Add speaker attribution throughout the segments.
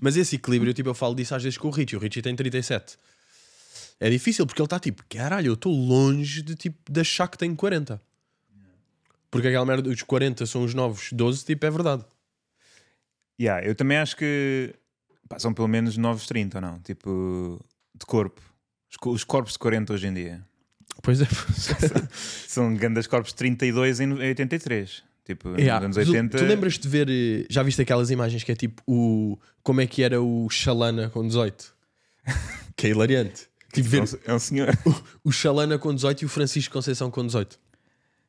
Speaker 1: Mas esse equilíbrio, tipo, eu falo disso às vezes com o Richie. O Richie tem 37. É difícil porque ele está tipo, caralho, eu estou longe de, tipo, de achar que tenho 40. Porque aquela merda, os 40 são os novos 12, tipo, é verdade.
Speaker 2: Yeah, eu também acho que pá, são pelo menos 9,30 ou não? Tipo, de corpo. Os, co- os corpos de 40 hoje em dia
Speaker 1: Pois é.
Speaker 2: são grandes corpos de 32 em 83. Tipo,
Speaker 1: Yeah.
Speaker 2: nos anos
Speaker 1: Tu-
Speaker 2: 80.
Speaker 1: Tu, lembras de ver, eh, já viste aquelas imagens que é tipo o. Como é que era o Xalana com 18? que é hilariante. Tipo,
Speaker 2: É
Speaker 1: ver
Speaker 2: um- É um senhor.
Speaker 1: o Xalana com 18 e o Francisco Conceição com 18.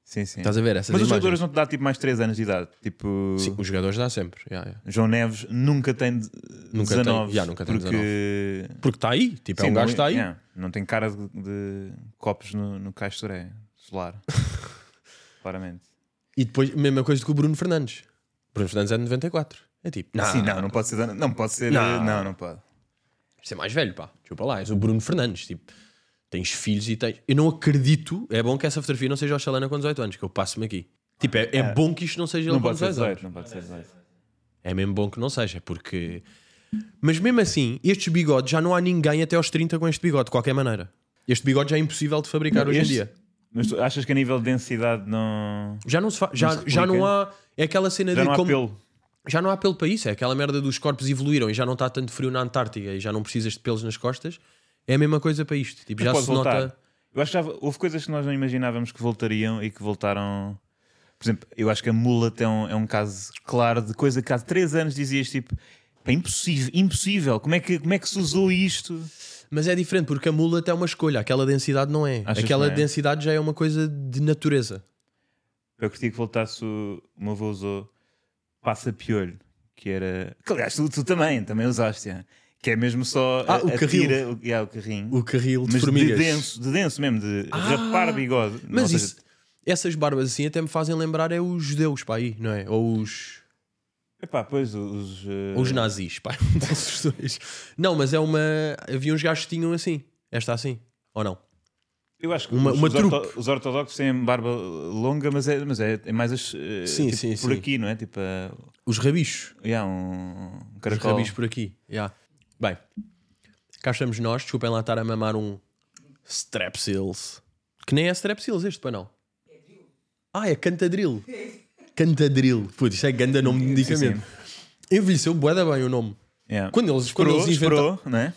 Speaker 2: sim, sim.
Speaker 1: Estás a ver essas
Speaker 2: Mas os
Speaker 1: imagens?
Speaker 2: jogadores não te dá tipo mais 3 anos de idade. Tipo,
Speaker 1: Sim, os jogadores dá sempre. yeah, yeah.
Speaker 2: João Neves nunca tem de-
Speaker 1: Nunca tem-
Speaker 2: 19.
Speaker 1: yeah, nunca tem
Speaker 2: porque...
Speaker 1: Porque está aí, tipo, é
Speaker 2: Sim,
Speaker 1: um
Speaker 2: não-
Speaker 1: gajo que está aí.
Speaker 2: yeah, não tem cara de, de copos no, no caixoturé solar. Claramente.
Speaker 1: E depois, mesma coisa com o Bruno Fernandes. Bruno Fernandes é de 94. É tipo, não,
Speaker 2: Sim, Assim, não, não pode ser. da- Não, pode ser.
Speaker 1: Não.
Speaker 2: Não, não, pode.
Speaker 1: Isto é mais velho, pá. Desculpa lá, és o Bruno Fernandes, tipo, tens filhos e tens. Eu não acredito, é bom que essa fotografia não seja o Xalana com 18 anos, que eu passo-me aqui. Tipo, é, é bom que isto não seja ele
Speaker 2: Não
Speaker 1: com
Speaker 2: pode ser
Speaker 1: 18 anos.
Speaker 2: 18. Não pode ser 18.
Speaker 1: É mesmo bom que não seja, porque. Mas mesmo assim, estes bigodes já não há ninguém até aos 30 com este bigode, de qualquer maneira. Este bigode já é impossível de fabricar hoje
Speaker 2: Este-
Speaker 1: em dia.
Speaker 2: Mas tu achas que a nível de densidade não.
Speaker 1: Já não se fa... já,
Speaker 2: se
Speaker 1: já não
Speaker 2: replica.
Speaker 1: há. É aquela cena
Speaker 2: Já
Speaker 1: de
Speaker 2: não há
Speaker 1: como-
Speaker 2: pelo.
Speaker 1: já não há pelo para isso. É aquela merda dos corpos evoluíram e já não está tanto frio na Antártica e já não precisas de pelos nas costas. É a mesma coisa para isto. Tipo, já
Speaker 2: Pode
Speaker 1: se
Speaker 2: voltar.
Speaker 1: nota.
Speaker 2: Eu acho que já houve coisas que nós não imaginávamos que voltariam e que voltaram. Por exemplo, eu acho que a mula é um, é um caso claro de coisa que há 3 anos dizias tipo. "Pá, impossível, impossível. Como é, que, como é que se usou isto?
Speaker 1: Mas é diferente porque a mula até é uma escolha, aquela densidade não é.
Speaker 2: Achas que
Speaker 1: aquela
Speaker 2: não é?
Speaker 1: densidade já é uma coisa de natureza.
Speaker 2: Eu curti que voltasse o o meu avô usou passa-piolho, que era. Que, aliás, tu, tu também, também usaste, é. que é mesmo só
Speaker 1: Ah, o carril.
Speaker 2: tira, o, yeah, o carrinho.
Speaker 1: O carril de
Speaker 2: mas de
Speaker 1: formigas. Ah,
Speaker 2: denso, de denso mesmo, de rapar bigode. Não, ou
Speaker 1: Mas
Speaker 2: seja,
Speaker 1: isso, essas barbas assim até me fazem lembrar é os judeus para aí, não é? Ou os,
Speaker 2: Epá, pois os. eh,
Speaker 1: ou os nazis, pá. Um desses dois. Não, mas é uma. Havia uns gajos que tinham assim. Esta assim. Ou não?
Speaker 2: eu acho que
Speaker 1: uma-
Speaker 2: os,
Speaker 1: uma
Speaker 2: os, orto- os ortodoxos têm barba longa, mas é, mas é, é mais as, eh,
Speaker 1: Sim,
Speaker 2: tipo,
Speaker 1: sim,
Speaker 2: por
Speaker 1: sim.
Speaker 2: aqui, não é? Tipo, eh,
Speaker 1: Os rabichos.
Speaker 2: yeah, um, um
Speaker 1: Os
Speaker 2: caracol.
Speaker 1: rabis por aqui. Yeah. Bem, cá estamos nós. Desculpem lá estar a mamar um Strepsils. Que nem é Strepsils este, para não. Ah, é Cantadril. Cantadril. Putz, isso é ganda nome de medicamento. Envelheceu bué da bem o nome.
Speaker 2: Yeah.
Speaker 1: Quando eles, quando
Speaker 2: Esperou,
Speaker 1: eles inventaram...
Speaker 2: esperou, não é?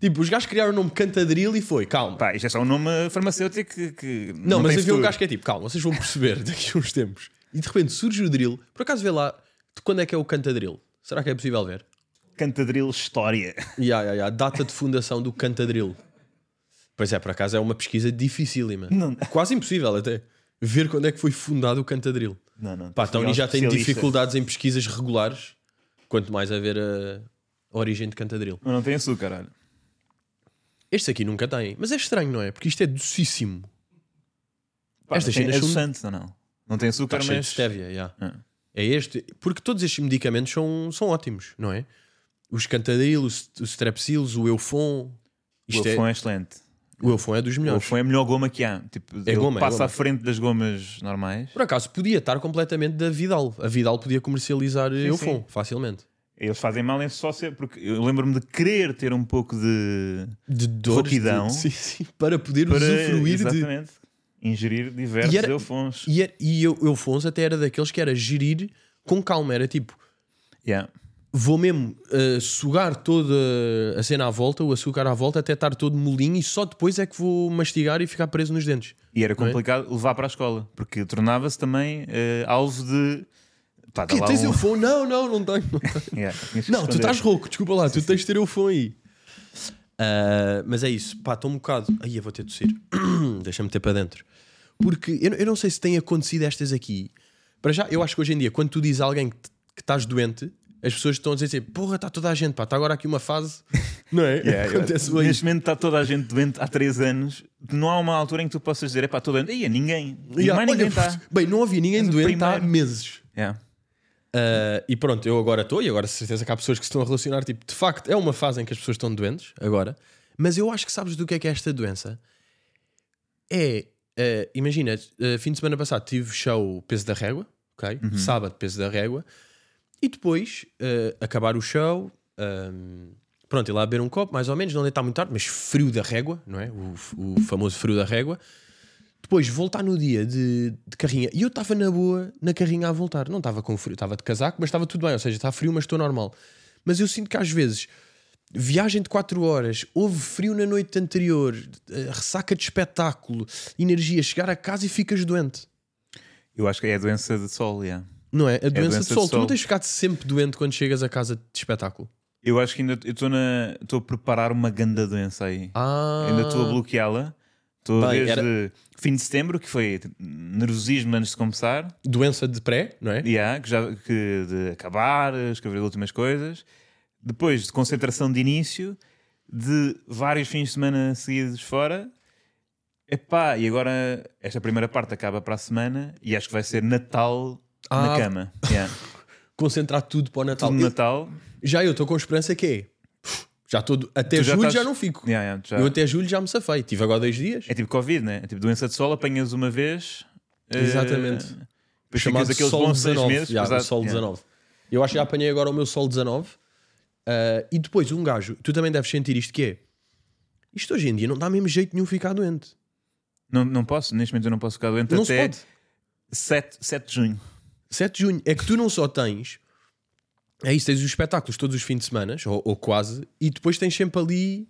Speaker 1: Tipo, os gajos criaram o nome Cantadril e foi, calma.
Speaker 2: Pá, isto é só um nome farmacêutico que. que
Speaker 1: Não, mas
Speaker 2: tem
Speaker 1: havia um
Speaker 2: futuro.
Speaker 1: gajo que é tipo, calma, vocês vão perceber daqui a uns tempos. E de repente surge o drill. Por acaso vê lá de quando é que é o Cantadril? Será que é possível ver?
Speaker 2: Cantadril História.
Speaker 1: Ya, ya, ya. Data de fundação do Cantadril. Pois é, por acaso é uma pesquisa dificílima.
Speaker 2: Não.
Speaker 1: Quase impossível até. Ver quando é que foi fundado o Cantadril.
Speaker 2: Não, não.
Speaker 1: Pá,
Speaker 2: tens que ir
Speaker 1: Tony
Speaker 2: ao
Speaker 1: já tem
Speaker 2: especialista.
Speaker 1: dificuldades em pesquisas regulares. Quanto mais a ver a origem de Cantadril.
Speaker 2: Mas não tem açúcar, olha.
Speaker 1: Estes aqui nunca têm. Mas é estranho, não é? Porque isto é docíssimo.
Speaker 2: Pá,
Speaker 1: Estas
Speaker 2: tem,
Speaker 1: cenas
Speaker 2: é
Speaker 1: são-
Speaker 2: doçante, ou não? Não tem açúcar,
Speaker 1: Está cheio de
Speaker 2: mas.
Speaker 1: stevia, ya.
Speaker 2: Ah.
Speaker 1: É este. Porque todos estes medicamentos são, são ótimos, não é? Os Cantadril, o, st- o Strepsils, o Eufon.
Speaker 2: O
Speaker 1: Isto é-
Speaker 2: Afon é, excelente.
Speaker 1: o Eufon é dos
Speaker 2: O
Speaker 1: melhores.
Speaker 2: Afon é a melhor goma que há. Tipo, ele
Speaker 1: goma, é
Speaker 2: passa
Speaker 1: goma.
Speaker 2: à frente das gomas normais.
Speaker 1: Por acaso podia estar completamente da Vidal. A Vidal podia comercializar Eufon facilmente.
Speaker 2: Eles fazem mal em só ser. Porque eu lembro-me de querer ter um pouco de.
Speaker 1: De dores.
Speaker 2: Rouquidão.
Speaker 1: de- sim, sim, para poder
Speaker 2: Para
Speaker 1: usufruir de.
Speaker 2: exatamente, ingerir diversos
Speaker 1: E era-
Speaker 2: eufons.
Speaker 1: E, era- e eu, Eufons até era daqueles que era gerir com calma. Era tipo,
Speaker 2: Yeah.
Speaker 1: vou mesmo uh, sugar toda a cena à volta, o açúcar à volta, até estar todo molinho e só depois é que vou mastigar e ficar preso nos dentes.
Speaker 2: E era
Speaker 1: Não é?
Speaker 2: complicado levar para a escola. Porque tornava-se também eh, alvo de. Pá, dá
Speaker 1: Que
Speaker 2: lá
Speaker 1: tens
Speaker 2: um-
Speaker 1: Eufon? Não, não, não tenho. Não, tenho.
Speaker 2: Yeah, tinhas que
Speaker 1: Não, tu
Speaker 2: esconder.
Speaker 1: estás rouco, desculpa lá, tu tens de ter Eufon aí. Ah, mas é isso, pá, estou um bocado. Aí eu vou ter de tossir. Deixa-me ter para dentro. Porque eu, eu não sei se tem acontecido estas aqui. Para já, eu acho que hoje em dia, quando tu dizes a alguém que, t- que estás doente, as pessoas estão a dizer assim: porra, está toda a gente, pá, está agora aqui uma fase. Não é?
Speaker 2: Yeah, eu-
Speaker 1: Acontece bem.
Speaker 2: neste momento está toda a gente doente há 3 anos. Não há uma altura em que tu possas dizer, é pá, estou doente. E é ninguém. E
Speaker 1: Yeah,
Speaker 2: mais
Speaker 1: olha,
Speaker 2: ninguém está.
Speaker 1: Bem, não havia ninguém
Speaker 2: És o
Speaker 1: doente há
Speaker 2: primeiro.
Speaker 1: meses.
Speaker 2: Yeah.
Speaker 1: Ah, e pronto, eu agora estou, e agora de certeza que há pessoas que se estão a relacionar, tipo, de facto, é uma fase em que as pessoas estão doentes, agora, mas eu acho que sabes do que é que é esta doença? É, ah, imagina, ah, fim de semana passado tive show Peso da Régua, ok? Sábado, Peso da Régua, e depois, ah, acabar o show, Ahm, pronto, ir lá beber um copo, mais ou menos, não deitar muito tarde, mas frio da régua, não é? O, f- o famoso frio da régua. Depois voltar no dia de, de carrinha. E eu estava na boa, na carrinha a voltar. Não estava com frio, estava de casaco, mas estava tudo bem. Ou seja, está frio, mas estou normal. Mas eu sinto que às vezes, viagem de 4 horas, houve frio na noite anterior, eh, ressaca de espetáculo, energia, chegar a casa e ficas doente.
Speaker 2: Eu acho que é a doença de sol, yeah.
Speaker 1: Não é? A doença,
Speaker 2: doença
Speaker 1: de
Speaker 2: de
Speaker 1: sol. Tu não
Speaker 2: sol.
Speaker 1: tens ficado sempre doente quando chegas a casa de espetáculo.
Speaker 2: Eu acho que ainda eu estou na- estou a preparar uma ganda doença aí.
Speaker 1: Ah,
Speaker 2: Ainda estou a bloqueá-la. Estou
Speaker 1: Bem,
Speaker 2: desde fim de setembro, que foi nervosismo antes de começar,
Speaker 1: doença de pré, não é?
Speaker 2: yeah, que já, que de acabar, escrever as últimas coisas. Depois de concentração de início, de vários fins de semana seguidos fora. Epá, e agora esta primeira parte acaba para a semana e acho que vai ser Natal
Speaker 1: Ah.
Speaker 2: na cama. Yeah.
Speaker 1: Concentrar tudo para o Natal.
Speaker 2: Tudo
Speaker 1: Eu-
Speaker 2: Natal.
Speaker 1: já eu estou com esperança que é. Já estou. Até
Speaker 2: Tu
Speaker 1: julho já
Speaker 2: estás-
Speaker 1: não fico.
Speaker 2: Yeah, yeah, tu já-
Speaker 1: Eu até julho já me safei. Tive agora dois dias.
Speaker 2: É tipo Covid, né? É tipo doença de sol, apanhas uma vez. eh,
Speaker 1: Exatamente.
Speaker 2: Depois ficas
Speaker 1: chamado
Speaker 2: aqueles
Speaker 1: Sol
Speaker 2: bons 6
Speaker 1: 19.
Speaker 2: meses.
Speaker 1: já, o
Speaker 2: exato,
Speaker 1: Sol
Speaker 2: yeah.
Speaker 1: 19. Eu acho que já apanhei agora o meu Sol 19. Ah, e depois, um gajo, tu também deves sentir isto que é. Isto hoje em dia não dá mesmo jeito nenhum ficar doente.
Speaker 2: Não, não posso, neste momento eu não posso ficar doente
Speaker 1: não se
Speaker 2: até
Speaker 1: pode.
Speaker 2: 7, 7 de junho.
Speaker 1: 7 de junho. É que tu não só tens. É isso, tens os espetáculos todos os fins de semana, ou, ou quase, e depois tens sempre ali.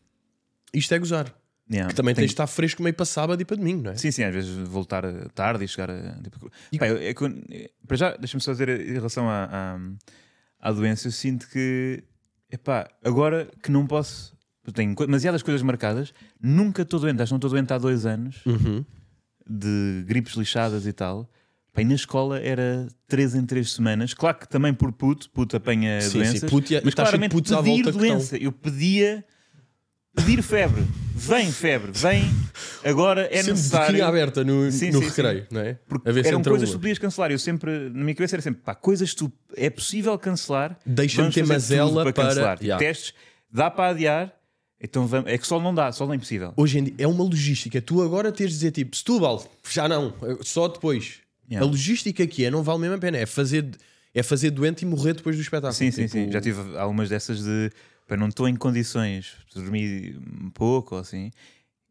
Speaker 1: Isto é gozar.
Speaker 2: Yeah.
Speaker 1: Que também
Speaker 2: Tenho-
Speaker 1: tens de estar fresco meio para sábado e para domingo, não é?
Speaker 2: Sim, sim, às vezes voltar eh, tarde e chegar a. Tipo... Pá, eu- é que eu- eh, para já, deixa-me só dizer eh, em relação à, à, à doença, eu sinto que. Epá, agora que não posso. eu Tenho co- demasiadas coisas marcadas, nunca estou doente, acho que não estou doente há dois anos.
Speaker 1: Uhum.
Speaker 2: de gripes lixadas e tal. Pá, e na escola era 3 em 3 semanas. Claro que também por puto, puto apanha
Speaker 1: Sim,
Speaker 2: doenças.
Speaker 1: sim, puto e- e
Speaker 2: mas
Speaker 1: tá cheio de
Speaker 2: claramente
Speaker 1: putos à
Speaker 2: pedir
Speaker 1: volta que
Speaker 2: doença. Eu pedia pedir febre. Vem febre, vem. Agora é
Speaker 1: sempre de
Speaker 2: necessário.
Speaker 1: boquinha aberta no,
Speaker 2: Sim,
Speaker 1: no
Speaker 2: sim, sim.
Speaker 1: recreio, não é?
Speaker 2: Porque
Speaker 1: a ver se
Speaker 2: eram
Speaker 1: entra
Speaker 2: coisas que
Speaker 1: uma.
Speaker 2: tu podias cancelar. Eu sempre, na minha cabeça era sempre, pá, coisas que tu é possível cancelar.
Speaker 1: Deixa-me
Speaker 2: vamos
Speaker 1: ter
Speaker 2: fazer
Speaker 1: mazela
Speaker 2: tudo
Speaker 1: para-
Speaker 2: cancelar. Tipo,
Speaker 1: Yeah.
Speaker 2: Testes, dá para adiar. Então vamos... É que sol não dá, sol não é impossível.
Speaker 1: Hoje em dia é uma logística. Tu agora tens de dizer tipo, Setúbal, já não, só depois. A
Speaker 2: Yeah.
Speaker 1: logística aqui é, não vale mesmo a pena. É fazer, é fazer doente e morrer depois do espetáculo.
Speaker 2: Sim, sim,
Speaker 1: Tipo,
Speaker 2: sim. Já tive algumas dessas de pá, não estou em condições de dormir um pouco ou assim. E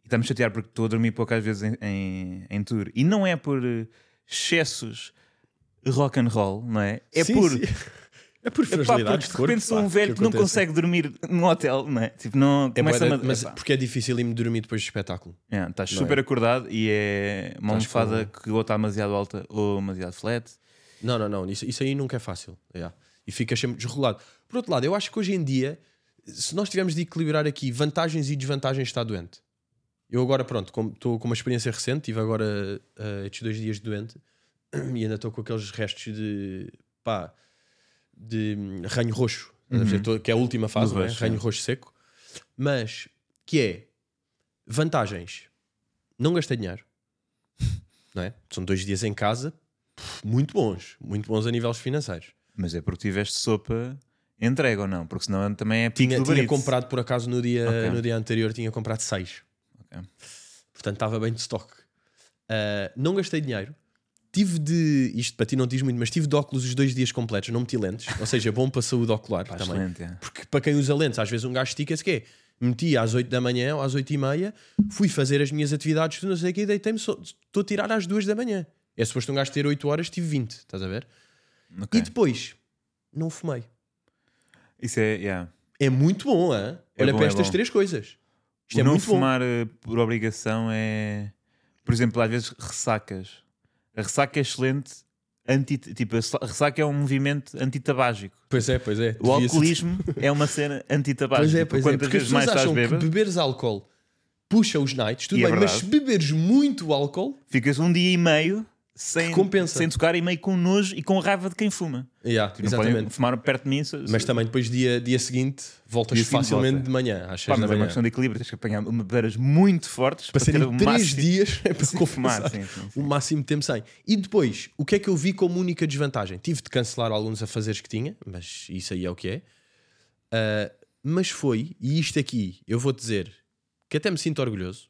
Speaker 2: está-me a chatear porque estou a dormir pouco às vezes em, em, em tour. E não é por eh, excessos rock and roll, não é? É
Speaker 1: Sim,
Speaker 2: por.
Speaker 1: sim. É por
Speaker 2: Epá,
Speaker 1: fragilidade.
Speaker 2: porque de repente sou um velho que, não consegue dormir num hotel, não é? Tipo, não
Speaker 1: É
Speaker 2: começa
Speaker 1: bué
Speaker 2: a
Speaker 1: da- mas
Speaker 2: epá.
Speaker 1: porque é difícil ir-me dormir depois do espetáculo.
Speaker 2: Yeah, estás
Speaker 1: Não é?
Speaker 2: super acordado e é uma
Speaker 1: Estás com-
Speaker 2: almofada que ou está demasiado alta ou demasiado flat.
Speaker 1: Não, não, não. Isso, isso aí nunca é fácil. Yeah. E ficas sempre desregulado. Por outro lado, eu acho que hoje em dia, se nós tivermos de equilibrar aqui vantagens e desvantagens de estar doente. Eu agora, pronto, como- estou com uma experiência recente, tive agora eh, estes dois dias doente e ainda estou com aqueles restos de pá, de hum, ranho roxo, Estás a ver? Tô- que é a última fase,
Speaker 2: Uhum. Do
Speaker 1: não é?
Speaker 2: roxo,
Speaker 1: ranho
Speaker 2: é.
Speaker 1: roxo seco. Mas que é vantagens: não gastei dinheiro, não é? São dois dias em casa, pff, muito bons, muito bons a níveis financeiros.
Speaker 2: Mas é porque tiveste sopa entrega ou não? Porque senão também é pico
Speaker 1: Tinha,
Speaker 2: do
Speaker 1: tinha
Speaker 2: barito.
Speaker 1: comprado, por acaso, no dia,
Speaker 2: Ok.
Speaker 1: no dia anterior, tinha comprado seis.
Speaker 2: Ok.
Speaker 1: Portanto, estava bem de estoque. Ah, não gastei dinheiro. Tive de. Isto para ti não diz muito, mas tive de óculos os dois dias completos, não meti lentes. Ou seja, bom para a saúde ocular
Speaker 2: Pá,
Speaker 1: também.
Speaker 2: excelente, é.
Speaker 1: Porque para quem usa lentes, às vezes um gajo estica-se que é. Meti às 8 da manhã ou às 8 e meia, fui fazer as minhas atividades, não sei o que, deitei-me, só- estou a tirar às 2 da manhã. É suposto um gajo ter 8 horas, tive 20, estás a ver?
Speaker 2: Ok.
Speaker 1: E depois, não fumei.
Speaker 2: Isso é, yeah.
Speaker 1: É muito bom, hã?
Speaker 2: É
Speaker 1: Olha
Speaker 2: bom,
Speaker 1: para
Speaker 2: é
Speaker 1: estas
Speaker 2: bom.
Speaker 1: três coisas. Isto
Speaker 2: O
Speaker 1: é
Speaker 2: não
Speaker 1: muito
Speaker 2: fumar eh, por obrigação é. Por exemplo, às vezes ressacas. A ressaca é excelente. Anti, tipo, a sa- a ressaca é um movimento antitabágico.
Speaker 1: bom. Pois é, pois é.
Speaker 2: O
Speaker 1: Devia ser-
Speaker 2: alcoolismo é uma cena antitabágica.
Speaker 1: Pois é,
Speaker 2: Tipo,
Speaker 1: pois é.
Speaker 2: Quantas
Speaker 1: Porque as
Speaker 2: vezes
Speaker 1: pessoas
Speaker 2: mais estás
Speaker 1: acham que
Speaker 2: bêbado,
Speaker 1: beberes álcool puxa os nights, tudo
Speaker 2: E é
Speaker 1: bem, mas
Speaker 2: verdade.
Speaker 1: se beberes muito álcool,
Speaker 2: ficas um dia e meio sem,
Speaker 1: Que compensa.
Speaker 2: sem tocar e meio com nojo e com raiva de quem fuma.
Speaker 1: yeah,
Speaker 2: Tipo, Não podem
Speaker 1: exatamente.
Speaker 2: fumar perto de mim. se- se-
Speaker 1: Mas também depois dia, dia seguinte voltas
Speaker 2: Dia seguinte
Speaker 1: facilmente
Speaker 2: volta.
Speaker 1: de manhã, às seis
Speaker 2: Pá,
Speaker 1: da
Speaker 2: mas é uma
Speaker 1: manhã.
Speaker 2: questão de equilíbrio. Tens que apanhar bebeiras muito fortes
Speaker 1: Para
Speaker 2: ter
Speaker 1: serem
Speaker 2: o
Speaker 1: três
Speaker 2: máximo-
Speaker 1: dias é para
Speaker 2: Sim, fumar,
Speaker 1: compensar
Speaker 2: sim, sim, sim.
Speaker 1: o máximo tempo sem. E depois, o que é que eu vi como única desvantagem? Tive de cancelar alguns afazeres que tinha, mas isso aí é o que é. Ah, mas foi, e isto aqui eu vou dizer que até me sinto orgulhoso,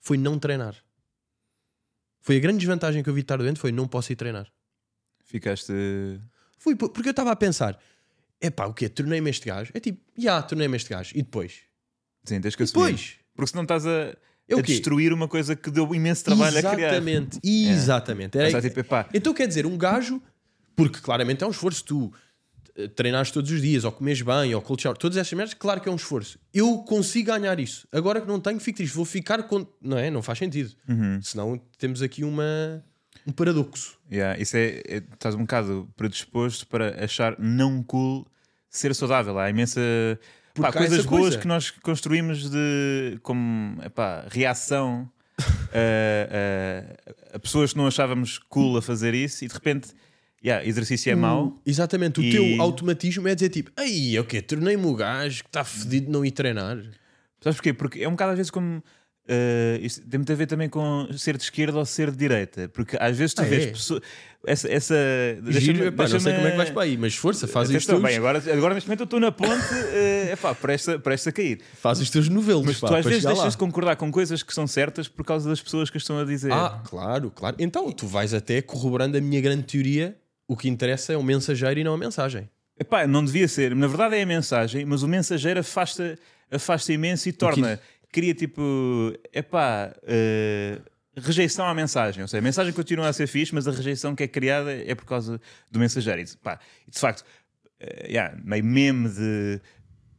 Speaker 1: foi não treinar. Foi a grande desvantagem que eu vi de estar doente, foi não posso ir treinar.
Speaker 2: Ficaste.
Speaker 1: Fui, po- porque eu estava a pensar, é pá, o quê? Tornei-me este gajo? É tipo, já, tornei-me este gajo. E depois?
Speaker 2: Sim, tens que
Speaker 1: E
Speaker 2: assumir.
Speaker 1: depois?
Speaker 2: Porque senão estás a,
Speaker 1: É o
Speaker 2: a
Speaker 1: quê?
Speaker 2: destruir uma coisa que deu imenso trabalho a criar.
Speaker 1: exatamente, exatamente. Era-
Speaker 2: Mas é tipo, epá.
Speaker 1: Então quer dizer, um gajo, porque claramente é um esforço, tu eh, treinares todos os dias, ou comes bem, ou cold shower, todas essas merdas, claro que é um esforço. Eu consigo ganhar isso. Agora que não tenho, fico triste. Vou ficar com. Não é? Não faz sentido.
Speaker 2: Uhum.
Speaker 1: Senão temos aqui uma, um paradoxo.
Speaker 2: Yeah, isso é, é- Estás um bocado predisposto para achar não cool ser saudável. Há imensa. Pá,
Speaker 1: Porque há
Speaker 2: coisas
Speaker 1: essa
Speaker 2: boas
Speaker 1: coisa.
Speaker 2: que nós construímos de como epá, reação a, a- a pessoas que não achávamos cool a fazer isso e de repente yeah, exercício
Speaker 1: Hum.
Speaker 2: é mau.
Speaker 1: Exatamente. O
Speaker 2: E-
Speaker 1: teu automatismo é dizer tipo, aí, ok, tornei-me o gajo que está fedido de não ir treinar.
Speaker 2: Sabes porquê? Porque é um bocado às vezes como. eh, isto tem muito a ver também com ser de esquerda ou ser de direita, porque às vezes tu
Speaker 1: Ah,
Speaker 2: vês
Speaker 1: é?
Speaker 2: pessoas. Essa. essa
Speaker 1: Giro, epá, não sei
Speaker 2: deixa-me-
Speaker 1: como é que vais para aí, mas força, faz os
Speaker 2: Atenção,
Speaker 1: teus,
Speaker 2: bem, agora, agora neste momento eu estou na ponte, é epá, presta, presta a cair.
Speaker 1: faz os teus novelos.
Speaker 2: Mas
Speaker 1: pá,
Speaker 2: tu às
Speaker 1: para
Speaker 2: vezes
Speaker 1: chegar lá.
Speaker 2: deixas de concordar com coisas que são certas por causa das pessoas que as estão a dizer.
Speaker 1: Ah, claro, claro. Então tu vais até corroborando a minha grande teoria. O que interessa é o mensageiro e não a mensagem.
Speaker 2: Epá, não devia ser. Na verdade é a mensagem, mas o mensageiro afasta, afasta imenso e torna. Cria tipo. Epá. eh, Rejeição à mensagem, ou seja, a mensagem continua a ser fixe, mas a rejeição que é criada é por causa do mensageiro. E, pá, e de facto, eh, yeah, meio meme de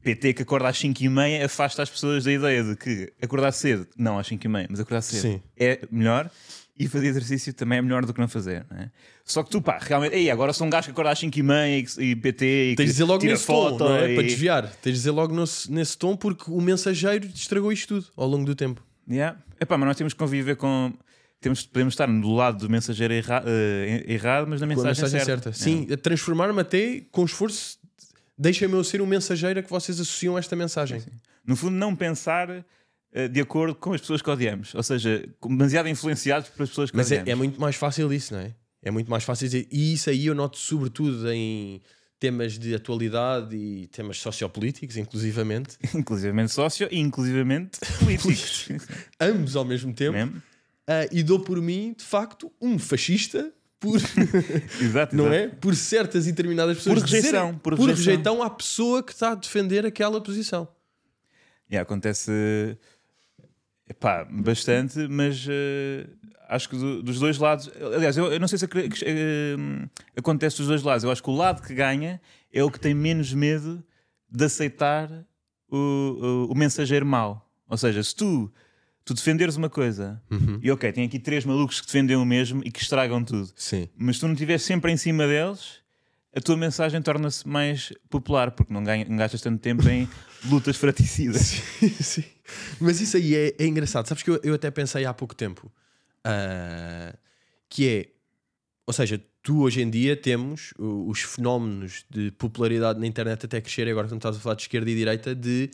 Speaker 2: PT que acorda às 5h30 afasta as pessoas da ideia de que acordar cedo, não às 5h30, mas acordar cedo
Speaker 1: Sim.
Speaker 2: é melhor e fazer exercício também é melhor do que não fazer, não é? Só que tu, pá, realmente, ei, agora sou um gajo que acorda às 5h30 e, e PT e
Speaker 1: Tens de
Speaker 2: que
Speaker 1: dizer logo
Speaker 2: tira
Speaker 1: nesse tom,
Speaker 2: foto
Speaker 1: não é?
Speaker 2: e-
Speaker 1: Para desviar. Tens de dizer logo nesse, nesse tom porque o mensageiro estragou isto tudo ao longo do tempo.
Speaker 2: Yeah. Epá, mas nós temos que conviver com. Temos, podemos estar do lado do mensageiro erra- eh, errado, mas na
Speaker 1: Com a
Speaker 2: mensagem,
Speaker 1: mensagem certa.
Speaker 2: certa. É.
Speaker 1: Sim, transformar-me até com esforço. Deixa-me eu ser o mensageiro a que vocês associam a esta mensagem.
Speaker 2: No fundo, não pensar eh, de acordo com as pessoas que odiamos, ou seja, com- demasiado influenciados pelas pessoas que
Speaker 1: Mas é,
Speaker 2: odiamos.
Speaker 1: é muito mais fácil isso, não é? É muito mais fácil dizer. E isso aí eu noto sobretudo em temas de atualidade e temas sociopolíticos, inclusivamente.
Speaker 2: Inclusivamente sócio e inclusivamente políticos.
Speaker 1: Ambos ao mesmo tempo.
Speaker 2: Mesmo?
Speaker 1: Ah, e dou por mim, de facto, um fascista por,
Speaker 2: Exato,
Speaker 1: não
Speaker 2: exato.
Speaker 1: é? por certas e determinadas pessoas.
Speaker 2: Por rejeição,
Speaker 1: dizerem-
Speaker 2: por
Speaker 1: por
Speaker 2: rejeição.
Speaker 1: rejeição à pessoa que está a defender aquela posição.
Speaker 2: Yeah, acontece epá, bastante, mas eh, acho que do- dos dois lados. Aliás, eu, eu não sei se acre- que- eh, acontece dos dois lados. Eu acho que o lado que ganha é o que tem menos medo de aceitar o, o- o mensageiro mau. Ou seja, se tu, tu defenderes uma coisa e ok, tem aqui três malucos que defendem o mesmo e que estragam tudo,
Speaker 1: Sim.
Speaker 2: mas tu não estiveres sempre em cima deles, a tua mensagem torna-se mais popular, porque não, ganha, não gastas tanto tempo em lutas fraticidas.
Speaker 1: Sim. Mas isso aí é, é engraçado. Sabes que eu, eu até pensei há pouco tempo ah, que é, ou seja, tu hoje em dia temos o- os fenómenos de popularidade na internet até crescer, e agora quando estás a falar de esquerda e direita, de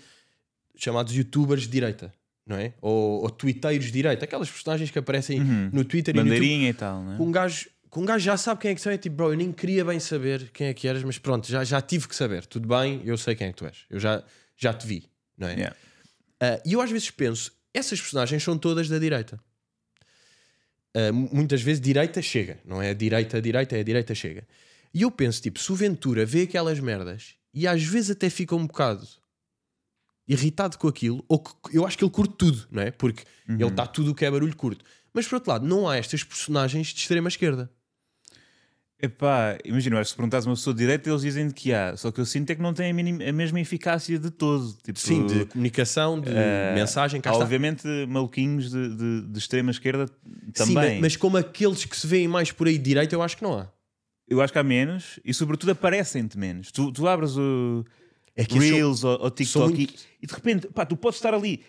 Speaker 1: chamados youtubers de direita, não é? Ou, ou twitteiros de direita, aquelas personagens que aparecem no Twitter e no YouTube
Speaker 2: Bandeirinha e tal, né?
Speaker 1: com um gajo, com um gajo já sabe quem é que são, é tipo, bro, eu nem queria bem saber quem é que eras, mas pronto, já, já tive que saber, tudo bem, eu sei quem é que tu és, eu já, já te vi, não é?
Speaker 2: Yeah.
Speaker 1: Ah, e eu às vezes penso, essas personagens são todas da direita. Ah, mu- muitas vezes direita chega, não é a direita, a direita, é a direita chega. E eu penso, tipo, se o Ventura vê aquelas merdas e às vezes até fica um bocado irritado com aquilo, ou que- eu acho que ele curte tudo, não é? Porque ele
Speaker 2: Uhum.
Speaker 1: está tudo o que é barulho curto. Mas por outro lado, não há estas personagens de extrema esquerda.
Speaker 2: Epá, imagina, eu acho que se perguntares a uma pessoa direita, eles dizem que há. Só que eu sinto é que não tem a, mínima- a mesma eficácia de todo. Tipo,
Speaker 1: Sim, de comunicação, de
Speaker 2: eh,
Speaker 1: mensagem, cá
Speaker 2: há,
Speaker 1: está.
Speaker 2: obviamente maluquinhos de, de- de extrema esquerda
Speaker 1: Sim,
Speaker 2: também.
Speaker 1: mas, mas como aqueles que se veem mais por aí de direita, eu acho que não há.
Speaker 2: Eu acho que há menos e, sobretudo, aparecem-te menos. Tu, tu abres o
Speaker 1: É que eu sou-
Speaker 2: Reels ou, ou
Speaker 1: sou
Speaker 2: TikTok
Speaker 1: muito-
Speaker 2: e, e de repente, pá, tu podes estar ali.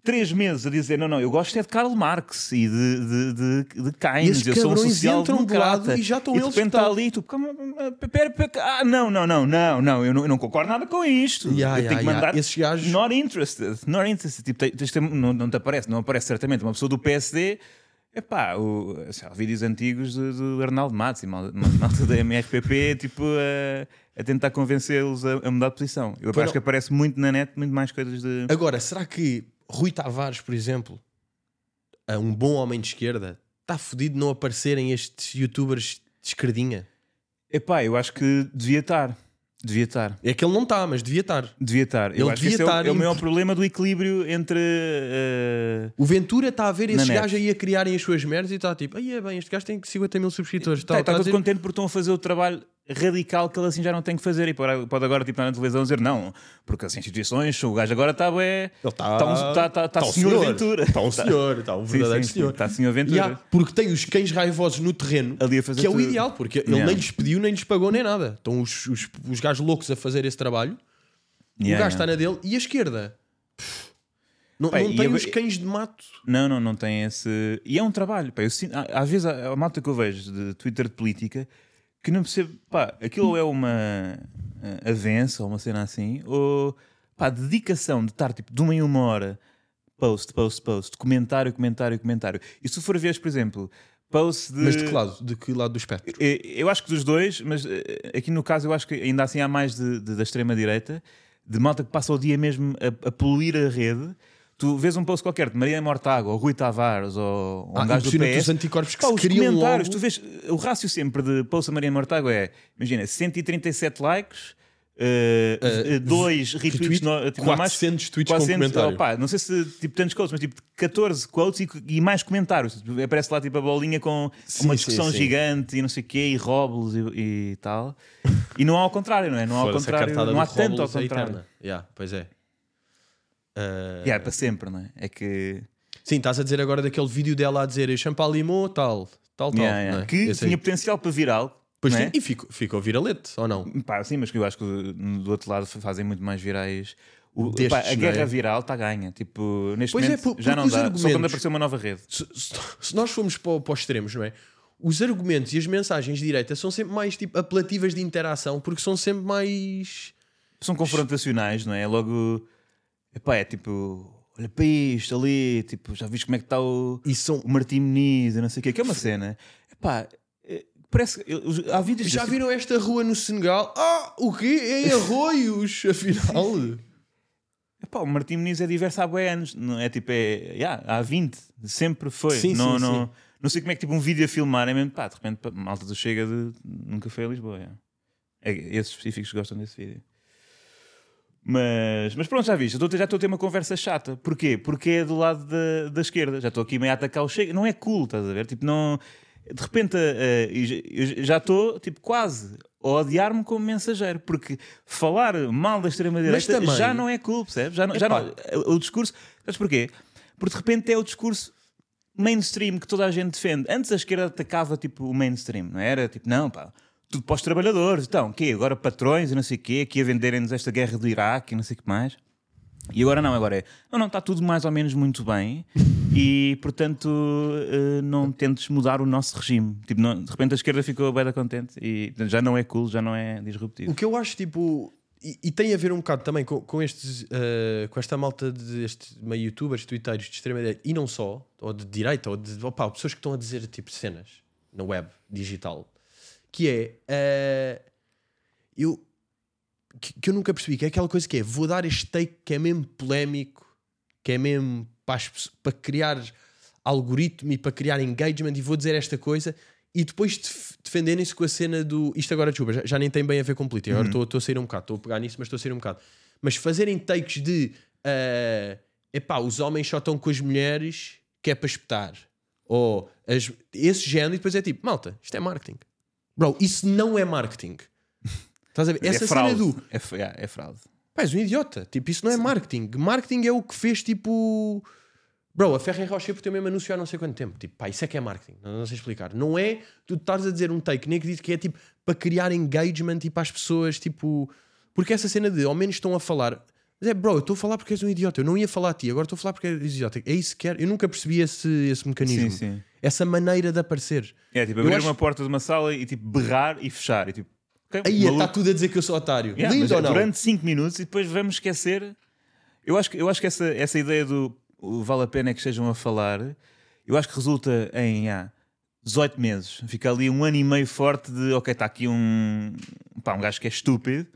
Speaker 2: Três meses a dizer, não, não, eu gosto é de Karl Marx e de, de, de, de
Speaker 1: E
Speaker 2: Keynes,
Speaker 1: esses
Speaker 2: eu sou um
Speaker 1: cabrões
Speaker 2: social
Speaker 1: entram de lado e já estão
Speaker 2: e de
Speaker 1: eles
Speaker 2: repente
Speaker 1: que estão-
Speaker 2: está ali e tu, "Calma, pera, pera, ah, não, não, não, não, não, eu não, eu não concordo nada com isto.
Speaker 1: Yeah,
Speaker 2: eu
Speaker 1: yeah,
Speaker 2: tenho que
Speaker 1: yeah.
Speaker 2: mandar
Speaker 1: Esses gajos-
Speaker 2: not interested, not interested. Tipo, tens- tens de ter- não, não te aparece, não aparece certamente. Uma pessoa do PSD, epá, o, sei lá, vídeos antigos do, do Arnaldo Matos e mal- mal- malta da MRPP, tipo, a, a tentar convencê-los a, a mudar de posição. Eu
Speaker 1: Foram-
Speaker 2: acho que aparece muito na net, muito mais coisas de.
Speaker 1: Agora, será que Rui Tavares, por exemplo, a um bom homem de esquerda, está fodido de não aparecerem estes youtubers de esquerdinha?
Speaker 2: Epá, eu acho que devia estar. Devia estar.
Speaker 1: É que ele não está, mas devia estar.
Speaker 2: Devia estar. Eu
Speaker 1: Ele
Speaker 2: acho que
Speaker 1: devia
Speaker 2: esse é o-
Speaker 1: estar
Speaker 2: é o,
Speaker 1: em-
Speaker 2: maior problema do equilíbrio entre. eh,
Speaker 1: O Ventura está a ver esses
Speaker 2: Na net.
Speaker 1: gajos aí a criarem as suas merdas e está tipo, aí é bem, este gajo tem 50 mil subscritores.
Speaker 2: Tá,
Speaker 1: tal, tá
Speaker 2: está
Speaker 1: a
Speaker 2: todo
Speaker 1: dizer-
Speaker 2: contente porque estão a fazer o trabalho radical que ele assim já não tem que fazer e pode pode agora tipo, estar na televisão dizer não, porque as instituições, o gajo agora está bué,
Speaker 1: Ele tá
Speaker 2: está um- está- está- está senhor, Ventura. Tá.
Speaker 1: Está um senhor, está um
Speaker 2: Sim,
Speaker 1: verdadeiro
Speaker 2: sim, sim,
Speaker 1: senhor.
Speaker 2: está senhor um Ventura.
Speaker 1: Yeah, porque tem os cães raivosos no terreno,
Speaker 2: Ali a fazer
Speaker 1: que é o
Speaker 2: tudo.
Speaker 1: ideal, porque ele
Speaker 2: Yeah.
Speaker 1: nem lhes pediu, nem lhes pagou, nem nada. Estão os, os, os gajos loucos a fazer esse trabalho, o
Speaker 2: Yeah,
Speaker 1: gajo está
Speaker 2: yeah.
Speaker 1: na dele e a esquerda. Pff, Não,
Speaker 2: Pá,
Speaker 1: não
Speaker 2: e
Speaker 1: tem
Speaker 2: eu-
Speaker 1: os cães de mato.
Speaker 2: Não, não, não tem esse. E é um trabalho. Pá, eu sinto- há- às vezes há há malta que eu vejo de Twitter de política que não percebo. Pá, aquilo é uma eh, avença ou uma cena assim, ou pá, a dedicação de estar tipo de uma em uma hora post, post, post, comentário, comentário, comentário. E se tu for ver, por exemplo, post de.
Speaker 1: Mas de que lado? De que lado do espectro?
Speaker 2: Eh, Eu acho que dos dois, mas eh, aqui no caso eu acho que ainda assim há mais de, de- da extrema-direita, de malta que passa o dia mesmo a, a poluir a rede. Tu vês um post qualquer de Maria Mortágua ou Rui Tavares ou um
Speaker 1: Ah,
Speaker 2: gajo do
Speaker 1: impressionante
Speaker 2: PS.
Speaker 1: os anticorpos que
Speaker 2: Pá,
Speaker 1: se
Speaker 2: os
Speaker 1: criam
Speaker 2: comentários,
Speaker 1: logo.
Speaker 2: tu vês, eh, o rácio sempre de post a Maria Mortágua é, imagina, 137 likes, 2 retweets,
Speaker 1: Eh, retweet,
Speaker 2: no- tipo,
Speaker 1: 400 tweets com comentário.
Speaker 2: oh, pá, não sei se tipo tantos quotes, mas tipo 14 quotes e, e mais comentários. Tipo, Aparece lá tipo a bolinha com
Speaker 1: Sim,
Speaker 2: uma discussão
Speaker 1: sim, sim.
Speaker 2: gigante e não sei o quê, e Robles e, e tal. E não há ao contrário, não é? Não há ao
Speaker 1: Foda-se, a
Speaker 2: contrário,
Speaker 1: cartada
Speaker 2: não há
Speaker 1: do
Speaker 2: tanto ao
Speaker 1: Robles é
Speaker 2: contrário.
Speaker 1: eterna. Yeah, pois é. Ah,
Speaker 2: E é para sempre, não é? É que.
Speaker 1: Sim, estás a dizer agora daquele vídeo dela a dizer Champalimau, tal, tal, tal.
Speaker 2: Yeah, yeah.
Speaker 1: não é?
Speaker 2: Que
Speaker 1: Esse aí.
Speaker 2: tinha potencial para viral.
Speaker 1: Pois
Speaker 2: não
Speaker 1: tem-
Speaker 2: é?
Speaker 1: E ficou, ficou viralete, ou não?
Speaker 2: Pá, sim, mas que eu acho que do do outro lado fazem muito mais virais. O-
Speaker 1: Destes,
Speaker 2: pá,
Speaker 1: não é?
Speaker 2: a guerra viral está ganha. Tipo, neste
Speaker 1: Pois é,
Speaker 2: momento
Speaker 1: por-
Speaker 2: já não
Speaker 1: porque os
Speaker 2: dá. Só quando
Speaker 1: argumentos-
Speaker 2: apareceu uma nova rede.
Speaker 1: Se, se- se nós formos para, o- para os extremos, não é? Os argumentos e as mensagens de direita são sempre mais tipo, apelativas de interação porque são sempre mais.
Speaker 2: São confrontacionais, não é? Logo. Epá, é tipo. Olha para isto ali. Tipo, já viste como é que está o,
Speaker 1: E são.
Speaker 2: o Martim Meniz e não sei o quê. Que é uma cena. Epá, é, parece. que- eu- Há vídeos
Speaker 1: Já
Speaker 2: desse
Speaker 1: viram esta rua no Senegal? Ah, o quê? É em arroios, afinal.
Speaker 2: Epá, o Martim Muniz é diverso há bué anos, não é tipo, é, yeah, há 20, sempre foi.
Speaker 1: Sim,
Speaker 2: não,
Speaker 1: sim,
Speaker 2: não,
Speaker 1: sim.
Speaker 2: não sei como é que tipo um vídeo a filmar é mesmo, pá, de repente, pá, malta do Chega de nunca foi a Lisboa. yeah. É, que esses específicos gostam desse vídeo. Mas, mas pronto, já viste, eu estou- já estou a ter uma conversa chata. Porquê? Porque é do lado da, da esquerda. Já estou aqui meio a atacar o Chega. Não é cool, estás a ver? Tipo, não. De repente, a- a- e já- eu já estou, tipo, quase a odiar-me como mensageiro. Porque falar mal da extrema-direita
Speaker 1: Mas também-
Speaker 2: já não é cool, percebes? Já, não- já
Speaker 1: Epá.
Speaker 2: não, é o o discurso. Sabes porquê? Porque de repente é o discurso mainstream que toda a gente defende. Antes a esquerda atacava tipo o mainstream, não era? Tipo, não, pá, tudo para os trabalhadores, então, quê? Agora patrões e não sei o quê, aqui a venderem-nos esta guerra do Iraque e não sei o que mais. E agora não, agora é. Não, não, está tudo mais ou menos muito bem e, portanto, eh, não tentes mudar o nosso regime. Tipo, não- de repente a esquerda ficou bem contente e portanto, já não é cool, já não é disruptivo.
Speaker 1: O que eu acho, tipo. E, e tem a ver um bocado também com, com estes. eh, com esta malta de este, meio youtubers, twitteiros de extrema-direita e não só, ou de direita, ou de. opá, pessoas que estão a dizer tipo cenas na web digital. Que é. eh, eu. Que, que eu nunca percebi, que é aquela coisa que é vou dar este take que é mesmo polémico, que é mesmo para, as pesso- para criar algoritmo e para criar engagement e vou dizer esta coisa e depois def- defenderem-se com a cena do isto agora desculpa, já, já nem tem bem a ver com política,
Speaker 2: Uhum.
Speaker 1: agora estou- estou a sair um bocado, estou a pegar nisso, mas estou a sair um bocado. Mas fazerem takes de ah, epá, os homens só estão com as mulheres que é para espetar, ou as- esse género, e depois é tipo, malta, isto é marketing. Bro, isso não é marketing. Estás a ver?
Speaker 2: Mas
Speaker 1: Essa
Speaker 2: é
Speaker 1: cena
Speaker 2: fraude.
Speaker 1: do
Speaker 2: É, f- yeah, é fraude.
Speaker 1: Pá, és um idiota. Tipo, isso não é marketing. Marketing é o que fez, tipo... Bro, a Ferrer Rocher por ter mesmo anúncio há não sei quanto tempo. Tipo, pá, isso é que é marketing. Não, não sei explicar. Não é tu estares a dizer um take, nem que diz que é, tipo, para criar engagement e para as pessoas, tipo... Porque essa cena de, ao menos estão a falar... Mas é, bro, eu estou a falar porque és um idiota. Eu não ia falar a ti, agora estou a falar porque és idiota. É isso que quero. Eu nunca percebi esse, esse mecanismo.
Speaker 2: Sim, sim.
Speaker 1: Essa maneira de aparecer.
Speaker 2: É tipo
Speaker 1: Eu
Speaker 2: abrir
Speaker 1: acho-
Speaker 2: uma porta de uma sala e tipo berrar e fechar. E tipo, ok,
Speaker 1: Aí é
Speaker 2: maluco.
Speaker 1: está tudo a dizer que eu sou otário.
Speaker 2: Yeah, mas
Speaker 1: Lindo
Speaker 2: é
Speaker 1: ou não?
Speaker 2: Durante 5 minutos e depois vamos esquecer. Eu acho que, eu acho que essa, essa ideia do o vale a pena é que estejam a falar, eu acho que resulta em ah, 18 meses. Fica ali um ano e meio forte de ok, está aqui um, pá, um gajo que é estúpido.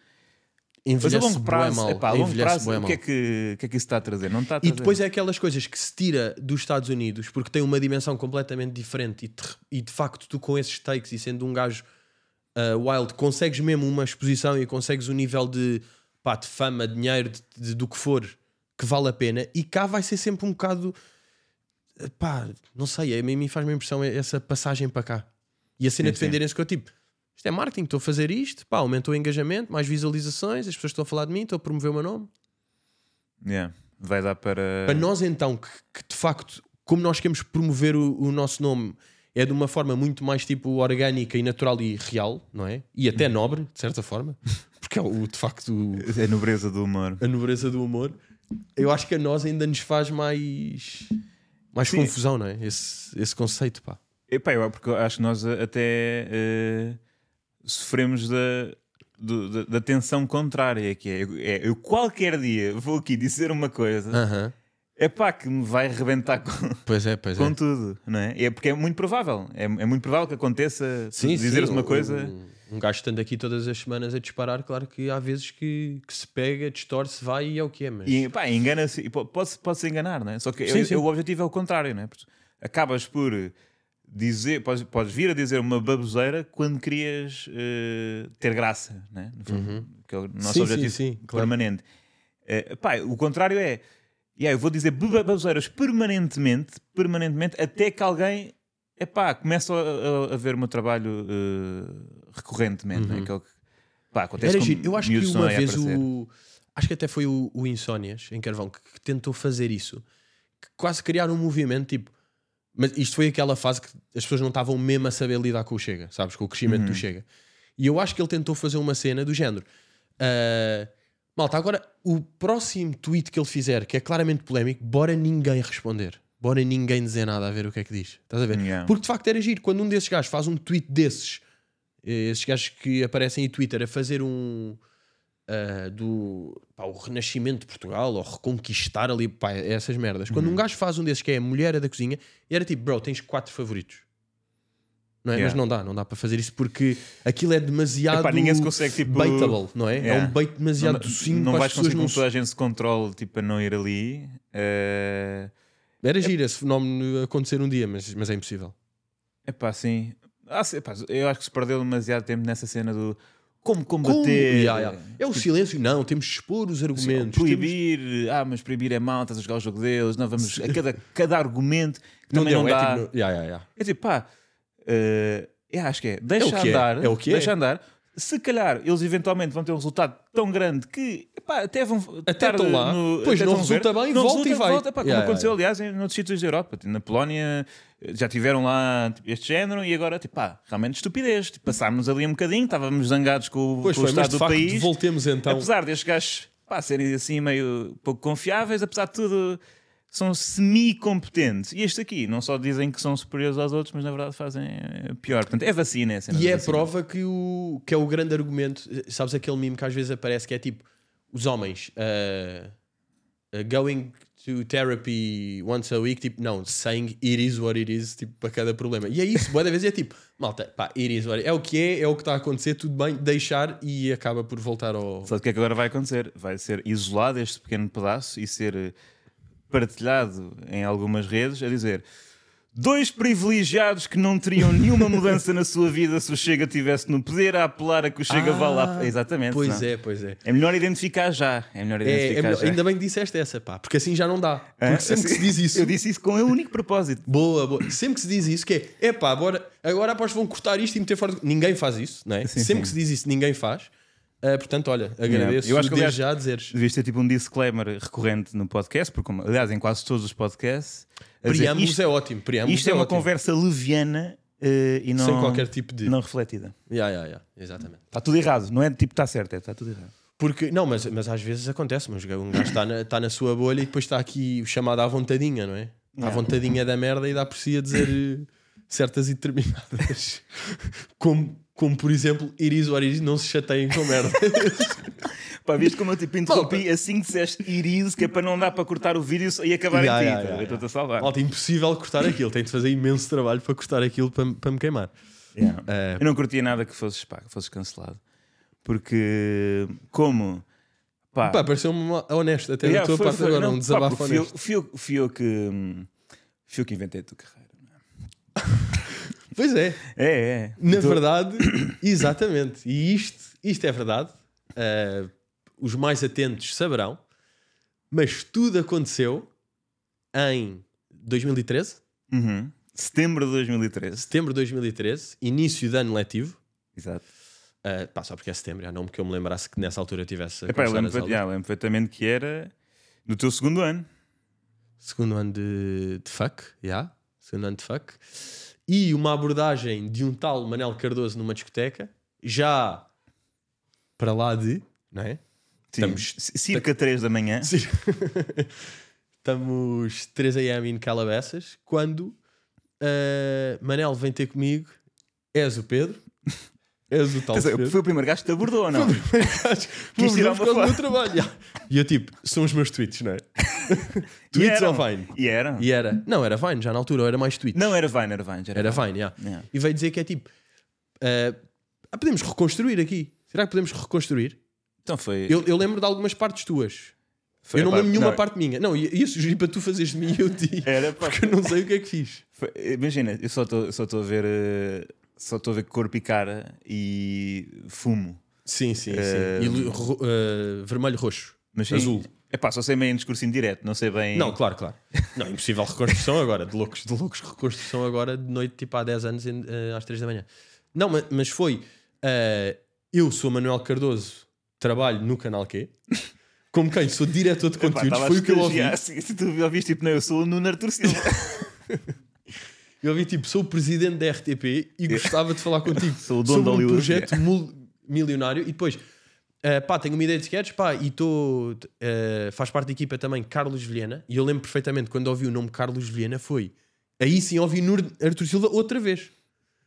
Speaker 2: Mas a
Speaker 1: Envelhece
Speaker 2: longo
Speaker 1: bué
Speaker 2: prazo,
Speaker 1: mal.
Speaker 2: epá, a longo
Speaker 1: Envelhece
Speaker 2: prazo
Speaker 1: bué
Speaker 2: o, que é
Speaker 1: mal.
Speaker 2: que, o que é que isso está a trazer? Não está a
Speaker 1: E
Speaker 2: trazer.
Speaker 1: depois é aquelas coisas que se tira dos Estados Unidos porque tem uma dimensão completamente diferente e, te- e de facto tu com esses takes e sendo um gajo uh, Wild, consegues mesmo uma exposição e consegues um nível de, pá, de fama, de dinheiro, de- de- do que for, que vale a pena. E cá vai ser sempre um bocado. eh, Pá, não sei, é, a mim faz-me impressão essa passagem para cá. E a cena
Speaker 2: Sim,
Speaker 1: de
Speaker 2: sim.
Speaker 1: venderem-se que eu tipo. Isto é marketing, estou a fazer isto, pá, aumentou o engajamento, mais visualizações, as pessoas estão a falar de mim, estou a promover o meu nome.
Speaker 2: Yeah. Vai dar para.
Speaker 1: Para nós, então, que, que de facto, como nós queremos promover o, o nosso nome, é de uma forma muito mais tipo orgânica e natural e real, não é? E até
Speaker 2: Uhum.
Speaker 1: nobre, de certa forma, porque é o de facto o-
Speaker 2: A nobreza do humor.
Speaker 1: a nobreza do amor. Eu acho que a nós ainda nos faz mais, mais
Speaker 2: Sim.
Speaker 1: confusão, não é? Esse, esse conceito, pá.
Speaker 2: Epá, eu, porque eu acho que nós a- até eh, sofremos da, do- da, da tensão contrária, que é, é, eu qualquer dia vou aqui dizer uma coisa,
Speaker 1: Aham.
Speaker 2: epá, que me vai rebentar com,
Speaker 1: Pois é, pois
Speaker 2: com
Speaker 1: é.
Speaker 2: tudo, não é? É porque é muito provável, é, é muito provável que aconteça se dizeres uma
Speaker 1: um-
Speaker 2: coisa.
Speaker 1: Um, um gajo estando aqui todas as semanas a disparar, claro que há vezes que, que se pega, distorce, vai e é o que é, mas.
Speaker 2: E pá, engana-se, e po- pode-se pode enganar, não é? Só que
Speaker 1: Sim,
Speaker 2: eu-
Speaker 1: sim.
Speaker 2: eu- o objetivo é o contrário, não é? Porque acabas por dizer, podes, podes vir a dizer uma baboseira quando querias eh, ter graça, não é? No fundo, Que é o nosso
Speaker 1: Uhum. Sim, sim,
Speaker 2: objetivo
Speaker 1: sim, claro.
Speaker 2: permanente. Eh, pá, o contrário é, yeah, eu vou dizer baba- baboseiras permanentemente, permanentemente, até que alguém, epá, começa a, a- a ver o meu trabalho eh, recorrentemente, não é? Que é o que, pá,
Speaker 1: Uhum. Era
Speaker 2: acontece com
Speaker 1: giro. Eu acho que
Speaker 2: miúdos não
Speaker 1: uma
Speaker 2: é, a
Speaker 1: vez
Speaker 2: aparecer.
Speaker 1: o. Acho que até foi o, o Insónias em Carvão que, que tentou fazer isso. Que quase criar um movimento tipo. Mas isto foi aquela fase que as pessoas não estavam mesmo a saber lidar com o Chega, sabes? Com o crescimento
Speaker 2: Uhum.
Speaker 1: do Chega. E eu acho que ele tentou fazer uma cena do género. ah, malta, agora o próximo tweet que ele fizer, que é claramente polémico, bora ninguém responder. Bora ninguém dizer nada a ver o que é que diz. Estás a ver?
Speaker 2: Yeah.
Speaker 1: Porque de facto era giro. Quando um desses gajos faz um tweet desses, eh, esses gajos que aparecem em Twitter a fazer um. ah, do pá, o renascimento de Portugal ou reconquistar ali pá, essas merdas. Quando
Speaker 2: Uhum.
Speaker 1: um gajo faz um desses que é a mulher da cozinha, era tipo, bro, tens quatro favoritos, não é?
Speaker 2: Yeah.
Speaker 1: Mas não dá, não dá para fazer isso porque aquilo é demasiado
Speaker 2: Epá, ninguém se consegue, tipo,
Speaker 1: baitable, não é? É
Speaker 2: yeah.
Speaker 1: um bait demasiado docinho
Speaker 2: não
Speaker 1: para
Speaker 2: vais
Speaker 1: as pessoas
Speaker 2: conseguir
Speaker 1: não.
Speaker 2: com toda a gente se controle tipo, a não ir ali. Eh,
Speaker 1: Era giro esse fenómeno acontecer um dia, mas, mas é impossível.
Speaker 2: epá, assim. Ah, se- epá, eu acho que se perdeu demasiado tempo nessa cena do como combater. eh,
Speaker 1: Como? Yeah, yeah. É o silêncio, não, temos de expor os argumentos. temos-
Speaker 2: Proibir, ah, mas proibir é mal, estás a jogar o jogo deles, não vamos a cada, cada argumento que também não
Speaker 1: deu, é
Speaker 2: dá.
Speaker 1: tipo no- Ya, ya, ya.
Speaker 2: É tipo, pá, eh, eu acho que é. Deixa
Speaker 1: É o que é,
Speaker 2: andar.
Speaker 1: é o que é.
Speaker 2: Deixa andar. Se calhar eles eventualmente vão ter um resultado tão grande que epá, até vão. estar
Speaker 1: estão lá.
Speaker 2: no-
Speaker 1: Pois,
Speaker 2: até
Speaker 1: não
Speaker 2: vão ver.
Speaker 1: resulta bem, volta e vai.
Speaker 2: epá, como
Speaker 1: Yeah,
Speaker 2: aconteceu, aliás, em outros sítios da Europa. Tipo, Na Polónia eh, já tiveram lá tipo, este género e agora, tipo, pá, realmente estupidez. Tipo, passámos ali um bocadinho, estávamos zangados com, o-
Speaker 1: Pois
Speaker 2: com o
Speaker 1: foi, mas
Speaker 2: estado
Speaker 1: de
Speaker 2: do
Speaker 1: facto
Speaker 2: país.
Speaker 1: voltemos então.
Speaker 2: Apesar destes gajos pá, serem assim meio pouco confiáveis, apesar de tudo, são semi-competentes. E este aqui, não só dizem que são superiores aos outros, mas na verdade fazem eh, pior. Portanto, é vacina, é cena
Speaker 1: E
Speaker 2: da
Speaker 1: é a
Speaker 2: vacina.
Speaker 1: prova que, o, que é o grande argumento. Eh, Sabes aquele meme que às vezes aparece que é tipo: os homens eh, eh, going to therapy once a week, tipo, não, saying it is what it is, tipo, para cada problema. E é isso, boa da vez é tipo: malta, pá, it is what it is. É o que é, é o que está a acontecer, tudo bem, deixar e acaba por voltar ao.
Speaker 2: Sabe o que é que agora vai acontecer? Vai ser isolado este pequeno pedaço e ser eh, partilhado em algumas redes a dizer. Dois privilegiados que não teriam nenhuma mudança na sua vida se o Chega estivesse no poder a apelar a que o Chega vá lá.
Speaker 1: Ah,
Speaker 2: Exatamente.
Speaker 1: Pois
Speaker 2: não.
Speaker 1: é, pois é.
Speaker 2: É melhor identificar já. É melhor
Speaker 1: É,
Speaker 2: identificar
Speaker 1: é melhor-
Speaker 2: já.
Speaker 1: ainda bem que disseste essa, pá, porque assim já não dá. Porque
Speaker 2: Hã?
Speaker 1: sempre que se diz isso,
Speaker 2: É? Eu disse isso com o único propósito.
Speaker 1: Boa, boa. Sempre que se diz isso, que é epá, agora, agora aposto que vão cortar isto e meter fora. do-" Ninguém faz isso, não é?
Speaker 2: Sim,
Speaker 1: Sempre
Speaker 2: sim.
Speaker 1: que se diz isso, ninguém faz. Ah, portanto, olha, agradeço
Speaker 2: Eu acho
Speaker 1: desde
Speaker 2: que, aliás,
Speaker 1: já a dizeres.
Speaker 2: Devias ter tipo um disclaimer recorrente no podcast, porque, como, aliás, em quase todos os podcasts, a dizer,
Speaker 1: Preâmbulos
Speaker 2: isto,
Speaker 1: é ótimo. Preâmbulos
Speaker 2: isto é uma
Speaker 1: ótimo.
Speaker 2: conversa leviana eh, e não,
Speaker 1: Sem qualquer tipo de.
Speaker 2: não refletida.
Speaker 1: Ya, ya, ya. Exatamente.
Speaker 2: Está tudo errado, não é tipo está certo, é está tudo errado.
Speaker 1: Porque, não, mas, mas às vezes acontece. Mas um gajo está na, está na sua bolha e depois está aqui o chamado à vontadinha, não é? À vontadinha da merda e dá por si a dizer eh, certas e determinadas. como, como, por exemplo, Iris ou Iris, não se chateiem com merda.
Speaker 2: Pá, viste como eu tipo interrompi assim que disseste irize, que é para não dar para cortar o vídeo e acabar
Speaker 1: Ya,
Speaker 2: em ti.
Speaker 1: ya,
Speaker 2: tá?
Speaker 1: ya,
Speaker 2: eu estou-te a salvar.
Speaker 1: Malta, é impossível cortar aquilo. Tem de fazer imenso trabalho para cortar aquilo para, para me queimar.
Speaker 2: Yeah.
Speaker 1: Eh,
Speaker 2: Eu não curtia nada que fosses, pá, que fosses cancelado. Porque, como. Pá,
Speaker 1: Pá, pareceu-me uma- honesto até
Speaker 2: Ah.
Speaker 1: da
Speaker 2: Yeah,
Speaker 1: tua
Speaker 2: foi-
Speaker 1: parte
Speaker 2: foi,
Speaker 1: agora,
Speaker 2: não,
Speaker 1: um
Speaker 2: pá,
Speaker 1: desabafo
Speaker 2: porque fui eu-
Speaker 1: honesto.
Speaker 2: Fui eu, fui eu que. hum, Fui eu que inventei a tua carreira. não é?
Speaker 1: Pois é.
Speaker 2: É, é.
Speaker 1: Na
Speaker 2: Então,
Speaker 1: verdade, exatamente. E isto, isto é verdade. Ah, os mais atentos saberão. Mas tudo aconteceu em 2013,
Speaker 2: uhum. Setembro de 2013.
Speaker 1: setembro de 2013, início de ano letivo.
Speaker 2: Exato.
Speaker 1: Ah, pá, só porque é setembro, já não que eu me lembrasse que nessa altura eu tivesse a
Speaker 2: Epá, eu
Speaker 1: começar
Speaker 2: lembro,
Speaker 1: as aulas.
Speaker 2: já, lembro perfeitamente que era no teu segundo ano.
Speaker 1: Segundo ano de, de fuck, já. Segundo ano de fuck. E uma abordagem de um tal Manel Cardoso numa discoteca, já para lá de, não é?
Speaker 2: Sim.
Speaker 1: Estamos-
Speaker 2: C- Circa 3 da manhã.
Speaker 1: Sim. Estamos 3 a.m. em Calabessas quando uh, Manel vem ter comigo. És o Pedro, és o tal
Speaker 2: Quer dizer,
Speaker 1: Pedro.
Speaker 2: foi o primeiro gajo que te abordou ou não?
Speaker 1: Quis
Speaker 2: tirar
Speaker 1: tirar
Speaker 2: uma
Speaker 1: por causa do meu
Speaker 2: foto.
Speaker 1: trabalho. Yeah. E eu, tipo, são os meus tweets, não é?
Speaker 2: E
Speaker 1: tweets ou
Speaker 2: eram.
Speaker 1: Vine?
Speaker 2: E era.
Speaker 1: E era, não, era Vine, já na altura, ou era mais tweets.
Speaker 2: Não, era Vine, era Vine. já
Speaker 1: Era Vine, yeah.
Speaker 2: Yeah.
Speaker 1: E veio dizer que é tipo, eh, ah, podemos reconstruir aqui. Será que podemos reconstruir?
Speaker 2: Então foi.
Speaker 1: Eu, eu lembro de algumas partes tuas.
Speaker 2: foi
Speaker 1: eu não
Speaker 2: pá,
Speaker 1: lembro nenhuma
Speaker 2: não,
Speaker 1: parte minha. Não, e e eu sugeri para tu fazeres de mim e eu de ti.
Speaker 2: Era, pá.
Speaker 1: Porque eu não sei o que é que fiz.
Speaker 2: Foi- Imagina, eu só estou a ver. eh, Só estou a ver corpo e cara e fumo.
Speaker 1: Sim, sim,
Speaker 2: Eh,
Speaker 1: sim. E lu- ro- eh, vermelho roxo.
Speaker 2: Mas sim,
Speaker 1: azul.
Speaker 2: É pá, só sei meio em discurso indireto, não sei bem.
Speaker 1: Não, claro, claro. Não, impossível reconstrução agora. De loucos, de loucos reconstrução agora de noite, tipo há 10 anos, em- eh, às 3 da manhã. Não, ma- mas, foi. eh, eu sou Manuel Cardoso, trabalho no Canal Q. Como quem? Sou diretor de
Speaker 2: Epá,
Speaker 1: conteúdos.
Speaker 2: tava a
Speaker 1: foi o que eu ouvi.
Speaker 2: estagiar, Se, se tu ouviste, tipo, não, eu sou o Nuno Artur Silva.
Speaker 1: Eu vi tipo, sou o presidente da RTP e gostava de falar contigo.
Speaker 2: É. Sou o dono
Speaker 1: sobre
Speaker 2: de
Speaker 1: um
Speaker 2: Hollywood. é.
Speaker 1: projeto mul- milionário. E depois, eh, pá, tenho uma ideia de sketch, pá, e estou. faz parte da equipa também Carlos Vilhena. E eu lembro perfeitamente quando ouvi o nome Carlos Vilhena foi. Aí sim ouvi Nur Artur Silva outra vez.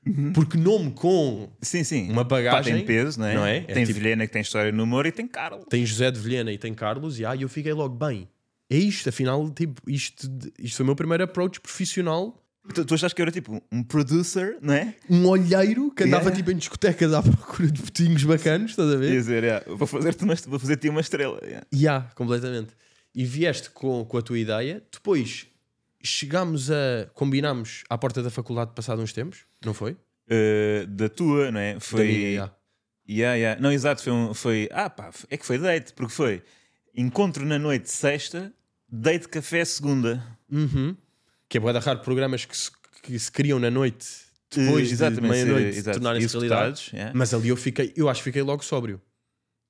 Speaker 2: Uhum.
Speaker 1: Porque nome com.
Speaker 2: Sim, sim.
Speaker 1: Uma bagagem,
Speaker 2: Pá, tem peso, não é?
Speaker 1: não é? É
Speaker 2: Tem
Speaker 1: tipo-
Speaker 2: Vilhena que tem história no humor e tem Carlos.
Speaker 1: Tem José de Vilhena e tem Carlos, e ah, eu fiquei logo bem. É isto, afinal, tipo, isto, isto foi o meu primeiro approach profissional.
Speaker 2: Tu, tu achas que eu era tipo um producer, não é?
Speaker 1: Um olheiro que andava
Speaker 2: Yeah.
Speaker 1: tipo em discotecas à procura de botinhos bacanos, estás a ver?
Speaker 2: Quer dizer, é, vou fazer-te uma, vou fazer-te uma estrela. é.
Speaker 1: Ya, completamente. E vieste com, com a tua ideia. Depois chegámos a. Combinámos à porta da faculdade passado uns tempos, não foi?
Speaker 2: Uh, da tua, não
Speaker 1: Da
Speaker 2: é?
Speaker 1: minha,
Speaker 2: Foi.
Speaker 1: ya.
Speaker 2: Yeah, yeah. Não, exato, foi, um- foi. Ah, pá, é que foi date, porque foi encontro na noite de sexta, date café segunda.
Speaker 1: Uhum. Que é boa de raro programas que se, que se criam na noite, depois
Speaker 2: Eh,
Speaker 1: de
Speaker 2: exatamente,
Speaker 1: meia-noite,
Speaker 2: exato,
Speaker 1: tornarem-se realidade.
Speaker 2: executados, yeah.
Speaker 1: Mas ali eu fiquei, eu acho que fiquei logo sóbrio.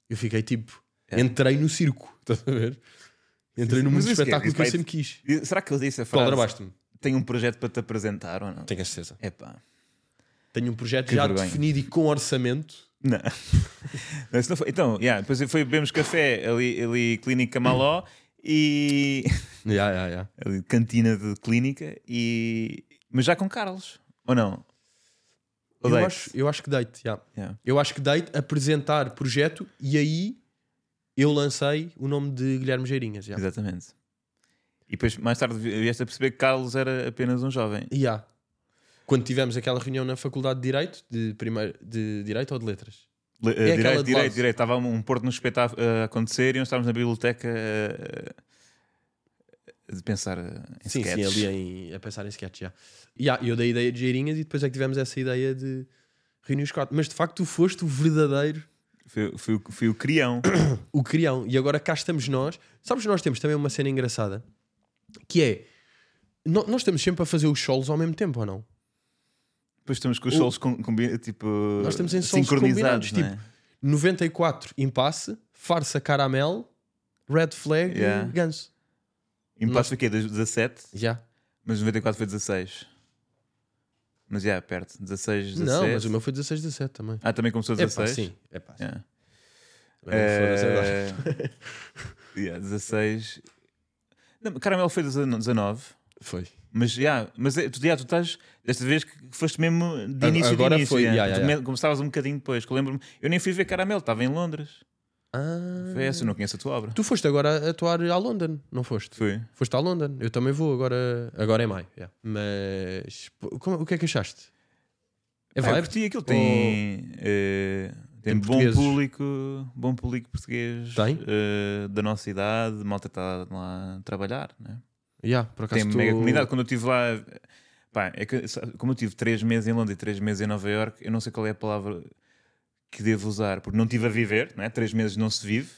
Speaker 1: Eu fiquei tipo, entrei no circo, estás a ver? Entrei
Speaker 2: É. sim.
Speaker 1: no mundo
Speaker 2: Mas
Speaker 1: do
Speaker 2: isso que é-
Speaker 1: espetáculo
Speaker 2: isso
Speaker 1: que eu
Speaker 2: vai-
Speaker 1: sempre quis.
Speaker 2: E Será que eu disse a
Speaker 1: Qual
Speaker 2: frase?
Speaker 1: trabalhaste-me?
Speaker 2: Tenho um projeto para te apresentar ou não?
Speaker 1: Tenho a certeza.
Speaker 2: É pá.
Speaker 1: Tenho um projeto
Speaker 2: Que
Speaker 1: já
Speaker 2: vergonha.
Speaker 1: definido e com orçamento.
Speaker 2: Não. Não, isso não foi- Então, yeah, depois foi bebemos café ali, ali Clínica Maló e.
Speaker 1: Ya, ya, ya.
Speaker 2: ali, cantina de clínica e. Mas já com Carlos, ou não?
Speaker 1: Eu
Speaker 2: Ou date?
Speaker 1: acho, eu acho que deito, já.
Speaker 2: Yeah.
Speaker 1: Eu acho que dei apresentar projeto e aí eu lancei o nome de Guilherme Geirinhas. Já.
Speaker 2: Exatamente. E depois, mais tarde, vi- vieste a perceber que Carlos era apenas um jovem.
Speaker 1: Já. Quando tivemos aquela reunião na Faculdade de Direito, de, primeiro, de Direito ou de Letras?
Speaker 2: Le- eh,
Speaker 1: É aquela
Speaker 2: direito,
Speaker 1: de
Speaker 2: direito,
Speaker 1: Lazo.
Speaker 2: direito. Estava um um Porto no espetáculo a acontecer e nós estávamos na biblioteca eh, de pensar eh, em
Speaker 1: Sim,
Speaker 2: sketches.
Speaker 1: sim, ali é. em- a pensar em sketch, já. Já, eu dei a ideia de Geirinhas e depois é que tivemos essa ideia de reunir os quatro. Mas de facto tu foste o verdadeiro,
Speaker 2: Foi, foi, o- foi o crião.
Speaker 1: o crião. E agora cá estamos nós. Sabes que nós temos também uma cena engraçada, que é... no- Nós estamos sempre a fazer os solos ao mesmo tempo, ou não?
Speaker 2: depois estamos com os
Speaker 1: O-
Speaker 2: solos com, combi- tipo,
Speaker 1: Nós estamos em solos combinados,
Speaker 2: sincronizados. não é?
Speaker 1: tipo, 94 impasse, farsa caramel, red flag,
Speaker 2: Yeah.
Speaker 1: ganso.
Speaker 2: Impasse foi o quê? Das 17?
Speaker 1: Já.
Speaker 2: Mas 94 foi 16. Mas já, perto. 16, 17.
Speaker 1: Não, mas o meu foi 16, 17 também.
Speaker 2: Ah, também começou
Speaker 1: É pá,
Speaker 2: 16?
Speaker 1: sim. É pá,
Speaker 2: Yeah.
Speaker 1: Foda-se agora.
Speaker 2: Eh, yeah, 16. Não, Caramelo foi 19, 19,
Speaker 1: Foi.
Speaker 2: mas já, mas é, tu, já, tu estás, desta vez que foste mesmo
Speaker 1: Ag-
Speaker 2: de início
Speaker 1: agora
Speaker 2: de início,
Speaker 1: foi,
Speaker 2: já.
Speaker 1: yeah, yeah,
Speaker 2: Tu
Speaker 1: yeah.
Speaker 2: me- começavas um bocadinho depois, que eu lembro-me, eu nem fui ver Caramelo, estava em Londres.
Speaker 1: Ah.
Speaker 2: Foi essa, eu não conheço a tua obra.
Speaker 1: Tu foste agora atuar a London, não foste?
Speaker 2: Foi.
Speaker 1: Foste a London. Eu também vou agora. Agora é maio. yeah. Mas pô, como- o que é que achaste? É
Speaker 2: Pá, Ah, eu
Speaker 1: vibe?
Speaker 2: curti aquilo, tem, eh, tem
Speaker 1: Tem
Speaker 2: bom
Speaker 1: portugueses.
Speaker 2: público, bom público português
Speaker 1: Tem?
Speaker 2: eh, da nossa idade, malta está lá a trabalhar, né?
Speaker 1: Yeah, por acaso
Speaker 2: tem
Speaker 1: tu-
Speaker 2: mega comunidade. Quando eu estive lá, Pá, é que, sabe, como eu tive 3 meses em Londres e 3 meses em Nova York, eu não sei qual é a palavra que devo usar, porque não estive a viver, né? 3 meses não se vive.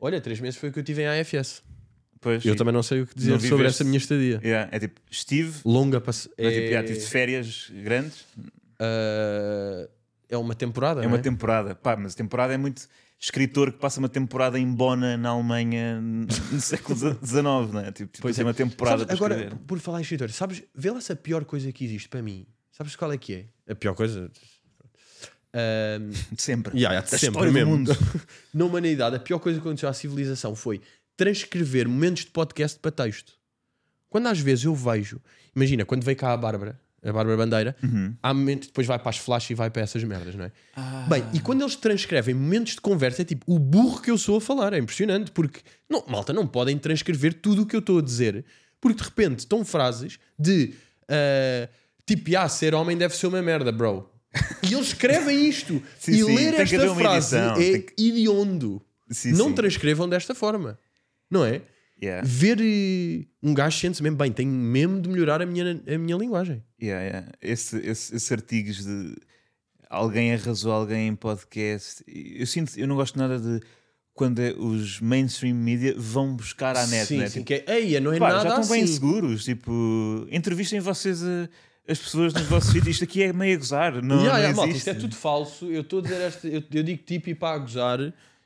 Speaker 1: Olha, três meses foi o que eu tive em AFS.
Speaker 2: Pois,
Speaker 1: Eu
Speaker 2: e-
Speaker 1: também não sei o que dizer
Speaker 2: Não
Speaker 1: sobre
Speaker 2: viveste-
Speaker 1: essa minha estadia.
Speaker 2: yeah, é tipo, estive,
Speaker 1: Longa passagem.
Speaker 2: é... tipo, yeah,
Speaker 1: É,
Speaker 2: tive de férias grandes,
Speaker 1: ah, é uma temporada.
Speaker 2: é
Speaker 1: não
Speaker 2: uma temporada. Pá, mas temporada é muito escritor que passa uma temporada em Bona, na Alemanha, no século XIX, né? Tipo, tipo,
Speaker 1: Pois
Speaker 2: tem
Speaker 1: é.
Speaker 2: uma temporada
Speaker 1: Sabes,
Speaker 2: para
Speaker 1: agora,
Speaker 2: escrever.
Speaker 1: por falar em escritório, sabes, vê lá se a pior coisa que existe para mim. Sabes qual é que é? A pior coisa? Ahm,
Speaker 2: Sempre.
Speaker 1: Ya, ya, de
Speaker 2: Da
Speaker 1: sempre
Speaker 2: história do
Speaker 1: mesmo.
Speaker 2: mundo.
Speaker 1: Na humanidade, a pior coisa que aconteceu à civilização foi transcrever momentos de podcast para texto. Quando às vezes eu vejo, imagina, quando veio cá a Bárbara, a Bárbara Bandeira,
Speaker 2: Uhum.
Speaker 1: há momentos, depois vai para as flash e vai para essas merdas, não é? Bem, e quando eles transcrevem momentos de conversa, é tipo o burro que eu sou a falar, é impressionante, porque não, malta, não podem transcrever tudo o que eu estou a dizer, porque de repente estão frases de ah, tipo, ah, ser homem deve ser uma merda, bro. E eles escrevem isto
Speaker 2: Sim,
Speaker 1: e
Speaker 2: sim,
Speaker 1: ler
Speaker 2: tem que haver
Speaker 1: esta
Speaker 2: uma
Speaker 1: frase
Speaker 2: edição,
Speaker 1: é
Speaker 2: tem que-
Speaker 1: idiondo.
Speaker 2: Sim,
Speaker 1: não
Speaker 2: sim.
Speaker 1: transcrevam desta forma, não é?
Speaker 2: Yeah.
Speaker 1: Ver eh, um gajo sente-se mesmo bem, tenho mesmo de melhorar a minha, a minha linguagem.
Speaker 2: Yeah, yeah. Esse, esse- esses artigos de alguém arrasou alguém em podcast. Eu sinto, eu não gosto nada de quando é- os mainstream media vão buscar à net,
Speaker 1: sim,
Speaker 2: né?
Speaker 1: sim,
Speaker 2: Tipo,
Speaker 1: que é, "Eia, não é
Speaker 2: pá, já
Speaker 1: nada
Speaker 2: estão bem
Speaker 1: assim.
Speaker 2: seguros. Tipo, entrevistem vocês a- as pessoas nos vossos vídeos. Isto aqui é meio a gozar. Não,
Speaker 1: Ya,
Speaker 2: não
Speaker 1: ya, malta,
Speaker 2: existe.
Speaker 1: isto é tudo falso. Eu estou a dizer esta, eu, eu digo tipo e para a gozar,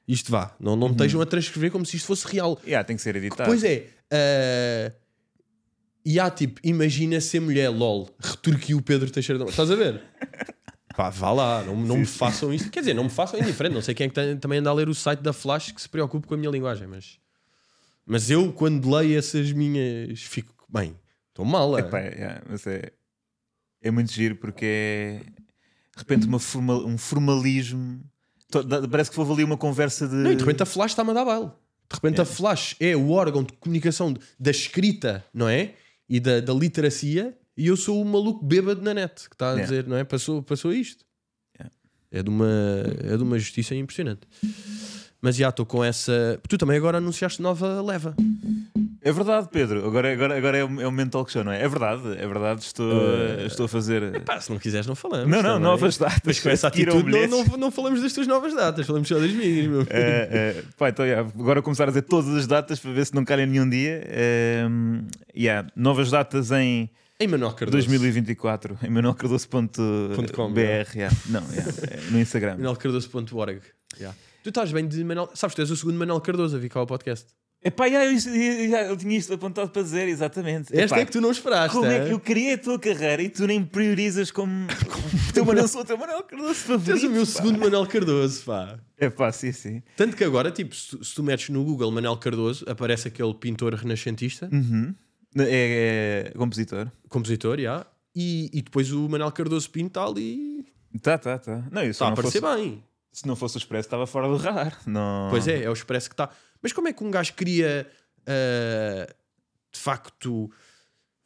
Speaker 1: isto vá. Não, não me estejam a transcrever como se isto fosse real.
Speaker 2: Yeah, tem que ser editado.
Speaker 1: Pois é, ah, e há tipo, imagina ser mulher, lol, retorquiu o Pedro Teixeira da Mota. Estás a ver? Pá, vá lá, não, não me façam isto. Quer dizer, não me façam indiferente. Não sei quem é que tem- também anda a ler o site da Flash que se preocupe com a minha linguagem, mas, mas eu, quando leio essas minhas, fico bem, estou mal.
Speaker 2: Epá, yeah, mas é, é muito giro porque é de repente uma forma- um formalismo. To- dá- Parece que houve ali uma conversa de.
Speaker 1: Não, e de repente a Flash está a mandar baile. De repente a Flash é o órgão de comunicação de- da escrita, não é? E da, da literacia. E eu sou o maluco bêbado na net que está a
Speaker 2: Yeah.
Speaker 1: dizer, não é? Passou, passou isto.
Speaker 2: Yeah.
Speaker 1: É, de uma, é de uma justiça impressionante. Mas já estou com essa. Tu também agora anunciaste nova leva.
Speaker 2: É verdade, Pedro. Agora, agora, agora é, o, é o momento talk show, não é? É verdade, é verdade. Estou,
Speaker 1: Eh,
Speaker 2: estou a fazer.
Speaker 1: Pá, se não quiseres, não falamos.
Speaker 2: não, não,
Speaker 1: também.
Speaker 2: novas datas.
Speaker 1: então, Mas com essa
Speaker 2: Adquiram
Speaker 1: atitude, não,
Speaker 2: bilhetes.
Speaker 1: não, não falamos das tuas novas datas, falamos só das minhas, meu.
Speaker 2: Eh, eh, pá, então, yeah, agora começar a dizer todas as datas para ver se não calha nenhum dia. Eh, yeah, novas datas em
Speaker 1: Em Manuel Cardoso.
Speaker 2: 2024 em manuelcardoso.com.br. Yeah. Não, yeah, eh, no Instagram.
Speaker 1: ManuelCardoso.org. Yeah. Tu estás bem de Manuel. Sabes, tu és o segundo Manuel Cardoso a vir cá ao podcast.
Speaker 2: Epá, já, eu, eu- eu- eu tinha isto apontado para dizer, exatamente.
Speaker 1: Esta
Speaker 2: Epá,
Speaker 1: é que tu não esperaste.
Speaker 2: Como é
Speaker 1: hã?
Speaker 2: que eu criei a tua carreira e tu nem priorizas como. como teu Manuel sou o teu Manuel Cardoso favorito.
Speaker 1: Tu és o meu
Speaker 2: pá.
Speaker 1: segundo Manuel Cardoso, pá.
Speaker 2: Epá, sim, sim.
Speaker 1: Tanto que agora, tipo, se tu, se tu metes no Google Manuel Cardoso, aparece aquele pintor renascentista,
Speaker 2: Uhum. É, é compositor.
Speaker 1: compositor, já. E, e depois o Manuel Cardoso Pinto está ali.
Speaker 2: Tá, tá, tá. Não, eu se,
Speaker 1: Está a
Speaker 2: não fosse,
Speaker 1: aparecer bem.
Speaker 2: se não fosse o Expresso, estava fora do radar. Não...
Speaker 1: Pois é, é o expresso que está. Mas como é que um gajo cria, ah, de facto,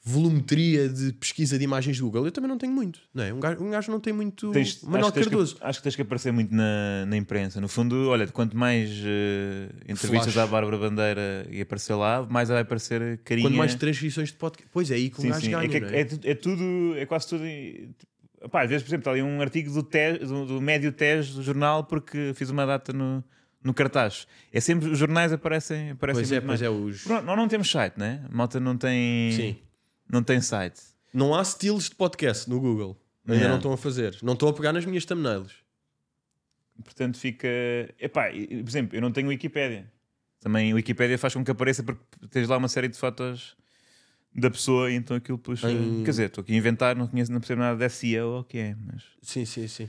Speaker 1: volumetria de pesquisa de imagens do Google? Eu também não tenho muito, não é? Um gajo, um gajo não tem muito.
Speaker 2: Tens-
Speaker 1: Manuel
Speaker 2: acho, que tens
Speaker 1: Cardoso.
Speaker 2: Que, acho que tens que aparecer muito na, na imprensa. No fundo, olha, quanto mais eh, entrevistas
Speaker 1: Flash.
Speaker 2: à Bárbara Bandeira e aparecer lá, mais vai aparecer carinha.
Speaker 1: Quando mais transcrições de podcast. Pois é, aí que um
Speaker 2: Sim,
Speaker 1: gajo
Speaker 2: sim.
Speaker 1: ganha.
Speaker 2: é, que é-
Speaker 1: não é?
Speaker 2: é tu- é tudo, é quase tudo. em- tipo, Pá, às vezes, por exemplo, está ali um artigo do, Te- do, do médio TES do jornal porque fiz uma data no, no cartaz. É sempre, os jornais aparecem, aparecem
Speaker 1: Pois é,
Speaker 2: muito mais.
Speaker 1: pois é, os.
Speaker 2: Pronto, nós não temos site, né? A malta não tem,
Speaker 1: Sim.
Speaker 2: não tem site.
Speaker 1: Não há estilos de podcast no Google. Ainda
Speaker 2: Yeah.
Speaker 1: não estão a fazer. Não estão a pegar nas minhas thumbnails.
Speaker 2: Portanto, fica. Epá, e- e, por exemplo, eu não tenho Wikipédia. Também Wikipédia faz com que apareça porque tens lá uma série de fotos da pessoa e então aquilo puxa.
Speaker 1: Em-
Speaker 2: Quer dizer, estou aqui a inventar, não conheço, não percebo nada de SEO ou o que é, mas.
Speaker 1: Sim, sim, sim.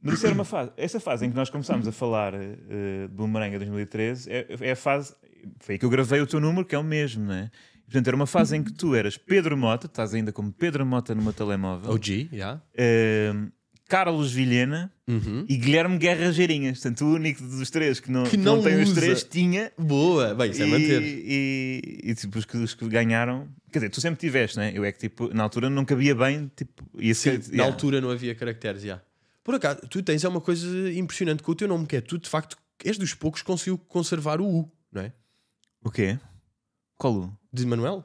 Speaker 2: Mas isso era uma fase. Essa fase em que nós começámos a falar eh, de Boomerang em 2013 é, é a fase. Foi aí que eu gravei o teu número, que é o mesmo, né? Portanto, era uma fase em que tu eras Pedro Mota, estás ainda como Pedro Mota no meu telemóvel,
Speaker 1: OG, já.
Speaker 2: eh, Carlos Vilhena e Guilherme Guerra Geirinhas. Portanto, o único dos três que não,
Speaker 1: Uhum. Que
Speaker 2: que não,
Speaker 1: não
Speaker 2: tem os
Speaker 1: usa.
Speaker 2: três tinha.
Speaker 1: Boa. Bem, isso é manter.
Speaker 2: E, e, e, tipo, os que, os que ganharam. Quer dizer, tu sempre tiveste, né? Eu é que tipo, na altura não cabia bem, tipo. E
Speaker 1: Sim,
Speaker 2: esse,
Speaker 1: na
Speaker 2: yeah.
Speaker 1: altura não havia caracteres, já. Por acaso, tu tens é uma coisa impressionante com o teu nome, que é tu, de facto, és dos poucos que conseguiu conservar o U, não é?
Speaker 2: O quê? Qual o?
Speaker 1: De Manuel.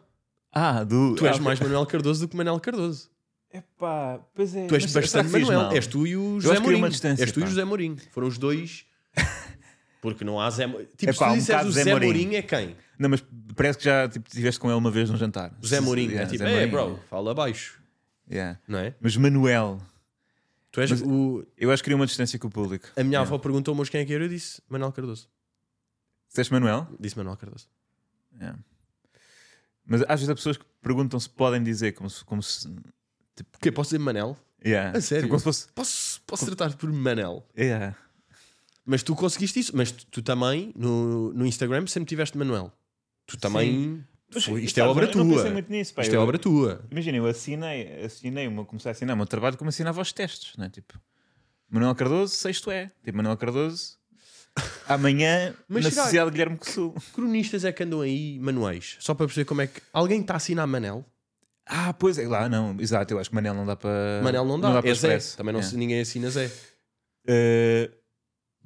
Speaker 2: Ah, do.
Speaker 1: Tu és
Speaker 2: ah,
Speaker 1: mais Manuel Cardoso do que Manuel Cardoso.
Speaker 2: Epá, pois é.
Speaker 1: Tu és
Speaker 2: mas
Speaker 1: bastante
Speaker 2: será que fiz
Speaker 1: Manuel.
Speaker 2: mal?
Speaker 1: És tu e o José
Speaker 2: acho que queria
Speaker 1: Mourinho.
Speaker 2: uma distância,
Speaker 1: És tu e o
Speaker 2: pá.
Speaker 1: José Mourinho. Foram os dois. Porque não há Zé Mourinho. Tipo,
Speaker 2: É
Speaker 1: se
Speaker 2: pá,
Speaker 1: tu
Speaker 2: um
Speaker 1: disseres
Speaker 2: bocado
Speaker 1: o
Speaker 2: Zé
Speaker 1: Zé,
Speaker 2: Mourinho.
Speaker 1: Mourinho. é quem?
Speaker 2: Não, mas parece que já tipo, estiveste com ele uma vez num jantar.
Speaker 1: O Zé Mourinho.
Speaker 2: Yeah,
Speaker 1: é tipo,
Speaker 2: Zé
Speaker 1: é,
Speaker 2: Mourinho.
Speaker 1: bro, fala baixo.
Speaker 2: Yeah.
Speaker 1: Não é?
Speaker 2: Mas Manuel,
Speaker 1: Tu és
Speaker 2: Mas-
Speaker 1: o...
Speaker 2: eu acho que queria uma distância com o público.
Speaker 1: A minha avó perguntou-me hoje quem é que era. Eu disse Manuel Cardoso.
Speaker 2: Disseste Manuel?
Speaker 1: Disse Manuel Cardoso.
Speaker 2: Yeah. Mas às vezes há pessoas que perguntam se podem dizer como se. Como se
Speaker 1: O quê? Posso dizer Manel?
Speaker 2: yeah.
Speaker 1: A sério?
Speaker 2: Tipo, como se fosse.
Speaker 1: Posso, posso tratar-te por Manel?
Speaker 2: Yeah.
Speaker 1: Mas tu conseguiste isso. Mas tu, tu também, no, no Instagram, sempre tiveste Manuel. Tu também. Foi- isto é
Speaker 2: Sabes,
Speaker 1: obra
Speaker 2: eu
Speaker 1: tua.
Speaker 2: Não pensei muito nisso, pá.
Speaker 1: isto é
Speaker 2: Eu-
Speaker 1: obra tua.
Speaker 2: Imagina, eu assinei, assinei uma, comecei a assinar o meu trabalho como assinava os testes, né? Tipo, Manuel Cardoso, sexto é. Tipo, Manuel Cardoso, amanhã,
Speaker 1: Mas
Speaker 2: na
Speaker 1: será-
Speaker 2: Sociedade Guilherme Cossul.
Speaker 1: cronistas é que andam aí manuais? Só para perceber como é que. Alguém está a assinar Manel?
Speaker 2: Ah, pois é, lá não, exato, eu acho que Manel Ah, não dá para.
Speaker 1: Manel não dá,
Speaker 2: para
Speaker 1: é Zé.
Speaker 2: expresso.
Speaker 1: Também não
Speaker 2: É.
Speaker 1: se ninguém assina Zé.
Speaker 2: Eh,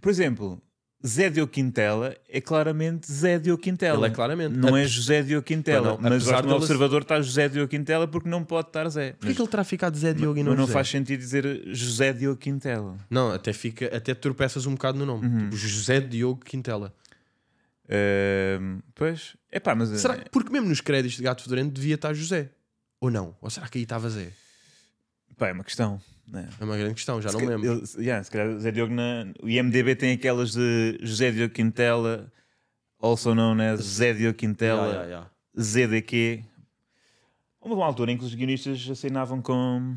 Speaker 2: por exemplo, Zé Diogo Quintela é claramente Zé Diogo Quintela.
Speaker 1: Ele é claramente.
Speaker 2: Não é
Speaker 1: Ape-
Speaker 2: José Diogo Quintela,
Speaker 1: Não, não,
Speaker 2: mas
Speaker 1: apesar
Speaker 2: acho que no
Speaker 1: dele-
Speaker 2: observador está José Diogo Quintela porque não pode estar Zé.
Speaker 1: Porquê
Speaker 2: Mas,
Speaker 1: que ele terá ficado Zé Diogo e não
Speaker 2: mas não
Speaker 1: José?
Speaker 2: faz sentido dizer eh, José Diogo Quintela.
Speaker 1: Não, até, fica, até tropeças um bocado no nome.
Speaker 2: Uhum.
Speaker 1: Tipo, José Diogo Quintela.
Speaker 2: Ahm, pois, é pá, mas
Speaker 1: Será que, porque mesmo nos créditos de Gato Fedorento devia estar José? Ou não? Ou será que aí estava Zé?
Speaker 2: pá, é uma questão. né?
Speaker 1: É uma grande questão, já não
Speaker 2: Se
Speaker 1: me
Speaker 2: ca-
Speaker 1: lembro.
Speaker 2: ele- se- yeah, se calhar o Zé Diogo na, o IMDB tem aquelas de José Diogo Quintela, also known as Zé Diogo Quintela,
Speaker 1: Ya, ya, ya.
Speaker 2: ZDQ. Houve uma altura em que os guionistas assinavam com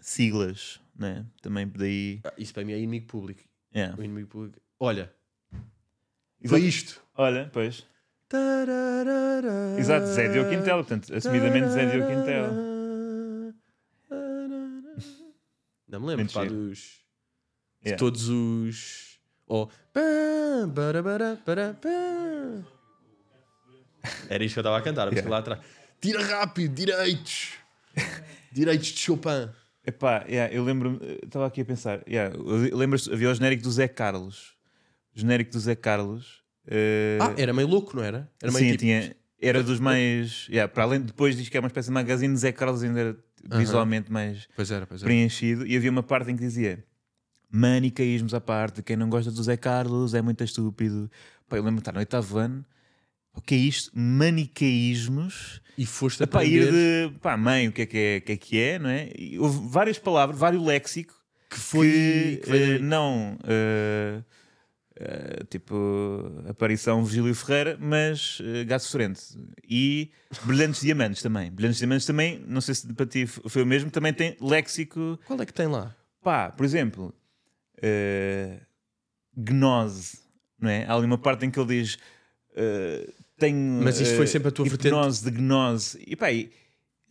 Speaker 2: siglas, né? também daí.
Speaker 1: Ah, Isso para mim é inimigo público.
Speaker 2: Yeah.
Speaker 1: O inimigo público. Olha, foi
Speaker 2: Exato.
Speaker 1: isto.
Speaker 2: Olha, pois.
Speaker 1: Tararara.
Speaker 2: Exato, Zé Diogo Quintela, portanto, assumidamente Zé Diogo Quintela.
Speaker 1: Não me lembro,
Speaker 2: Muito
Speaker 1: pá,
Speaker 2: giro.
Speaker 1: dos. de
Speaker 2: Yeah.
Speaker 1: todos os. Oh, Ou. Pá, bará, bará, bará, pá. Era isto que eu estava a cantar, a música
Speaker 2: Yeah.
Speaker 1: lá atrás. Tira rápido, direitos! direitos de Chopin.
Speaker 2: Epá, yeah, eu lembro-me, eh, estava aqui a pensar, yeah, eu- lembras-te, havia o genérico do Zé Carlos. O genérico do Zé Carlos. eh,
Speaker 1: Ah, era meio louco, não era? Era meio
Speaker 2: sim,
Speaker 1: tipo.
Speaker 2: tinha, era dos mais. yeah, para além, depois diz que é uma espécie de magazine, Zé Carlos ainda era visualmente mais
Speaker 1: Pois era, pois era.
Speaker 2: preenchido. E havia uma parte em que dizia: manicaísmos à parte, quem não gosta do Zé Carlos é muito estúpido. Pá, eu lembro-me de estar no oitavo ano. O que é isto? Manicaísmos.
Speaker 1: E foste a
Speaker 2: Pá, ir
Speaker 1: aprender
Speaker 2: de pá, mãe, o que é que é, o que é, que é não é? E houve várias palavras, vários léxico
Speaker 1: que foi.
Speaker 2: que,
Speaker 1: que foi-
Speaker 2: eh, não eh, eh, tipo aparição Virgílio Ferreira, mas eh, Gato Sorrento e Brilhantes Diamantes também. Brilhantes Diamantes também, não sei se para ti f- foi o mesmo, também tem léxico,
Speaker 1: Qual é que tem lá?
Speaker 2: pá, por exemplo, eh, gnose, não é? Há ali uma parte em que ele diz. eh, tenho,
Speaker 1: Mas isto foi
Speaker 2: eh,
Speaker 1: sempre a tua vertente?
Speaker 2: hipnose de gnose e pá, e,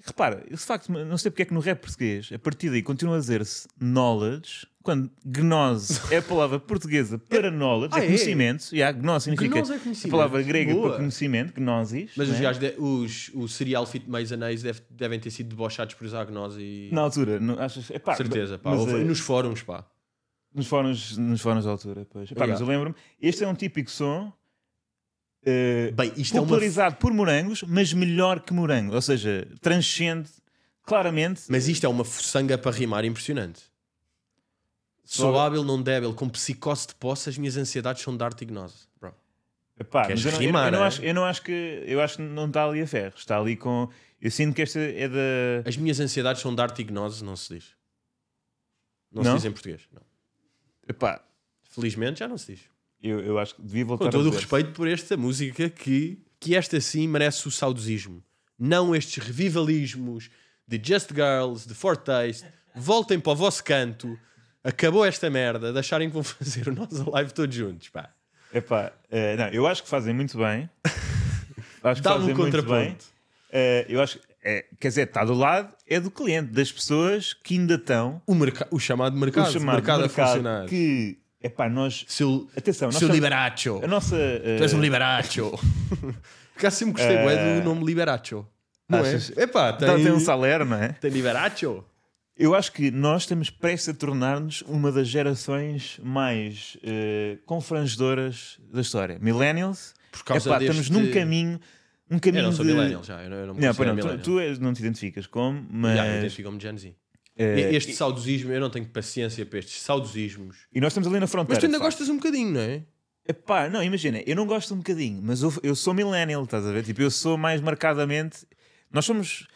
Speaker 2: repara, eu de facto não sei porque é que no rap português, a partir daí continua a dizer-se knowledge, quando gnose é a palavra portuguesa para knowledge,
Speaker 1: Ah,
Speaker 2: é
Speaker 1: é?
Speaker 2: conhecimento, e yeah, gnose significa
Speaker 1: Gnose é conhecimento.
Speaker 2: a palavra grega
Speaker 1: Boa.
Speaker 2: para conhecimento, gnosis.
Speaker 1: Mas
Speaker 2: não
Speaker 1: os
Speaker 2: é?
Speaker 1: gajos, de- os, o serial fit mais anéis deve- devem ter sido debochados por Zagnose e.
Speaker 2: na altura, não, achas, é pá,
Speaker 1: certeza, pá.
Speaker 2: mas,
Speaker 1: Houve-
Speaker 2: eh,
Speaker 1: nos fóruns, pá.
Speaker 2: Nos fóruns, nos fóruns da altura, pois. Epá,
Speaker 1: Yeah.
Speaker 2: Mas eu lembro-me, este é um típico som eh,
Speaker 1: Bem, isto é uma.
Speaker 2: popularizado por morangos, mas melhor que morango. Ou seja, transcende claramente.
Speaker 1: Mas isto é uma fuçanga para rimar impressionante. Sou
Speaker 2: Só-
Speaker 1: hábil, não débil, com psicose de posse, as minhas ansiedades são de arte e gnose. Bro.
Speaker 2: Epá,
Speaker 1: Queres
Speaker 2: mas eu, não, eu-
Speaker 1: rimar,
Speaker 2: eu não
Speaker 1: é?
Speaker 2: acho, eu não acho que eu acho que não está ali a ferro, está ali com. Eu sinto que esta é da.
Speaker 1: As minhas ansiedades são de arte e gnose, não se diz. Não,
Speaker 2: Não?
Speaker 1: se diz em português. não.
Speaker 2: Epá,
Speaker 1: Felizmente já não se diz.
Speaker 2: eu, eu acho que devia voltar
Speaker 1: Com todo
Speaker 2: a
Speaker 1: o
Speaker 2: dizer.
Speaker 1: respeito por esta música que, que esta sim merece o saudosismo. Não estes revivalismos de Just Girls, de Fortaste. Voltem para o vosso canto. Acabou esta merda de acharem que vão fazer o nosso live todos juntos. Pá.
Speaker 2: Epá, eh, não, eu acho que fazem muito bem.
Speaker 1: Dá-me
Speaker 2: acho que fazem
Speaker 1: um
Speaker 2: muito bem.
Speaker 1: contraponto.
Speaker 2: Eh, eu acho que. é, quer dizer, está do lado, é do cliente, das pessoas que ainda estão.
Speaker 1: O, merca- o chamado mercado.
Speaker 2: o
Speaker 1: O
Speaker 2: chamado
Speaker 1: mercado,
Speaker 2: mercado
Speaker 1: a funcionar.
Speaker 2: Que. Epá, nós.
Speaker 1: Seu,
Speaker 2: Atenção, nós
Speaker 1: seu
Speaker 2: estamos-
Speaker 1: liberacho.
Speaker 2: A nossa. eh,
Speaker 1: Tu és um liberacho. Porque assim me gostei bué do nome liberacho. Não
Speaker 2: Eh, achas-
Speaker 1: é? Epá, tem,
Speaker 2: tem um salário, não é?
Speaker 1: tem liberacho.
Speaker 2: Eu acho que nós estamos prestes a tornar-nos uma das gerações mais eh, confrangedoras da história. Millennials,
Speaker 1: Por causa
Speaker 2: Epá,
Speaker 1: deste-
Speaker 2: estamos num caminho um caminho
Speaker 1: Eu não sou
Speaker 2: de...
Speaker 1: millennial já. Eu não, eu não me
Speaker 2: Não,
Speaker 1: considero
Speaker 2: pera, não, tu,
Speaker 1: millennial.
Speaker 2: tu és- não te identificas como, mas.
Speaker 1: Já, eu identifico-me de Gen Z.
Speaker 2: eh,
Speaker 1: este saudosismo, eu não tenho paciência para estes saudosismos.
Speaker 2: e, e nós estamos ali na fronteira.
Speaker 1: Mas tu ainda
Speaker 2: de facto.
Speaker 1: gostas um bocadinho, não é?
Speaker 2: Epá, não, imagina, eu não gosto um bocadinho, mas eu, eu sou millennial, estás a ver? Tipo, eu sou mais marcadamente. Nós somos,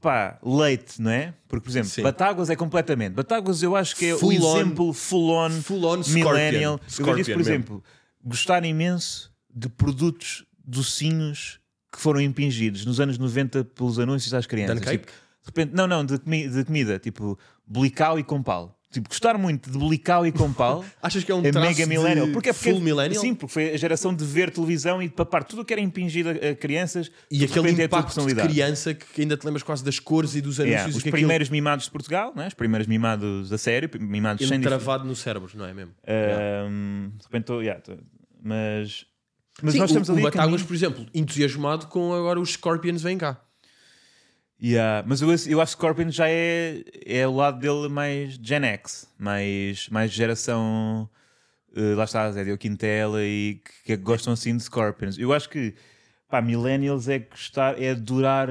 Speaker 2: pá, leite, não é? Porque, por exemplo,
Speaker 1: Sim.
Speaker 2: Batáguas é completamente. Batáguas eu acho que é o
Speaker 1: Full on-
Speaker 2: exemplo full-on
Speaker 1: Hum. full on
Speaker 2: millennial.
Speaker 1: Scorpion.
Speaker 2: eu vejo isso,
Speaker 1: Scorpion
Speaker 2: por
Speaker 1: mesmo.
Speaker 2: exemplo, gostar imenso de produtos docinhos que foram impingidos nos anos 90 pelos anúncios às crianças.
Speaker 1: Duncake?
Speaker 2: Tipo, de repente, não, não, de, comi- de comida, tipo, blicau e compal. Tipo, gostar muito de blicau e compal.
Speaker 1: Achas que é um
Speaker 2: É
Speaker 1: traço
Speaker 2: mega millennial.
Speaker 1: de
Speaker 2: Porque é porque,
Speaker 1: full millennial?
Speaker 2: Sim, porque foi a geração de ver televisão e de papar tudo o que era impingido a, a crianças.
Speaker 1: E
Speaker 2: de
Speaker 1: aquele
Speaker 2: repente é a tua
Speaker 1: impacto de
Speaker 2: personalidade.
Speaker 1: criança que ainda te lembras quase das cores e dos anúncios
Speaker 2: Yeah,
Speaker 1: e
Speaker 2: Os
Speaker 1: que
Speaker 2: primeiros mimados de Portugal, né? os primeiros mimados a sério, mimados
Speaker 1: aquilo
Speaker 2: sem dif-
Speaker 1: travado no cérebro, não é mesmo?
Speaker 2: Ahm, De repente, tô- yeah, tô- mas. Mas
Speaker 1: Sim,
Speaker 2: nós estamos
Speaker 1: o,
Speaker 2: ali.
Speaker 1: o
Speaker 2: a
Speaker 1: Batáguas,
Speaker 2: caminho-
Speaker 1: por exemplo, entusiasmado com agora os Scorpions vêm cá.
Speaker 2: Yeah, Mas eu, eu acho que Scorpion já é, é o lado dele mais Gen X, mais, mais geração. eh, lá está, Zé Diogo Quintela e que, que gostam assim de Scorpions. Eu acho que, pá, Millennials é gostar, é adorar,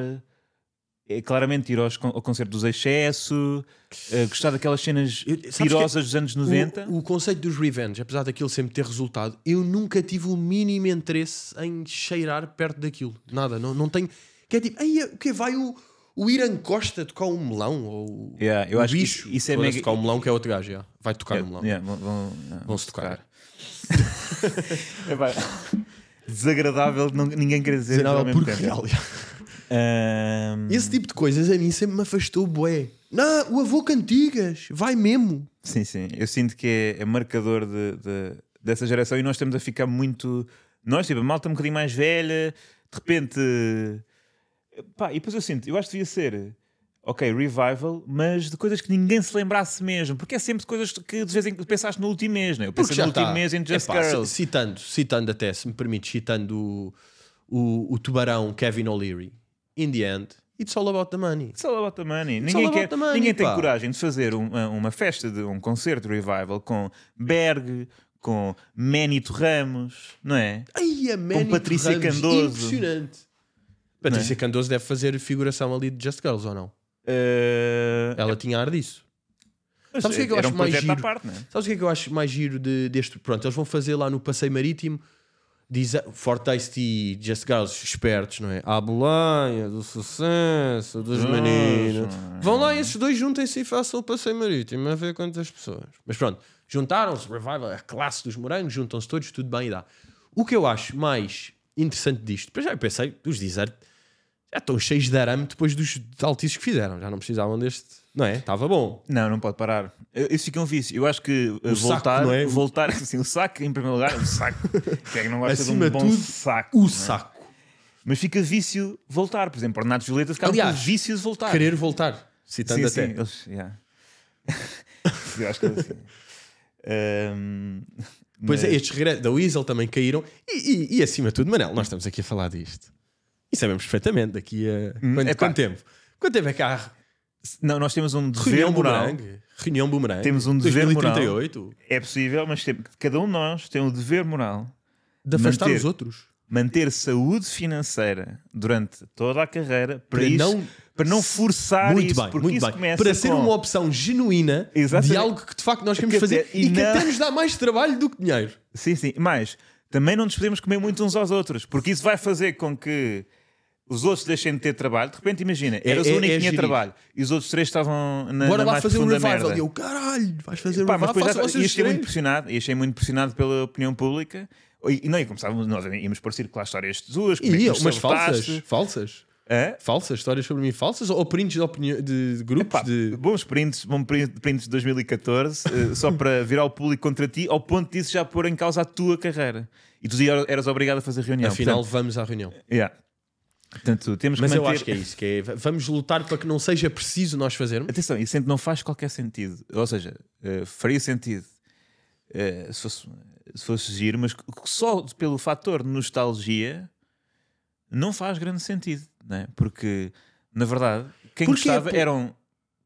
Speaker 2: é claramente ir aos con- ao concerto dos Excesso, eh, gostar daquelas cenas
Speaker 1: Eu- sabes que
Speaker 2: pirosas dos anos 90.
Speaker 1: O, o conceito dos revenge, apesar daquilo sempre ter resultado, eu nunca tive o mínimo interesse em cheirar perto daquilo. Nada, não, não tenho. Que é tipo, "Ei, o que vai o, o Irã Costa tocar um melão? Ou o-
Speaker 2: Yeah, eu
Speaker 1: o
Speaker 2: acho que
Speaker 1: bicho?
Speaker 2: isso- isso é
Speaker 1: Foda-se,
Speaker 2: mega-
Speaker 1: tocar um melão que é outro gajo, já. vai tocar um melão.
Speaker 2: Yeah, vão- vão- yeah,
Speaker 1: Vão-se tocar.
Speaker 2: Epá, Desagradável, não- ninguém quer dizer.
Speaker 1: Não,
Speaker 2: ao é mesmo
Speaker 1: porque
Speaker 2: tempo.
Speaker 1: real, já.
Speaker 2: Ahm,
Speaker 1: Esse tipo de coisas a mim sempre me afastou, bué. Não, o avô Cantigas, vai mesmo.
Speaker 2: Sim, sim. Eu sinto que é, é marcador de- de- dessa geração e nós estamos a ficar muito. Nós, tipo, a malta um bocadinho mais velha, de repente. Pá, e depois eu sinto, eu acho que devia ser. Ok, revival, mas de coisas que ninguém se lembrasse mesmo, porque é sempre de coisas que de vez em quando pensaste no último mês, né? Eu
Speaker 1: Porque
Speaker 2: pensei
Speaker 1: já
Speaker 2: no último
Speaker 1: está. É
Speaker 2: mês em Just
Speaker 1: Epá,
Speaker 2: Girls.
Speaker 1: ci- Citando, citando até, se me permites, citando o, o, o tubarão Kevin O'Leary. In the end, it's all about the money.
Speaker 2: It's all about the money.
Speaker 1: all
Speaker 2: Ninguém,
Speaker 1: about
Speaker 2: quer,
Speaker 1: the money,
Speaker 2: ninguém tem
Speaker 1: pá.
Speaker 2: coragem de fazer uma, uma festa, de um concerto de revival com Berg, com Manito Ramos, não é?
Speaker 1: Ai, a Manny
Speaker 2: Patrícia
Speaker 1: Torramos,
Speaker 2: Candoso.
Speaker 1: Impressionante. Patrícia Candoso deve fazer figuração ali de Just Girls ou não?
Speaker 2: Eh,
Speaker 1: Ela tinha ar disso.
Speaker 2: Mas
Speaker 1: Sabes o que é que eu
Speaker 2: era
Speaker 1: acho
Speaker 2: um
Speaker 1: mais
Speaker 2: projeto
Speaker 1: giro?
Speaker 2: à parte, né?
Speaker 1: Sabes o que é que eu acho mais giro de- deste? Pronto, eles vão fazer lá no Passeio Marítimo. Diz Forte Ice e Just Girls, espertos, não é? A boleia do sucesso dos
Speaker 2: Nossa.
Speaker 1: meninos.
Speaker 2: é?
Speaker 1: Vão lá esses dois, juntem-se e façam o Passeio Marítimo, a ver quantas pessoas. Mas pronto, juntaram-se, Revival, a classe dos morangos, juntam-se todos, tudo bem e dá. O que eu acho mais interessante disto, para já eu pensei, os desert já estão cheios de arame depois dos altices que fizeram, já não precisavam deste, não é? Estava bom.
Speaker 2: Não, não pode parar. Eu- Isso fica um vício. Eu acho que uh,
Speaker 1: saco,
Speaker 2: voltar,
Speaker 1: não é?
Speaker 2: voltar assim, o saco em primeiro lugar, o saco. Quem é que não gosta
Speaker 1: Acima
Speaker 2: de um
Speaker 1: de
Speaker 2: bom
Speaker 1: tudo,
Speaker 2: saco?
Speaker 1: O
Speaker 2: não é?
Speaker 1: saco.
Speaker 2: Mas fica vício voltar, por exemplo, Ornados Violeta ficaram
Speaker 1: Aliás,
Speaker 2: com o vício de voltar.
Speaker 1: Querer voltar,
Speaker 2: sim,
Speaker 1: citando
Speaker 2: Ah. sim,
Speaker 1: até.
Speaker 2: eles- yeah. Eu acho que é assim. Ahm,
Speaker 1: Pois é,
Speaker 2: mas-
Speaker 1: estes regressos da Weasel também caíram. E, e- e, acima de tudo, Manel, nós estamos aqui a falar disto. E sabemos perfeitamente daqui a. Quanto,
Speaker 2: Hum, epá.
Speaker 1: quanto tempo? Quanto tempo é que há
Speaker 2: Não, nós temos um dever
Speaker 1: reunião
Speaker 2: moral.
Speaker 1: boomerang? Reunião boomerang?
Speaker 2: Temos um dever moral.
Speaker 1: 2038?
Speaker 2: É possível, mas tem- cada um de nós tem o dever moral
Speaker 1: De afastar
Speaker 2: Manter.
Speaker 1: os outros?
Speaker 2: manter saúde financeira durante toda a carreira para,
Speaker 1: Para
Speaker 2: isso-
Speaker 1: não-
Speaker 2: para não forçar
Speaker 1: muito
Speaker 2: isso,
Speaker 1: bem,
Speaker 2: porque
Speaker 1: muito
Speaker 2: isso
Speaker 1: bem.
Speaker 2: começa
Speaker 1: Para ser um
Speaker 2: com-
Speaker 1: uma opção genuína
Speaker 2: Exatamente.
Speaker 1: de algo que de facto nós queremos
Speaker 2: Que até-
Speaker 1: fazer e,
Speaker 2: e
Speaker 1: que
Speaker 2: não-
Speaker 1: até nos dá mais trabalho do que dinheiro.
Speaker 2: Sim, sim. Mas também não nos podemos comer muito uns aos outros, porque isso vai fazer com que os outros deixem de ter trabalho. De repente, imagina, eras
Speaker 1: é-
Speaker 2: o único
Speaker 1: é
Speaker 2: que tinha
Speaker 1: gerir.
Speaker 2: trabalho e os outros três estavam na,
Speaker 1: Bora
Speaker 2: na
Speaker 1: lá
Speaker 2: mais
Speaker 1: fazer um
Speaker 2: profunda
Speaker 1: revival.
Speaker 2: merda.
Speaker 1: E eu, caralho, vais fazer um
Speaker 2: Pá, mas
Speaker 1: revival?
Speaker 2: depois já
Speaker 1: Façam
Speaker 2: e é
Speaker 1: vocês
Speaker 2: achei muito
Speaker 1: três.
Speaker 2: impressionado, e achei muito impressionado pela opinião pública. E, e não, e começávamos, nós íamos por circular histórias tuas, como é que
Speaker 1: E eu,
Speaker 2: nos
Speaker 1: mas
Speaker 2: sabotaste.
Speaker 1: falsas, falsas.
Speaker 2: Hã?
Speaker 1: Falsas, histórias sobre mim falsas ou prints de, opinião, de, de grupos
Speaker 2: Pá,
Speaker 1: de.
Speaker 2: Bons prints, bom print, prints de 2014, eh, só para virar o público contra ti, ao ponto disso já pôr em causa a tua carreira. E tu já eras obrigado a fazer reunião.
Speaker 1: Afinal,
Speaker 2: Portanto,
Speaker 1: vamos à reunião.
Speaker 2: yeah. Portanto, temos
Speaker 1: Mas
Speaker 2: que
Speaker 1: eu
Speaker 2: manter...
Speaker 1: acho que é isso, que é, v- vamos lutar para que não seja preciso nós fazermos.
Speaker 2: Atenção, isso sempre não faz qualquer sentido. Ou seja, eh, faria sentido eh, se, fosse, se fosse giro, mas c- só pelo fator nostalgia não faz grande sentido, não é? Porque, na verdade, quem
Speaker 1: Porque é
Speaker 2: gostava
Speaker 1: pou-
Speaker 2: eram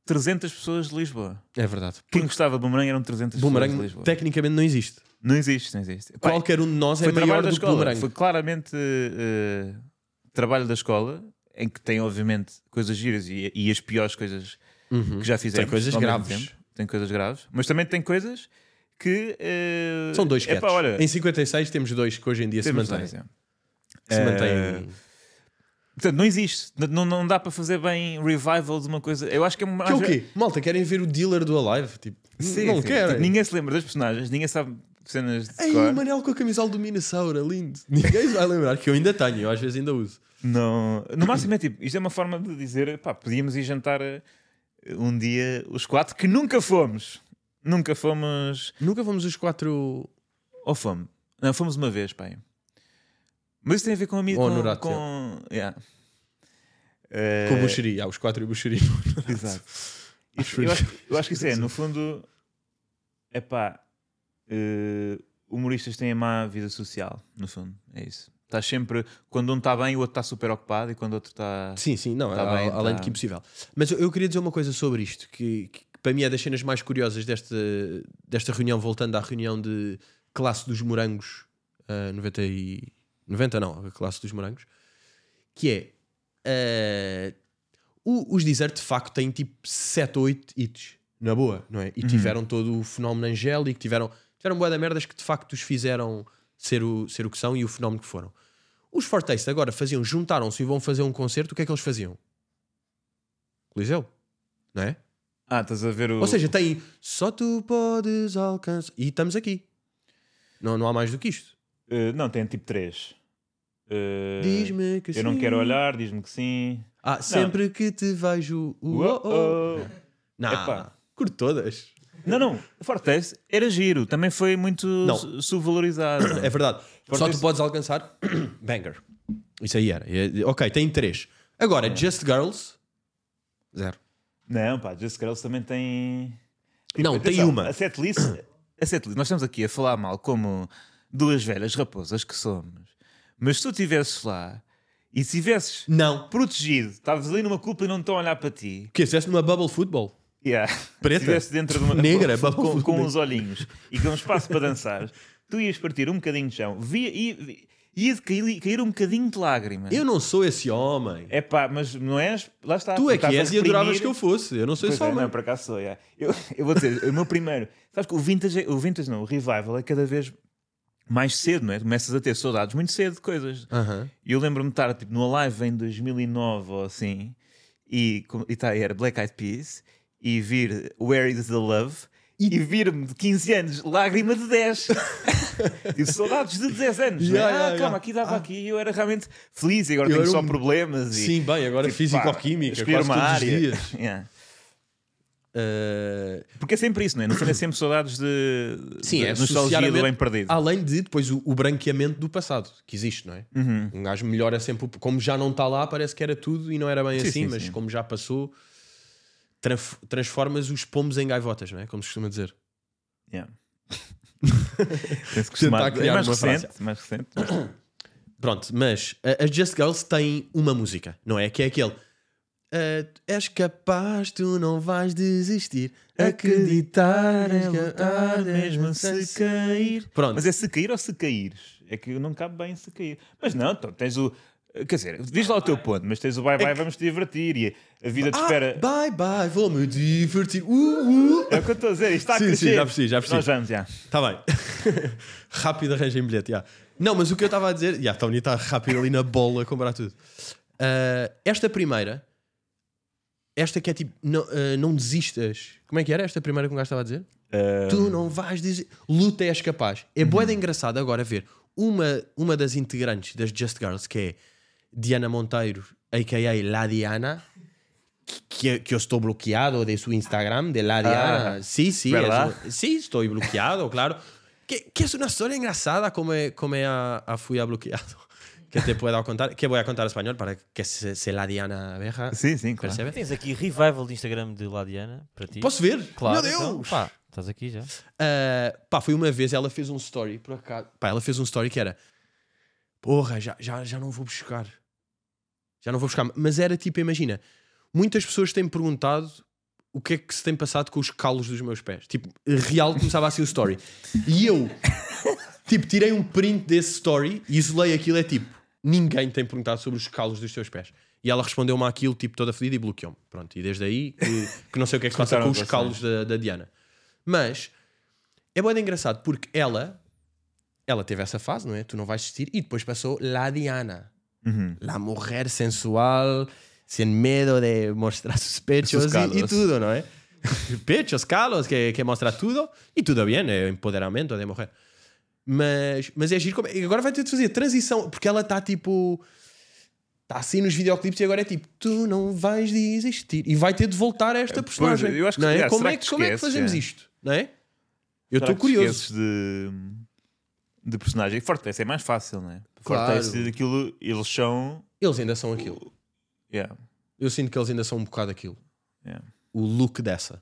Speaker 2: 300 pessoas de Lisboa.
Speaker 1: É verdade.
Speaker 2: Quem gostava de Boomerang eram 300 pessoas de
Speaker 1: Boomerang
Speaker 2: Lisboa.
Speaker 1: tecnicamente não existe.
Speaker 2: Não existe, não existe. Pá,
Speaker 1: Qualquer um de nós é
Speaker 2: foi trabalho
Speaker 1: maior
Speaker 2: da
Speaker 1: do que
Speaker 2: escola.
Speaker 1: Boomerang.
Speaker 2: Foi claramente eh, trabalho da escola, em que tem, obviamente, coisas giras e, e as piores coisas que já fizemos.
Speaker 1: Uhum. Tem coisas
Speaker 2: ao mesmo
Speaker 1: graves.
Speaker 2: tempo. Tem coisas graves. Mas também tem coisas que. eh,
Speaker 1: São dois
Speaker 2: epá,
Speaker 1: catches.
Speaker 2: olha,
Speaker 1: Em 56 temos dois É. que hoje em dia
Speaker 2: temos
Speaker 1: se
Speaker 2: dois,
Speaker 1: mantêm.
Speaker 2: é.
Speaker 1: Se
Speaker 2: Eh,
Speaker 1: mantêm.
Speaker 2: Portanto, não existe. N- Não, não dá para fazer bem revival de uma coisa. Eu acho que é uma.
Speaker 1: Que é o quê? Malta, querem ver o dealer do Alive? Tipo,
Speaker 2: Sim,
Speaker 1: não
Speaker 2: sim.
Speaker 1: querem.
Speaker 2: Tipo, ninguém se lembra dos personagens, ninguém sabe cenas de
Speaker 1: Ei,
Speaker 2: cor.
Speaker 1: o Manel com a camisola do Minnesota, lindo. Ninguém vai lembrar que eu ainda tenho, eu às vezes ainda uso.
Speaker 2: Não, no máximo é tipo, isto é uma forma de dizer, pá, podíamos ir jantar eh, um dia os quatro que nunca fomos. Nunca fomos.
Speaker 1: Nunca vamos os quatro.
Speaker 2: Ou fomos. Não, fomos uma vez, pai. Mas isso tem a ver com a minha.
Speaker 1: Ou
Speaker 2: com,
Speaker 1: no Ratio.
Speaker 2: com, yeah.
Speaker 1: Com
Speaker 2: Eh,
Speaker 1: o Buxeri. Ah, os quatro e o Buxeri.
Speaker 2: Exato.
Speaker 1: Acho
Speaker 2: eu,
Speaker 1: que-
Speaker 2: acho, eu acho que isso é, no fundo, é pá, eh, humoristas têm a má vida social, no fundo, é isso. Estás sempre, quando um está bem, o outro está super ocupado e quando o outro está.
Speaker 1: Sim, sim, não,
Speaker 2: Tá
Speaker 1: a-
Speaker 2: bem,
Speaker 1: além
Speaker 2: tá.
Speaker 1: de que impossível. Mas eu, eu queria dizer uma coisa sobre isto, que, que para mim é das cenas mais curiosas desta, desta reunião, voltando à reunião de classe dos morangos, ah, 90 e... 90 não, a classe dos morangos, que é... ah, o- os Desert de facto têm tipo 7 ou 8 hits, na boa, não é? E
Speaker 2: Uhum.
Speaker 1: tiveram todo o fenómeno angélico, tiveram, tiveram boa da merdas que de facto os fizeram ser o, ser o que são e o fenómeno que foram. Os Fortaste agora faziam, juntaram-se e vão fazer um concerto, o que é que eles faziam? Coliseu, não é?
Speaker 2: Ah, estás a ver o.
Speaker 1: Ou seja, tem só tu podes alcançar. E estamos aqui. Não, não há mais do que isto.
Speaker 2: Eh, não, tem tipo 3.
Speaker 1: Diz-me que
Speaker 2: É, Eu não
Speaker 1: sim.
Speaker 2: quero olhar, diz-me que sim.
Speaker 1: Ah, sempre que te vejo. uh,
Speaker 2: Uou,
Speaker 1: Uou,
Speaker 2: oh.
Speaker 1: Não,
Speaker 2: Epá.
Speaker 1: curto todas.
Speaker 2: Não, não, Fortes era giro, também foi muito
Speaker 1: Não.
Speaker 2: su- subvalorizado.
Speaker 1: É verdade. Só tu
Speaker 2: isso-
Speaker 1: podes alcançar banger. Isso aí era. É- Ok, tem três.
Speaker 2: É.
Speaker 1: Agora, Just Girls. Zero.
Speaker 2: Não, pá, Just Girls também tem. Tipo,
Speaker 1: Não, tem uma.
Speaker 2: A setlist, a setlist. Nós estamos aqui a falar mal como duas velhas raposas que somos. Mas se tu estivesses lá e se estivesses
Speaker 1: Não.
Speaker 2: protegido, estavas ali numa cúpula e não estão a olhar para ti.
Speaker 1: Porque fizeste numa bubble football.
Speaker 2: Yeah.
Speaker 1: Preta.
Speaker 2: Se estivesse dentro de uma.
Speaker 1: Negra, é
Speaker 2: com, com,
Speaker 1: babu-
Speaker 2: com uns olhinhos e com um espaço para dançar, tu ias partir um bocadinho de chão. Via, ia, ia de cair, cair um bocadinho de lágrima.
Speaker 1: Eu não sou esse homem.
Speaker 2: É pá, mas não és. Lá está.
Speaker 1: Tu é que
Speaker 2: estás a
Speaker 1: és e adoravas
Speaker 2: reprimir-
Speaker 1: que eu fosse. Eu não sou
Speaker 2: Pois
Speaker 1: esse
Speaker 2: é,
Speaker 1: homem.
Speaker 2: não, por acaso sou, yeah. eu, eu vou dizer, o meu primeiro. Sabes que o vintage, é- o vintage não, o revival é cada vez mais cedo, não é? Tu Começas a ter saudades muito cedo de coisas.
Speaker 1: Aham.
Speaker 2: E eu lembro-me de estar tipo, no Alive em 2009 ou assim, e, com- e tá, era Black Eyed Peas, e vir Where Is the Love, e, vir-me de 15 anos, lágrima de 10. e saudades de 10 anos. não é?
Speaker 1: Yeah,
Speaker 2: ah,
Speaker 1: yeah,
Speaker 2: calma,
Speaker 1: yeah.
Speaker 2: aqui dava
Speaker 1: Ah.
Speaker 2: aqui, e eu era realmente feliz, e agora
Speaker 1: Eu
Speaker 2: tenho
Speaker 1: era
Speaker 2: só
Speaker 1: um-
Speaker 2: problemas. E,
Speaker 1: Sim, bem, agora
Speaker 2: tipo, pá,
Speaker 1: físico-química.
Speaker 2: escolher
Speaker 1: Quase todos os dias.
Speaker 2: Yeah.
Speaker 1: Eh,
Speaker 2: Porque é sempre isso, não é? No fundo é sempre saudades de,
Speaker 1: Uhum. Sim,
Speaker 2: de
Speaker 1: é
Speaker 2: nostalgia do
Speaker 1: socialmente-
Speaker 2: bem perdido.
Speaker 1: Ah, Além de depois o, o branqueamento do passado, que existe, não é?
Speaker 2: Uhum.
Speaker 1: Um gajo melhora sempre. o- Como já não está lá, parece que era tudo e não era bem
Speaker 2: Sim,
Speaker 1: assim,
Speaker 2: sim,
Speaker 1: mas
Speaker 2: sim.
Speaker 1: como já passou, traf- transformas os pomos em gaivotas, não é? Como se costuma dizer.
Speaker 2: Yeah. Tem-se costumado-
Speaker 1: Tentar criar
Speaker 2: é mais
Speaker 1: uma
Speaker 2: recente,
Speaker 1: frase.
Speaker 2: mais recente.
Speaker 1: Pronto, mas a- as Just Girls têm uma música, não é? Que é aquele. "Ah, tu és capaz, tu não vais desistir. Acreditar,
Speaker 2: é lutar mesmo se cair.
Speaker 1: Pronto.
Speaker 2: Mas é se cair ou se caíres? É que eu não cabe bem se cair. Mas não, então tens o. Quer dizer, diz lá o teu ponto, mas tens o bye bye, vamos te divertir e a vida te
Speaker 1: É Ah,
Speaker 2: espera.
Speaker 1: bye bye, vou me divertir. Uh, uh.
Speaker 2: É o que eu estou a dizer, isto está a
Speaker 1: Sim, sim,
Speaker 2: crescer.
Speaker 1: já percebi, já percebi.
Speaker 2: Nós vamos, já.
Speaker 1: Está Tá bem. rápido arranjem bilhete, já. Não, mas o que eu estava a dizer... Já, está bonito, está rápido ali na bola a comprar tudo. Ah, esta primeira... Esta que é tipo... Não, ah, não desistas. Como é que era esta primeira que o gajo estava a dizer? Tu não vais dizer... Luta és capaz. É boa de engraçado agora ver uma, uma das integrantes das Just Girls, que é Diana Monteiro, a.k.a. La Diana... Que, que eu estou bloqueado de su Instagram, de La Diana. sim, sim. um es
Speaker 2: ¿Verdad?
Speaker 1: un- sí, estoy bloqueado, claro. Que, que es una historia engrasada como, como a, a ah, fui a bloqueado. Que te puedo contar, que voy a contar en español para que se, se la Diana Abeja.
Speaker 2: Sim, sim, claro.
Speaker 1: percebe?
Speaker 3: Tens aqui revival de Instagram de Ladiana para ti.
Speaker 1: Posso ver? Meu
Speaker 3: Claro.
Speaker 1: Deus!
Speaker 3: então, pá, estás aqui já.
Speaker 1: Uh, pá, foi uma vez, ela fez um story, por acaso. Pá, ela fez um story que era: Porra, já, já, já não vou buscar. Já não vou buscar. Mas era tipo, imagina, muitas pessoas têm perguntado o que é que se tem passado com os calos dos meus pés. Tipo, real começava assim o story. E eu, tipo, tirei um print desse story e isolei aquilo. É tipo, Ninguém tem perguntado sobre os calos dos teus pés. E ela respondeu-me àquilo, tipo, toda fedida e bloqueou-me. Pronto, e desde aí que, que não sei o que é que se passa com
Speaker 2: Cortaram
Speaker 1: os
Speaker 2: a
Speaker 1: calos da, da Diana. Mas é bem engraçado porque ela, ela teve essa fase, não é? Tu não vais assistir, e depois passou La Diana.
Speaker 2: Uhum.
Speaker 1: La mujer sensual, sem medo de mostrar sus pechos
Speaker 2: Sus
Speaker 1: e,
Speaker 2: calos.
Speaker 1: e tudo, não é? pechos, calos, que, que mostra tudo. E tudo bem, é empoderamento de mulher. Mas, mas é giro. Como, e agora vai ter de fazer transição, porque ela está tipo. Está assim nos videoclipes e agora é tipo, tu não vais desistir. E vai ter de voltar a esta
Speaker 2: Pois,
Speaker 1: personagem.
Speaker 2: eu acho que-
Speaker 1: não é?
Speaker 2: yeah,
Speaker 1: como,
Speaker 2: será
Speaker 1: é,
Speaker 2: que
Speaker 1: que- como é que
Speaker 2: esquece,
Speaker 1: fazemos
Speaker 2: é?
Speaker 1: isto? Não é? Eu
Speaker 2: Será
Speaker 1: estou
Speaker 2: que te
Speaker 1: curioso.
Speaker 2: esqueces de, de personagem. Fortalece é mais fácil, não é?
Speaker 1: Claro.
Speaker 2: Fortalece aquilo, eles são.
Speaker 1: Eles ainda são aquilo.
Speaker 2: Yeah.
Speaker 1: Eu sinto que eles ainda são um bocado aquilo.
Speaker 2: Yeah.
Speaker 1: O look dessa.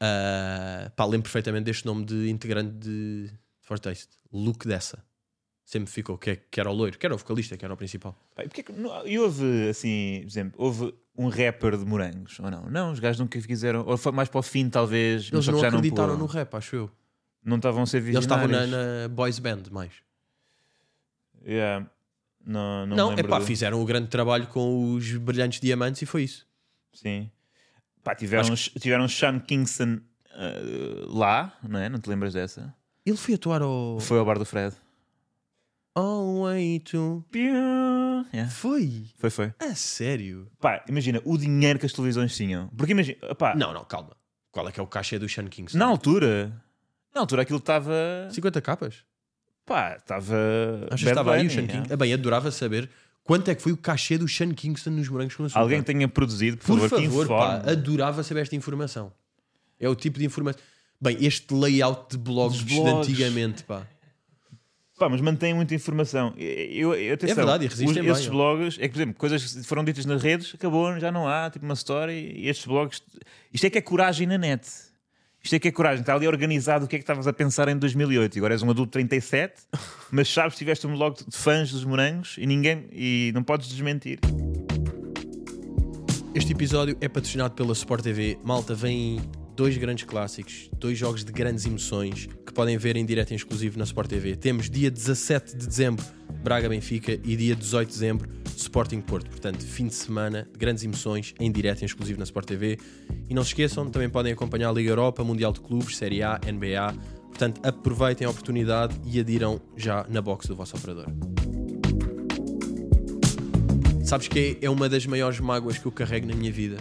Speaker 1: Ah, pá, lembro perfeitamente deste nome de integrante de Fortaste. Look dessa. Sempre ficou. Que, é, que era o loiro, que era o vocalista, que era o principal.
Speaker 2: Pá, E, porque é que não- e houve assim, por exemplo, houve um rapper de morangos ou não? Não, os gajos nunca quiseram, ou foi mais para o fim, talvez. mas
Speaker 1: Eles
Speaker 2: só que
Speaker 1: não
Speaker 2: já
Speaker 1: acreditaram
Speaker 2: não
Speaker 1: no
Speaker 2: pularam.
Speaker 1: rap, acho eu.
Speaker 2: Não estavam a ser
Speaker 1: Eles
Speaker 2: visionários.
Speaker 1: estavam na, na boys band mais.
Speaker 2: Yeah. Não, não,
Speaker 1: Não,
Speaker 2: me
Speaker 1: é
Speaker 2: lembro
Speaker 1: pá,
Speaker 2: do-
Speaker 1: fizeram o grande trabalho com os brilhantes diamantes e foi isso.
Speaker 2: Sim. Pá, tiveram, um tiveram Sean Kingston ah, lá, não é? Não te lembras dessa?
Speaker 1: Ele foi atuar ao.
Speaker 2: Foi ao bar do Fred.
Speaker 1: Oh, wait, um-
Speaker 2: Yeah.
Speaker 1: Foi.
Speaker 2: Foi, foi.
Speaker 1: A sério?
Speaker 2: Pá, imagina o dinheiro que as televisões tinham. Porque imagina, pá,
Speaker 1: Não, não, calma. Qual é que é o cachê do Sean Kingston?
Speaker 2: na altura, na altura aquilo estava.
Speaker 1: 50 capas?
Speaker 2: Pá, estava.
Speaker 1: Achas que
Speaker 2: bad
Speaker 1: estava aí o
Speaker 2: bunny, é.
Speaker 1: Sean
Speaker 2: yeah.
Speaker 1: Kingston? Ah, bem, adorava saber quanto é que foi o cachê do Sean Kingston nos Morangos com Açúcar.
Speaker 2: Alguém que tenha produzido, por,
Speaker 1: Por
Speaker 2: favor, que
Speaker 1: favor, pá,
Speaker 2: informe.
Speaker 1: adorava saber esta informação. É o tipo de informação. Bem, este layout de blogs,
Speaker 2: Dos blogs.
Speaker 1: de antigamente, pá.
Speaker 2: Pá, mas mantém muita informação. Eu, eu, atenção,
Speaker 1: É verdade, e resistem
Speaker 2: os,
Speaker 1: bem,
Speaker 2: Esses
Speaker 1: ó.
Speaker 2: blogs, é que, por exemplo, coisas que foram ditas nas redes, acabou, já não há, tipo uma história. E estes blogs, isto é que é coragem na net. Isto é que é coragem. Está ali organizado o que é que estavas a pensar em 2008. E Agora és um adulto de 37, mas sabes que tiveste um blog de fãs dos morangos e ninguém. e não podes desmentir.
Speaker 1: Este episódio é patrocinado pela Sport TV. Malta, vêm dois grandes clássicos, dois jogos de grandes emoções que podem ver em direto em exclusivo na Sport TV. Temos dia 17 de dezembro Braga-Benfica e dia 18 de dezembro Sporting-Porto. Portanto, fim de semana de grandes emoções em direto em exclusivo na Sport TV. E não se esqueçam, também podem acompanhar a Liga Europa, Mundial de Clubes, Série A, NBA. Portanto, aproveitem a oportunidade e adiram já na box do vosso operador. Sabes que é uma das maiores mágoas que eu carrego na minha vida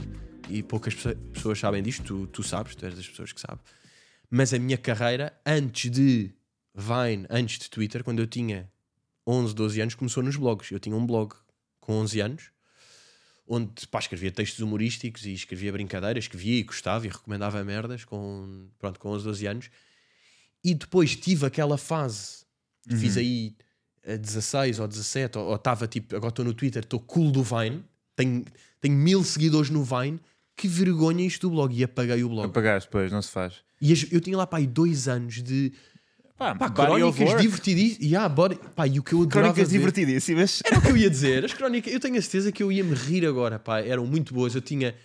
Speaker 1: e poucas pesso- pessoas sabem disto, tu, tu sabes, tu és das pessoas que sabem. Mas a minha carreira, antes de Vine, antes de Twitter, quando eu tinha 11, 12 anos, começou nos blogs. Eu tinha um blog com 11 anos, onde pá, escrevia textos humorísticos e escrevia brincadeiras, escrevia e gostava e recomendava merdas com, pronto, com 11, 12 anos. E depois tive aquela fase, fiz aí a 16 ou 17, ou estava tipo, agora estou no Twitter, estou cool do Vine, tenho, tenho mil seguidores no Vine, que vergonha isto do blog. E apaguei o blog.
Speaker 2: Apagaste, pois, não se faz.
Speaker 1: E as- eu tinha lá pá, aí dois anos de
Speaker 2: Pá,
Speaker 1: pá,
Speaker 2: body Ah, of
Speaker 1: crónicas
Speaker 2: work.
Speaker 1: divertidíssimas. Yeah, body- pá, e o que eu adorava
Speaker 2: Crónicas
Speaker 1: ver-
Speaker 2: divertidíssimas.
Speaker 1: Era o que eu ia dizer. As crónicas, eu tenho a certeza que eu ia me rir agora. Pá, eram muito boas. Eu tinha.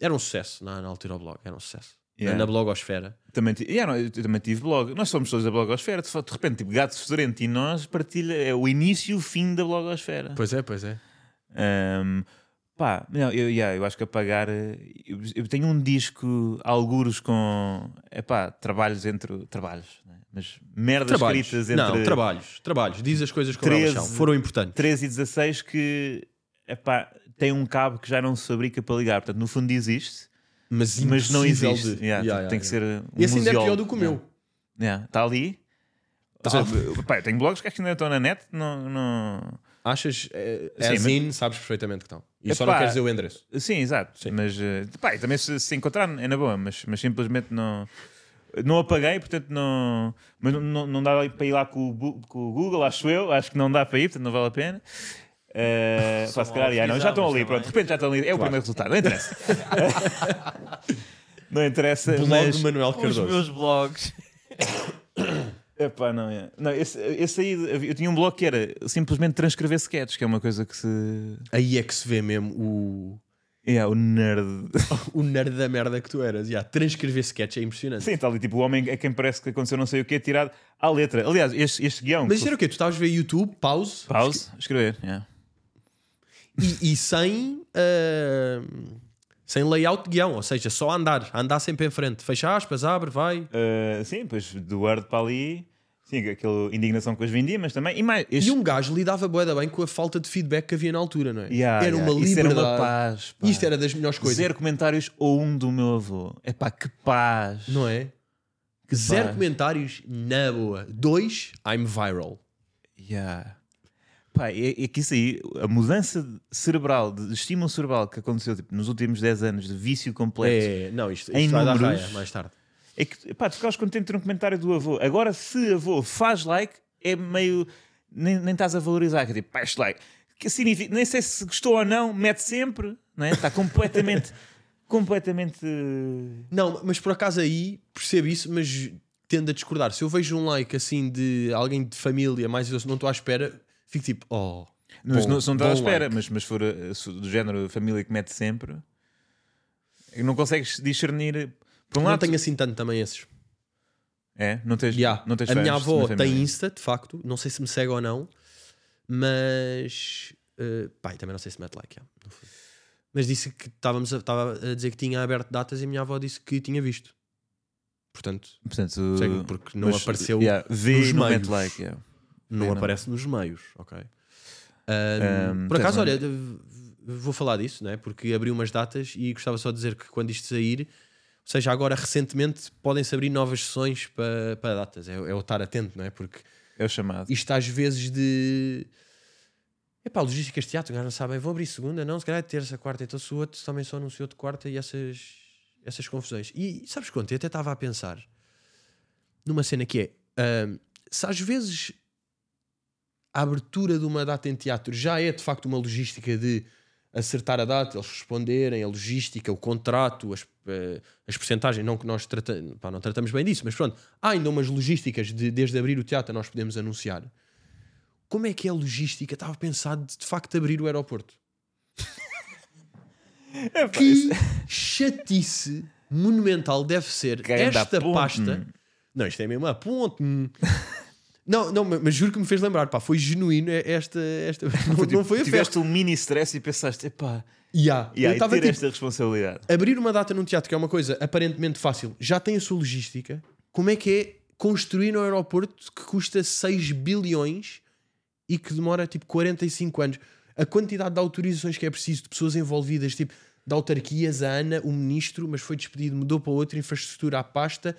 Speaker 1: Era um sucesso na, na altura o blog. Era um sucesso. Na-
Speaker 2: Yeah.
Speaker 1: Na blogosfera.
Speaker 2: Também, ti- yeah, não, eu também tive blog. Nós somos todos da blogosfera. De, fa- de repente, tipo, gato fedorento e nós partilha é o início e o fim da blogosfera.
Speaker 1: Pois é, pois é.
Speaker 2: Ahm, pá, não, eu, yeah, eu acho que apagar. eh, Eu, eu tenho um disco, alguros com. É pá, trabalhos entre. Trabalhos, né? mas merdas
Speaker 1: Trabalhos.
Speaker 2: escritas
Speaker 1: Não,
Speaker 2: entre
Speaker 1: trabalhos. Trabalhos. Diz as coisas como elas são.
Speaker 2: 13.
Speaker 1: Foram importantes.
Speaker 2: 13 e 16 que. É pá, tem um cabo que já não se fabrica para ligar. Portanto, no fundo existe,
Speaker 1: Mas,
Speaker 2: mas não
Speaker 1: impossível
Speaker 2: existe.
Speaker 1: de-
Speaker 2: Yeah,
Speaker 1: Yeah,
Speaker 2: tem
Speaker 1: yeah,
Speaker 2: que
Speaker 1: yeah.
Speaker 2: ser. Um
Speaker 1: Esse ainda é
Speaker 2: museólogo,
Speaker 1: pior do que o
Speaker 2: né?
Speaker 1: meu.
Speaker 2: Está tá ali. Ou seja, pá, eu tenho blogs que acho que ainda estão na net, não. não...
Speaker 1: Achas. É,
Speaker 2: Sim,
Speaker 1: as
Speaker 2: mas-
Speaker 1: in, sabes perfeitamente que estão. E só
Speaker 2: Epá.
Speaker 1: não queres dizer o endereço.
Speaker 2: Sim, exato. Mas eh, pá, e também se, se encontrar é na boa, mas, mas simplesmente não. Não apaguei, portanto não. Mas não, não, não dá para ir lá com o, Bu- com o Google, acho eu. Acho que não dá para ir, portanto não vale a pena. Eh, pá, se calhar,
Speaker 3: mal
Speaker 2: já, não, já estão ali,
Speaker 3: pesquisamos
Speaker 2: pronto. De repente já estão ali. É o primeiro resultado, não interessa. não interessa.
Speaker 1: Blog
Speaker 2: mas-
Speaker 1: de Manuel
Speaker 3: Os
Speaker 1: Cardoso.
Speaker 3: meus blogs.
Speaker 2: Epá, não é. Não, esse, esse aí, eu tinha um blog que era simplesmente transcrever sketches, que é uma coisa que se.
Speaker 1: Aí é que se vê mesmo o.
Speaker 2: É, o nerd.
Speaker 1: o nerd da merda que tu eras. Yeah, transcrever sketch é impressionante.
Speaker 2: Sim, está ali, tipo, o homem é quem parece que aconteceu não sei o quê, tirado à letra. Aliás, este, este guião.
Speaker 1: Mas
Speaker 2: que
Speaker 1: isso era o quê? Tu estavas a ver YouTube, pause,
Speaker 2: tu- Pause, escrever. yeah.
Speaker 1: e, e sem, ah, sem layout de guião, ou seja, só a andar, a andar sempre em frente. Fecha aspas, abre, vai.
Speaker 2: Uh, sim, pois do Word para ali. Sim, aquela indignação com as vindimas também. E mais. Este...
Speaker 1: E um gajo lidava bué da bem com a falta de feedback que havia na altura, não é?
Speaker 2: Yeah,
Speaker 1: era
Speaker 2: yeah.
Speaker 1: uma
Speaker 2: Isso era
Speaker 1: liberdade.
Speaker 2: uma paz. pá.
Speaker 1: Isto era das melhores coisas,
Speaker 2: Zero comentários ou um do meu avô. É pá, que paz.
Speaker 1: não é? Zero
Speaker 2: paz.
Speaker 1: comentários, na boa. Dois, I'm viral. é?
Speaker 2: Yeah. Pá, é, é que isso aí, a mudança cerebral, de estímulo cerebral que aconteceu tipo, nos últimos 10 anos de vício completo, é,
Speaker 1: É, não, isto, isto
Speaker 2: Em
Speaker 1: vai dar
Speaker 2: números.
Speaker 1: raia mais tarde.
Speaker 2: É que pá, tu ficas contente de ter um comentário do avô. Agora, se avô faz like, é meio. nem, nem estás a valorizar, que é tipo, pá, este like. Que significa, nem sei se gostou ou não, mete sempre, não é? Está completamente. completamente. eh,
Speaker 1: Não, mas por acaso aí percebo isso, mas tendo a discordar. Se eu vejo um like assim de alguém de família, mais idoso, não estou à espera, fico tipo, oh.
Speaker 2: Mas
Speaker 1: bom,
Speaker 2: não, se não estás à
Speaker 1: bom
Speaker 2: espera,
Speaker 1: like.
Speaker 2: mas, mas for eh, se do género família que mete sempre, é não consegues discernir. Por um
Speaker 1: Não
Speaker 2: lado,
Speaker 1: tenho assim tanto também esses.
Speaker 2: É, não tens,
Speaker 1: Yeah.
Speaker 2: não tens
Speaker 1: a
Speaker 2: fãs
Speaker 1: minha
Speaker 2: na
Speaker 1: avó tem
Speaker 2: família.
Speaker 1: Insta, de facto. Não sei se me segue ou não, mas. eh, pai, também não sei se mete like. yeah. Não foi. Mas disse que estávamos a, estava a dizer que tinha aberto datas e a minha avó disse que tinha visto. Portanto,
Speaker 2: Portanto,
Speaker 1: segue-me, porque não
Speaker 2: mas,
Speaker 1: apareceu,
Speaker 2: yeah,
Speaker 1: nos
Speaker 2: vê no
Speaker 1: meios.
Speaker 2: mete like. é, yeah.
Speaker 1: não
Speaker 2: não.
Speaker 1: aparece nos meios, ok? Um,
Speaker 2: Um,
Speaker 1: por acaso,
Speaker 2: tens um-
Speaker 1: olha, v- vou falar disso, né? porque abri umas datas e gostava só de dizer que quando isto sair, ou seja, agora recentemente podem-se abrir novas sessões para, para datas, é, é o estar atento, não é? Porque
Speaker 2: É o chamado.
Speaker 1: isto às vezes de. Epá, logísticas de teatro, o gajo não sabem, vou abrir segunda, não, se calhar é terça, quarta, então se o outro também só anunciou de quarta e essas, essas confusões. E sabes quanto? Eu até estava a pensar numa cena que é: ahm, se às vezes a abertura de uma data em teatro já é de facto uma logística de acertar a data, eles responderem, a logística, o contrato, as, eh, as percentagens, não que nós trata, pá, não tratamos bem disso, mas pronto, há ainda umas logísticas de desde abrir o teatro nós podemos anunciar. Como é que é a logística? Estava pensado de, de facto abrir o aeroporto.
Speaker 2: É, pá,
Speaker 1: Que
Speaker 2: isso-
Speaker 1: chatice monumental deve ser
Speaker 2: Ganda
Speaker 1: esta
Speaker 2: ponte.
Speaker 1: pasta. Não, isto é mesmo a ponte. hum. Não, não, mas mas juro que me fez lembrar, pá, foi genuíno esta. esta... Não, não foi a festa.
Speaker 2: Tiveste um mini stress e pensaste, epá,
Speaker 1: Yeah.
Speaker 2: yeah,
Speaker 1: eu
Speaker 2: e
Speaker 1: estava
Speaker 2: ter
Speaker 1: tipo,
Speaker 2: esta responsabilidade.
Speaker 1: abrir uma data num teatro, que é uma coisa aparentemente fácil, já tem a sua logística. Como é que é construir um aeroporto que custa 6 bilhões e que demora tipo 45 anos? A quantidade de autorizações que é preciso, de pessoas envolvidas, tipo de autarquias, a Ana, o ministro, mas foi despedido, mudou para outra infraestrutura à pasta.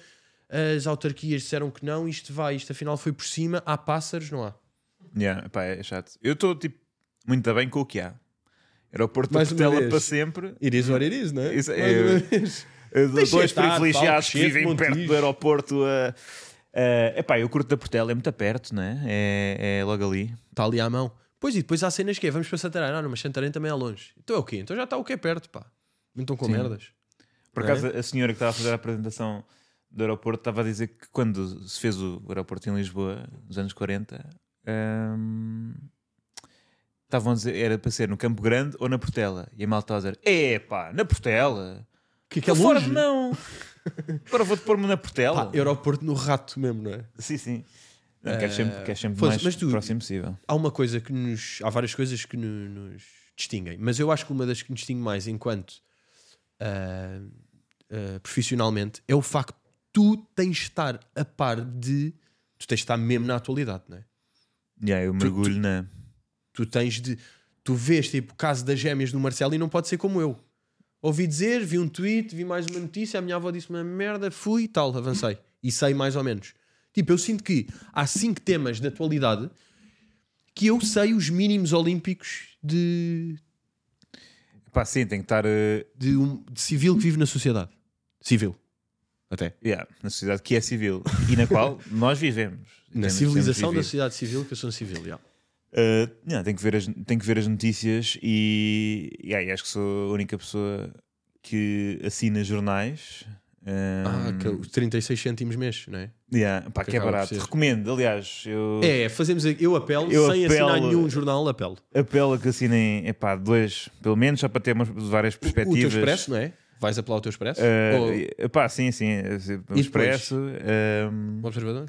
Speaker 1: As autarquias disseram que não, isto vai, isto afinal foi por cima. Há pássaros, não há?
Speaker 2: Yeah, epá, é chato. Eu estou, tipo, muito bem com o que há. Aeroporto da
Speaker 1: Mais uma
Speaker 2: Portela
Speaker 1: vez.
Speaker 2: para sempre.
Speaker 1: It is what it is, não é?
Speaker 2: Isso é- Mais uma Uh, do-
Speaker 1: Deixa
Speaker 2: dois
Speaker 1: estar,
Speaker 2: privilegiados
Speaker 1: Paulo,
Speaker 2: que
Speaker 1: Chefe,
Speaker 2: vivem perto
Speaker 1: Montijo.
Speaker 2: do aeroporto. Uh, uh, epá, eu curto da Portela, é muito perto, né? É, é logo ali.
Speaker 1: Está ali à mão. Pois e depois há cenas que é, vamos para Santarém. Ah, não, mas Santarém também é longe. Então é o quê? Então já está o que é perto, pá. Não estão com
Speaker 2: Sim.
Speaker 1: merdas.
Speaker 2: Por
Speaker 1: Não é?
Speaker 2: acaso, a senhora que estava a fazer a apresentação do aeroporto estava a dizer que quando se fez o aeroporto em Lisboa, nos anos 40, hum, estavam a dizer era para ser no Campo Grande ou na Portela. E a malta estava a dizer: epá, na Portela!
Speaker 1: Que é que é
Speaker 2: Cá fora
Speaker 1: longe?
Speaker 2: não! Agora vou-te pôr-me na Portela.
Speaker 1: Pá, aeroporto no rato mesmo, não é?
Speaker 2: Sim, sim. Não, queres sempre, queres sempre
Speaker 1: foda-se,
Speaker 2: mais
Speaker 1: Eh, mas tu-
Speaker 2: próximo possível.
Speaker 1: Há uma coisa que nos... Há várias coisas que no- nos distinguem. Mas eu acho que uma das que nos distingue mais enquanto ah, ah, profissionalmente é o facto de tu tens de estar a par de... Tu tens de estar mesmo na atualidade, não é?
Speaker 2: Yeah, eu mergulho na.
Speaker 1: Tu tens de. Tu vês tipo o caso das gêmeas do Marcelo e não pode ser como eu. Ouvi dizer, vi um tweet, vi mais uma notícia, a minha avó disse uma merda, fui e tal, avancei. E sei mais ou menos. Tipo, eu sinto que há cinco temas de atualidade que eu sei os mínimos olímpicos de,
Speaker 2: Pá, sim, tem que estar eh,
Speaker 1: de, um- de civil que vive na sociedade. Civil. Até.
Speaker 2: yeah, na sociedade que é civil e na qual nós vivemos.
Speaker 1: Na
Speaker 2: Temos-
Speaker 1: civilização da
Speaker 2: temos vivido.
Speaker 1: sociedade civil, que eu sou um civil, já.
Speaker 2: Uh, não, tenho, que ver as, tenho que ver as notícias e, e aí acho que sou a única pessoa que assina jornais
Speaker 1: Ah,
Speaker 2: hum.
Speaker 1: aquele 36 cêntimos mês, não é?
Speaker 2: Yeah, pá,
Speaker 1: que
Speaker 2: que é
Speaker 1: acaba por
Speaker 2: barato.
Speaker 1: ser.
Speaker 2: Recomendo, aliás, eu
Speaker 1: É, fazemos. Eu apelo,
Speaker 2: Eu
Speaker 1: sem assinar
Speaker 2: apelo.
Speaker 1: nenhum jornal, apelo.
Speaker 2: apelo a que assinem epá, dois, pelo menos, só para ter umas, várias
Speaker 1: O teu
Speaker 2: perspectivas.
Speaker 1: expresso, não é? Vais apelar o teu expresso?
Speaker 2: Ah,
Speaker 1: Ou
Speaker 2: epá, sim, sim. assim, O
Speaker 1: E
Speaker 2: expresso. ahm,
Speaker 1: o um observador?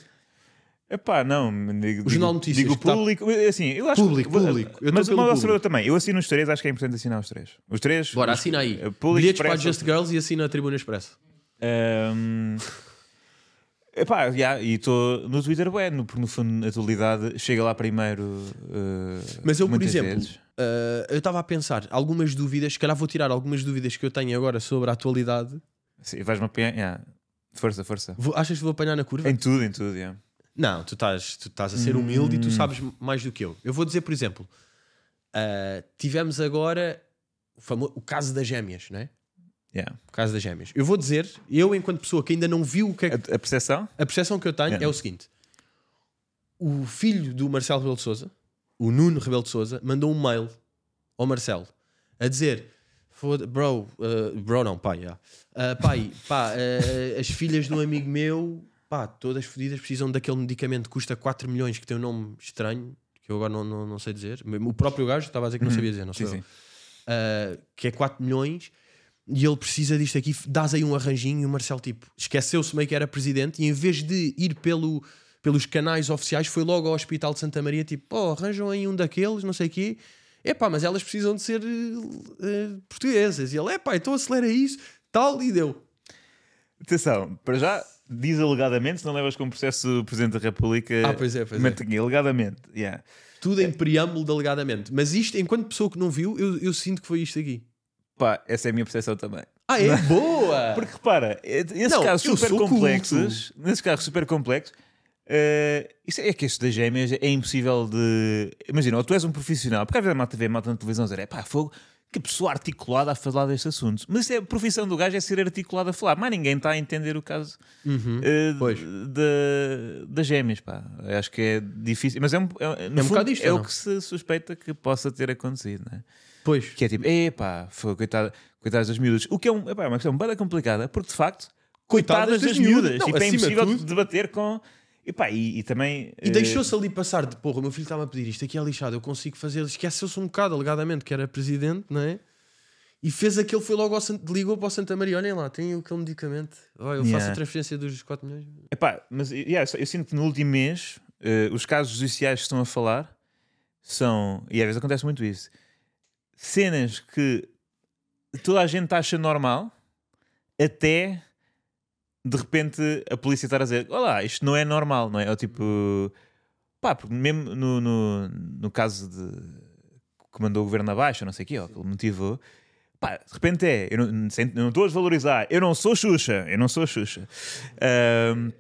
Speaker 2: Epá, não. Digo,
Speaker 1: O Jornal de Notícias,
Speaker 2: Digo o
Speaker 1: que tá-
Speaker 2: público. Assim, eu acho
Speaker 1: Público,
Speaker 2: que,
Speaker 1: público. Eu tô
Speaker 2: mas o
Speaker 1: pelo
Speaker 2: Mal
Speaker 1: público.
Speaker 2: Observador também. Eu assino os três, acho que é importante assinar os três. Os três.
Speaker 1: Bora,
Speaker 2: os-
Speaker 1: assina aí.
Speaker 2: eh, público,
Speaker 1: Bilhetes para a
Speaker 2: expresso.
Speaker 1: Just Girls e assina a Tribuna Expresso.
Speaker 2: Ahm, Epá, já, e estou no Twitter, bué, no, porque no fundo, na atualidade, chega lá primeiro. eh,
Speaker 1: Mas eu, por
Speaker 2: muitas
Speaker 1: exemplo,
Speaker 2: vezes.
Speaker 1: ah, eu estava a pensar algumas dúvidas, se calhar vou tirar algumas dúvidas que eu tenho agora sobre a atualidade.
Speaker 2: Sim, vais-me apanhar. já. Força, força.
Speaker 1: Vou- achas que vou apanhar na curva?
Speaker 2: Em Hum. tudo, em tudo, já.
Speaker 1: Não, tu estás, tu estás a ser humilde e tu sabes mais do que eu. Eu vou dizer, por exemplo, ah, tivemos agora o, famo- o caso das gêmeas, não é?
Speaker 2: Já.
Speaker 1: O caso das gêmeas. Eu vou dizer, eu, enquanto pessoa que ainda não viu o que é que
Speaker 2: A, a percepção?
Speaker 1: A percepção que eu tenho
Speaker 2: Yeah.
Speaker 1: é o seguinte: o filho do Marcelo Rebelo de Souza, o Nuno Rebelo de Souza, mandou um mail ao Marcelo a dizer: "Foda- Bro, uh, bro, não, pai, yeah. Uh, pai, pá, uh, as filhas de um amigo meu, pá, todas fodidas, precisam daquele medicamento que custa 4 milhões, que tem um nome estranho, que eu agora não, não, não sei dizer. O próprio gajo estava a dizer que não sabia dizer, não
Speaker 2: Uhum. Sim,
Speaker 1: sei.
Speaker 2: sim.
Speaker 1: Uh, que é 4 milhões e ele precisa disto aqui, dás aí um arranjinho e o Marcelo tipo, esqueceu-se meio que era presidente e em vez de ir pelo, pelos canais oficiais, foi logo ao Hospital de Santa Maria tipo, pô, arranjam aí um daqueles, não sei o quê. Epá, mas elas precisam de ser eh, eh, portuguesas. E ele, epá, então acelera isso, tal, e deu.
Speaker 2: Atenção, para já, diz alegadamente, se não levas com o processo do Presidente da República.
Speaker 1: Ah, pois é, pois é.
Speaker 2: mete aqui, Alegadamente, yeah.
Speaker 1: Tudo em preâmbulo, delegadamente. Mas isto, enquanto pessoa que não viu, eu, eu sinto que foi isto aqui.
Speaker 2: Pá, essa é a minha percepção também.
Speaker 1: Ah, é? Boa!
Speaker 2: Porque repara, é, esses
Speaker 1: Não,
Speaker 2: casos
Speaker 1: eu
Speaker 2: super
Speaker 1: sou culto.
Speaker 2: complexos, nesses casos super complexos, eh, isso é que este das gêmeas é impossível de. Imagina, ou tu és um profissional, porque às vezes a malta vê a malta na televisão dizer, é pá, fogo, que pessoa articulada a falar deste assunto. Mas isso é, a profissão do gajo é ser articulado a falar, mas ninguém está a entender o caso
Speaker 1: Uhum.
Speaker 2: eh,
Speaker 1: Hum, pois.
Speaker 2: da- das gêmeas, pá. Eu acho que é difícil, mas é um, é, no
Speaker 1: um
Speaker 2: fundo,
Speaker 1: bocado isto,
Speaker 2: é
Speaker 1: ou
Speaker 2: o
Speaker 1: não?
Speaker 2: que se suspeita que possa ter acontecido, não é?
Speaker 1: Pois.
Speaker 2: que é tipo, epá, foi coitada, coitadas das miúdas. O que é um, epá, é uma questão bem complicada, porque de facto, coitadas, das, miúdas,
Speaker 1: Não,
Speaker 2: tipo, é
Speaker 1: acima de
Speaker 2: impossível
Speaker 1: tudo.
Speaker 2: debater com. Epá, e, e também.
Speaker 1: E
Speaker 2: eh,
Speaker 1: deixou-se ali passar de porra, o meu filho estava a pedir isto aqui é lixado, eu consigo fazer. Esqueceu-se um bocado, alegadamente, que era presidente, não é? E fez aquele, foi logo ao Santa, ligou para o Santa Maria: olhem lá, tem aquele medicamento. Ó, eu faço
Speaker 2: Yeah.
Speaker 1: a transferência dos 4 milhões.
Speaker 2: Epá, mas yeah, eu, só- eu sinto que no último mês eh, os casos judiciais que estão a falar são, e às vezes acontece muito isso, cenas que toda a gente acha normal até de repente a polícia estar a dizer: Olá, isto não é normal, não é? Ou tipo, pá, porque mesmo no, no, no caso de que mandou o governo abaixo, ou não sei o quê, ou que ele motivou. Pá, de repente é, eu não sem- não estou a desvalorizar, eu não sou Xuxa, eu não sou Xuxa. Ahm,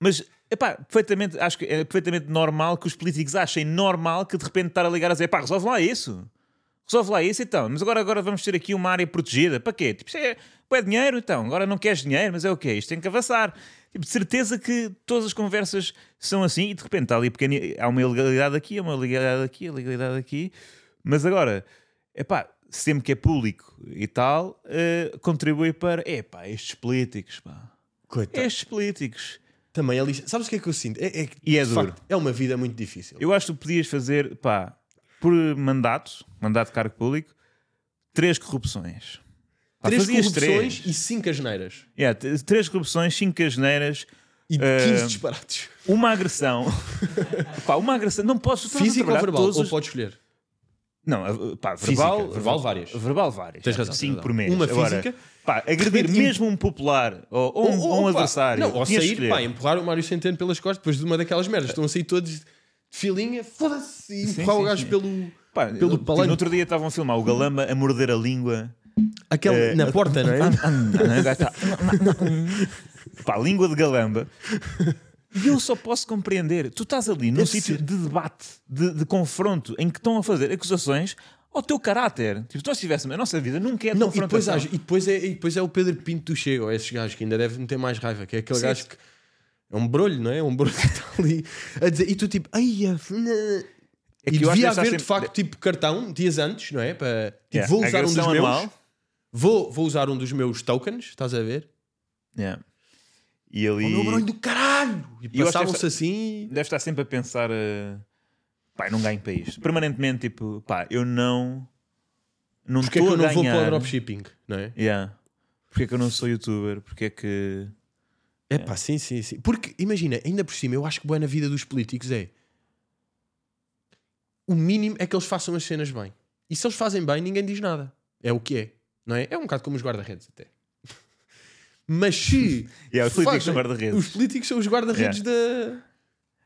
Speaker 2: mas, epá, perfeitamente, acho que é perfeitamente normal que os políticos achem normal que de repente estar a ligar a dizer, pá, resolve lá isso. Resolve lá isso então, mas agora, agora vamos ter aqui uma área protegida. Para quê? Tipo, isto é, pô, é dinheiro então, agora não queres dinheiro, mas é o quê? Isto tem que avançar. Tipo, de certeza que todas as conversas são assim e de repente está ali pequeno, há uma ilegalidade aqui, há uma ilegalidade aqui, ilegalidade aqui. Mas agora, epá, sempre que é público e tal, eh, contribui para, epá, estes políticos, pá.
Speaker 1: Coitado.
Speaker 2: Estes políticos.
Speaker 1: É. Também é lixado. Sabes o que é que eu sinto? É, é, que,
Speaker 2: E é
Speaker 1: de
Speaker 2: duro.
Speaker 1: facto, é uma vida muito difícil.
Speaker 2: Eu acho que tu podias fazer, pá, por mandato, mandato de cargo público, três corrupções. Pá,
Speaker 1: três
Speaker 2: fazias
Speaker 1: corrupções
Speaker 2: Três.
Speaker 1: e cinco asneiras.
Speaker 2: Yeah, t- três corrupções, cinco asneiras,
Speaker 1: E
Speaker 2: Eh,
Speaker 1: 15 disparates.
Speaker 2: uma agressão. pá, uma agressão. Não posso tu estás a
Speaker 1: Física ou
Speaker 2: trabalhar
Speaker 1: verbal?
Speaker 2: todos
Speaker 1: Ou
Speaker 2: os-
Speaker 1: podes escolher?
Speaker 2: Não, a- pá,
Speaker 1: Física.
Speaker 2: verbal.
Speaker 1: Verbal, várias.
Speaker 2: Verbal várias. Tipo
Speaker 1: Tens razão,
Speaker 2: Cinco
Speaker 1: tens razão.
Speaker 2: por mês.
Speaker 1: Uma
Speaker 2: Agora,
Speaker 1: física.
Speaker 2: Pá, agredir
Speaker 1: Repente-
Speaker 2: mesmo um popular ou, ou um, ou um
Speaker 1: pá,
Speaker 2: adversário.
Speaker 1: Não, ou
Speaker 2: Tinhas de
Speaker 1: sair,
Speaker 2: escolher.
Speaker 1: pá, empurrar o Mário Centeno pelas costas depois de uma daquelas merdas. Estão a sair todos de filinha, foda-se, e empurrar o
Speaker 2: sim,
Speaker 1: gajo
Speaker 2: sim.
Speaker 1: pelo.
Speaker 2: Pá,
Speaker 1: pelo
Speaker 2: eu- tipo,
Speaker 1: palanque.
Speaker 2: No outro dia estavam a filmar o Galamba a morder a língua.
Speaker 1: Aquele
Speaker 2: Eh,
Speaker 1: na porta, não é?
Speaker 2: Pá, língua de galamba. E eu só posso compreender. Tu estás ali num
Speaker 1: Deve
Speaker 2: sítio
Speaker 1: ser.
Speaker 2: de debate, de, de confronto, em que estão a fazer acusações ao teu caráter. Tipo, se nós tivéssemos a nossa vida, nunca é de
Speaker 1: Não, e depois,
Speaker 2: confrontação.
Speaker 1: há- e, depois é, e depois é o Pedro Pinto do Chega, ou esses gajos que ainda deve meter mais raiva, que é aquele
Speaker 2: Sim.
Speaker 1: gajo que é um brolho, não é? É um brolho que está ali a dizer, e tu tipo, ai, a f- na-"
Speaker 2: É que
Speaker 1: e
Speaker 2: eu acho que
Speaker 1: devia
Speaker 2: está
Speaker 1: haver de
Speaker 2: sempre-
Speaker 1: facto tipo cartão dias antes, não é? Para tipo,
Speaker 2: Yeah,
Speaker 1: vou usar um dos
Speaker 2: agressão é
Speaker 1: meus,
Speaker 2: anual.
Speaker 1: vou, vou usar um dos meus tokens, estás a ver?
Speaker 2: Yeah. E
Speaker 1: O
Speaker 2: ali
Speaker 1: meu barulho do caralho!
Speaker 2: E
Speaker 1: E
Speaker 2: eu acho
Speaker 1: passavam-se
Speaker 2: essa-
Speaker 1: assim.
Speaker 2: deve estar sempre a pensar: eh, pá, eu não ganho para isto. Permanentemente, tipo, pá, eu não. Não
Speaker 1: Porquê é que
Speaker 2: estou
Speaker 1: eu não
Speaker 2: a
Speaker 1: vou para o
Speaker 2: ganhar.
Speaker 1: dropshipping? Não é?
Speaker 2: Yeah. Porque é que eu não sou youtuber? Porque é que.
Speaker 1: É pá, sim, sim, sim. Porque, imagina, ainda por cima, eu acho que boa na vida dos políticos é. O mínimo é que eles façam as cenas bem. E se eles fazem bem, ninguém diz nada. É o que é, não é? É um bocado como os guarda-redes, até. Mas se.
Speaker 2: Yeah, é, os políticos são
Speaker 1: fazem-
Speaker 2: guarda-redes.
Speaker 1: Os políticos são os guarda-redes da,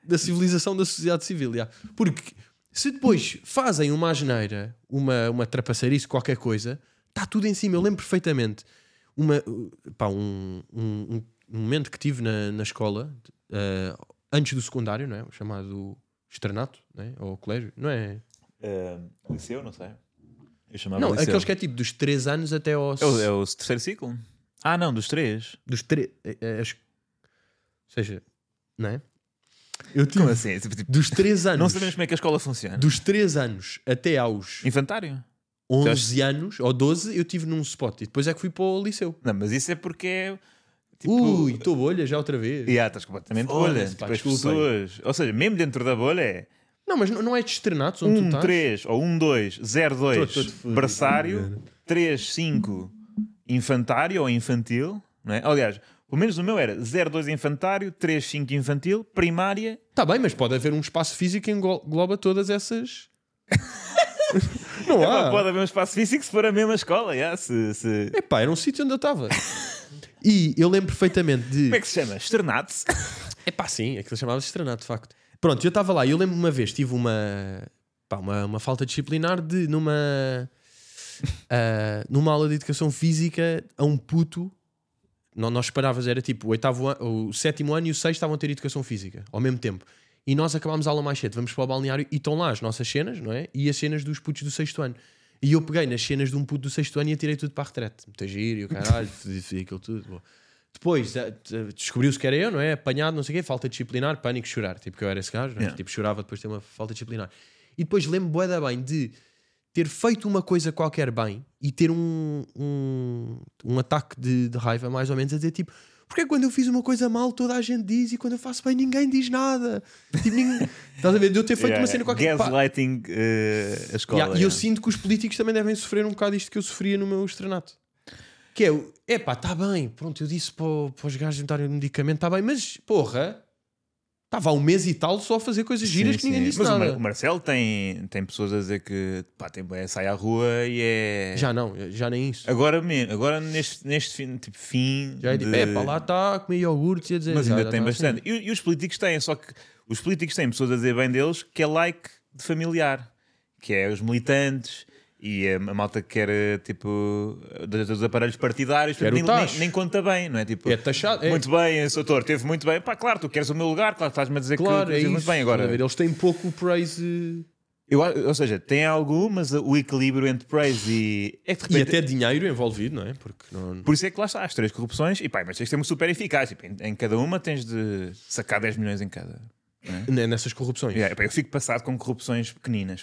Speaker 1: da civilização da sociedade civil. yeah. Porque se depois fazem uma asneira, uma, uma trapaceirice, qualquer coisa, está tudo em cima. Eu lembro perfeitamente uma, pá, um, um- um momento que tive na, na escola, eh, antes do secundário, não é? O chamado externato, não é? ou colégio, não é?
Speaker 2: Eh, liceu, não sei. Eu chamava
Speaker 1: Não,
Speaker 2: liceu.
Speaker 1: aqueles que é tipo dos 3 anos até aos.
Speaker 2: um É o, é o terceiro ciclo? Ah, não, dos três.
Speaker 1: Dos eh, 3. Ou seja, não é? Eu tive
Speaker 2: Como assim? Tipo, tipo,
Speaker 1: dos 3 anos.
Speaker 2: não sabemos como é que a escola funciona.
Speaker 1: dos 3 anos até aos
Speaker 2: Infantário?
Speaker 1: 11 anos ou 12 eu tive num spot e depois é que fui para o liceu.
Speaker 2: Não, mas isso é porque é.
Speaker 1: Ui, estou bolha já outra vez.
Speaker 2: Yeah, estás completamente
Speaker 1: Foda-se,
Speaker 2: bolha.
Speaker 1: pá,
Speaker 2: Tipo, as
Speaker 1: expulsei.
Speaker 2: pessoas. Ou seja, mesmo dentro da bolha é
Speaker 1: Não, mas não, não é de estrenatos onde tu
Speaker 2: 1,
Speaker 1: estás?
Speaker 2: 3 Um, ou 1, 2, 0,
Speaker 1: Tô- Uhum. tô-te
Speaker 2: 2,
Speaker 1: fudido.
Speaker 2: berçário, 3, 5, infantário ou infantil. Não é? Aliás, pelo menos o meu era 0, 2 infantário, 3, 5 infantil, primária.
Speaker 1: Está bem, mas pode haver um espaço físico que engloba todas essas. não
Speaker 2: Epá,
Speaker 1: há.
Speaker 2: Pode haver um espaço físico se for a mesma escola. yeah, se- se-
Speaker 1: É pá, era um sítio onde eu estava. e eu lembro perfeitamente de.
Speaker 2: Como é que se chama? Externato.
Speaker 1: É pá, sim, aquilo chamava-se estranado, de facto. Pronto, eu estava lá e eu lembro uma vez, tive uma, pá, uma, uma falta disciplinar de numa, ah, numa aula de educação física a um puto. nó- Nós esperávamos, era tipo o, oitavo an- o sétimo ano e o sexto estavam a ter educação física ao mesmo tempo. E nós acabámos a aula mais cedo, vamos para o balneário e estão lá as nossas cenas, não é? E as cenas dos putos do sexto ano. E eu peguei nas cenas de um puto do sexto ano e atirei tudo para a retrete. Muita giro, e o caralho, fodi fodi aquilo tudo. boa. Depois eh, eh, descobriu-se que era eu, não é? Apanhado, não sei o quê, falta disciplinar, pânico, chorar. Tipo, que eu era esse gajo, não é?
Speaker 2: Yeah.
Speaker 1: tipo, chorava depois de ter uma falta disciplinar. E depois lembro bué da bem de ter feito uma coisa qualquer bem e ter um, um, um ataque de, de raiva, mais ou menos, a dizer tipo. Porque é que quando eu fiz uma coisa mal, toda a gente diz, e quando eu faço bem, ninguém diz nada. Tipo, ninguém... Estás a ver? De eu ter feito uma cena qualquer. Pá,
Speaker 2: Gaslighting eh, a escola.
Speaker 1: Yeah, e eu
Speaker 2: yeah.
Speaker 1: sinto que os políticos também devem sofrer um bocado isto que eu sofria no meu estrenato. Que é, o- epá, está bem, pronto, eu disse para, o- para os gajos juntarem o medicamento, está bem, mas porra, estava há um mês e tal só a fazer coisas giras
Speaker 2: Sim,
Speaker 1: que ninguém
Speaker 2: sim.
Speaker 1: disse
Speaker 2: Mas o
Speaker 1: nada.
Speaker 2: Mar- o Marcelo tem, tem pessoas a dizer que pá, tem, é, sai à rua e é.
Speaker 1: Já não, já nem isso.
Speaker 2: Agora mesmo, agora neste, neste fim, tipo, fim
Speaker 1: Já é tipo,
Speaker 2: de...
Speaker 1: epá, lá está, comi iogurte e a dizer.
Speaker 2: mas
Speaker 1: já,
Speaker 2: ainda
Speaker 1: já
Speaker 2: tem
Speaker 1: tá assim.
Speaker 2: bastante. E, e os políticos têm, só que os políticos têm pessoas a dizer bem deles que é like de familiar, que é os militantes e é a, a malta que quer eh, tipo dos, dos aparelhos partidários, tipo,
Speaker 1: Quer o
Speaker 2: nem, nem,
Speaker 1: tacho.
Speaker 2: nem conta bem, não é? Tipo,
Speaker 1: É taxado, é.
Speaker 2: muito bem, esse autor teve muito bem. Pá, claro, tu queres o meu lugar, claro, estás-me a dizer
Speaker 1: Claro,
Speaker 2: que
Speaker 1: é
Speaker 2: teve
Speaker 1: isso.
Speaker 2: muito bem
Speaker 1: estás a
Speaker 2: agora.
Speaker 1: ver? Eles têm pouco praise
Speaker 2: Eu a- ou seja, tem algo, mas o equilíbrio entre praise e. É que de
Speaker 1: e
Speaker 2: repente-
Speaker 1: até dinheiro envolvido, não é? Porque não.
Speaker 2: Por isso é que lá está, as três corrupções, e pá, mas tens de ser super eficaz. tipo, em, em cada uma tens de sacar 10 milhões em cada.
Speaker 1: n- né, Nessas corrupções.
Speaker 2: E, é, pá, eu fico passado com corrupções pequeninas,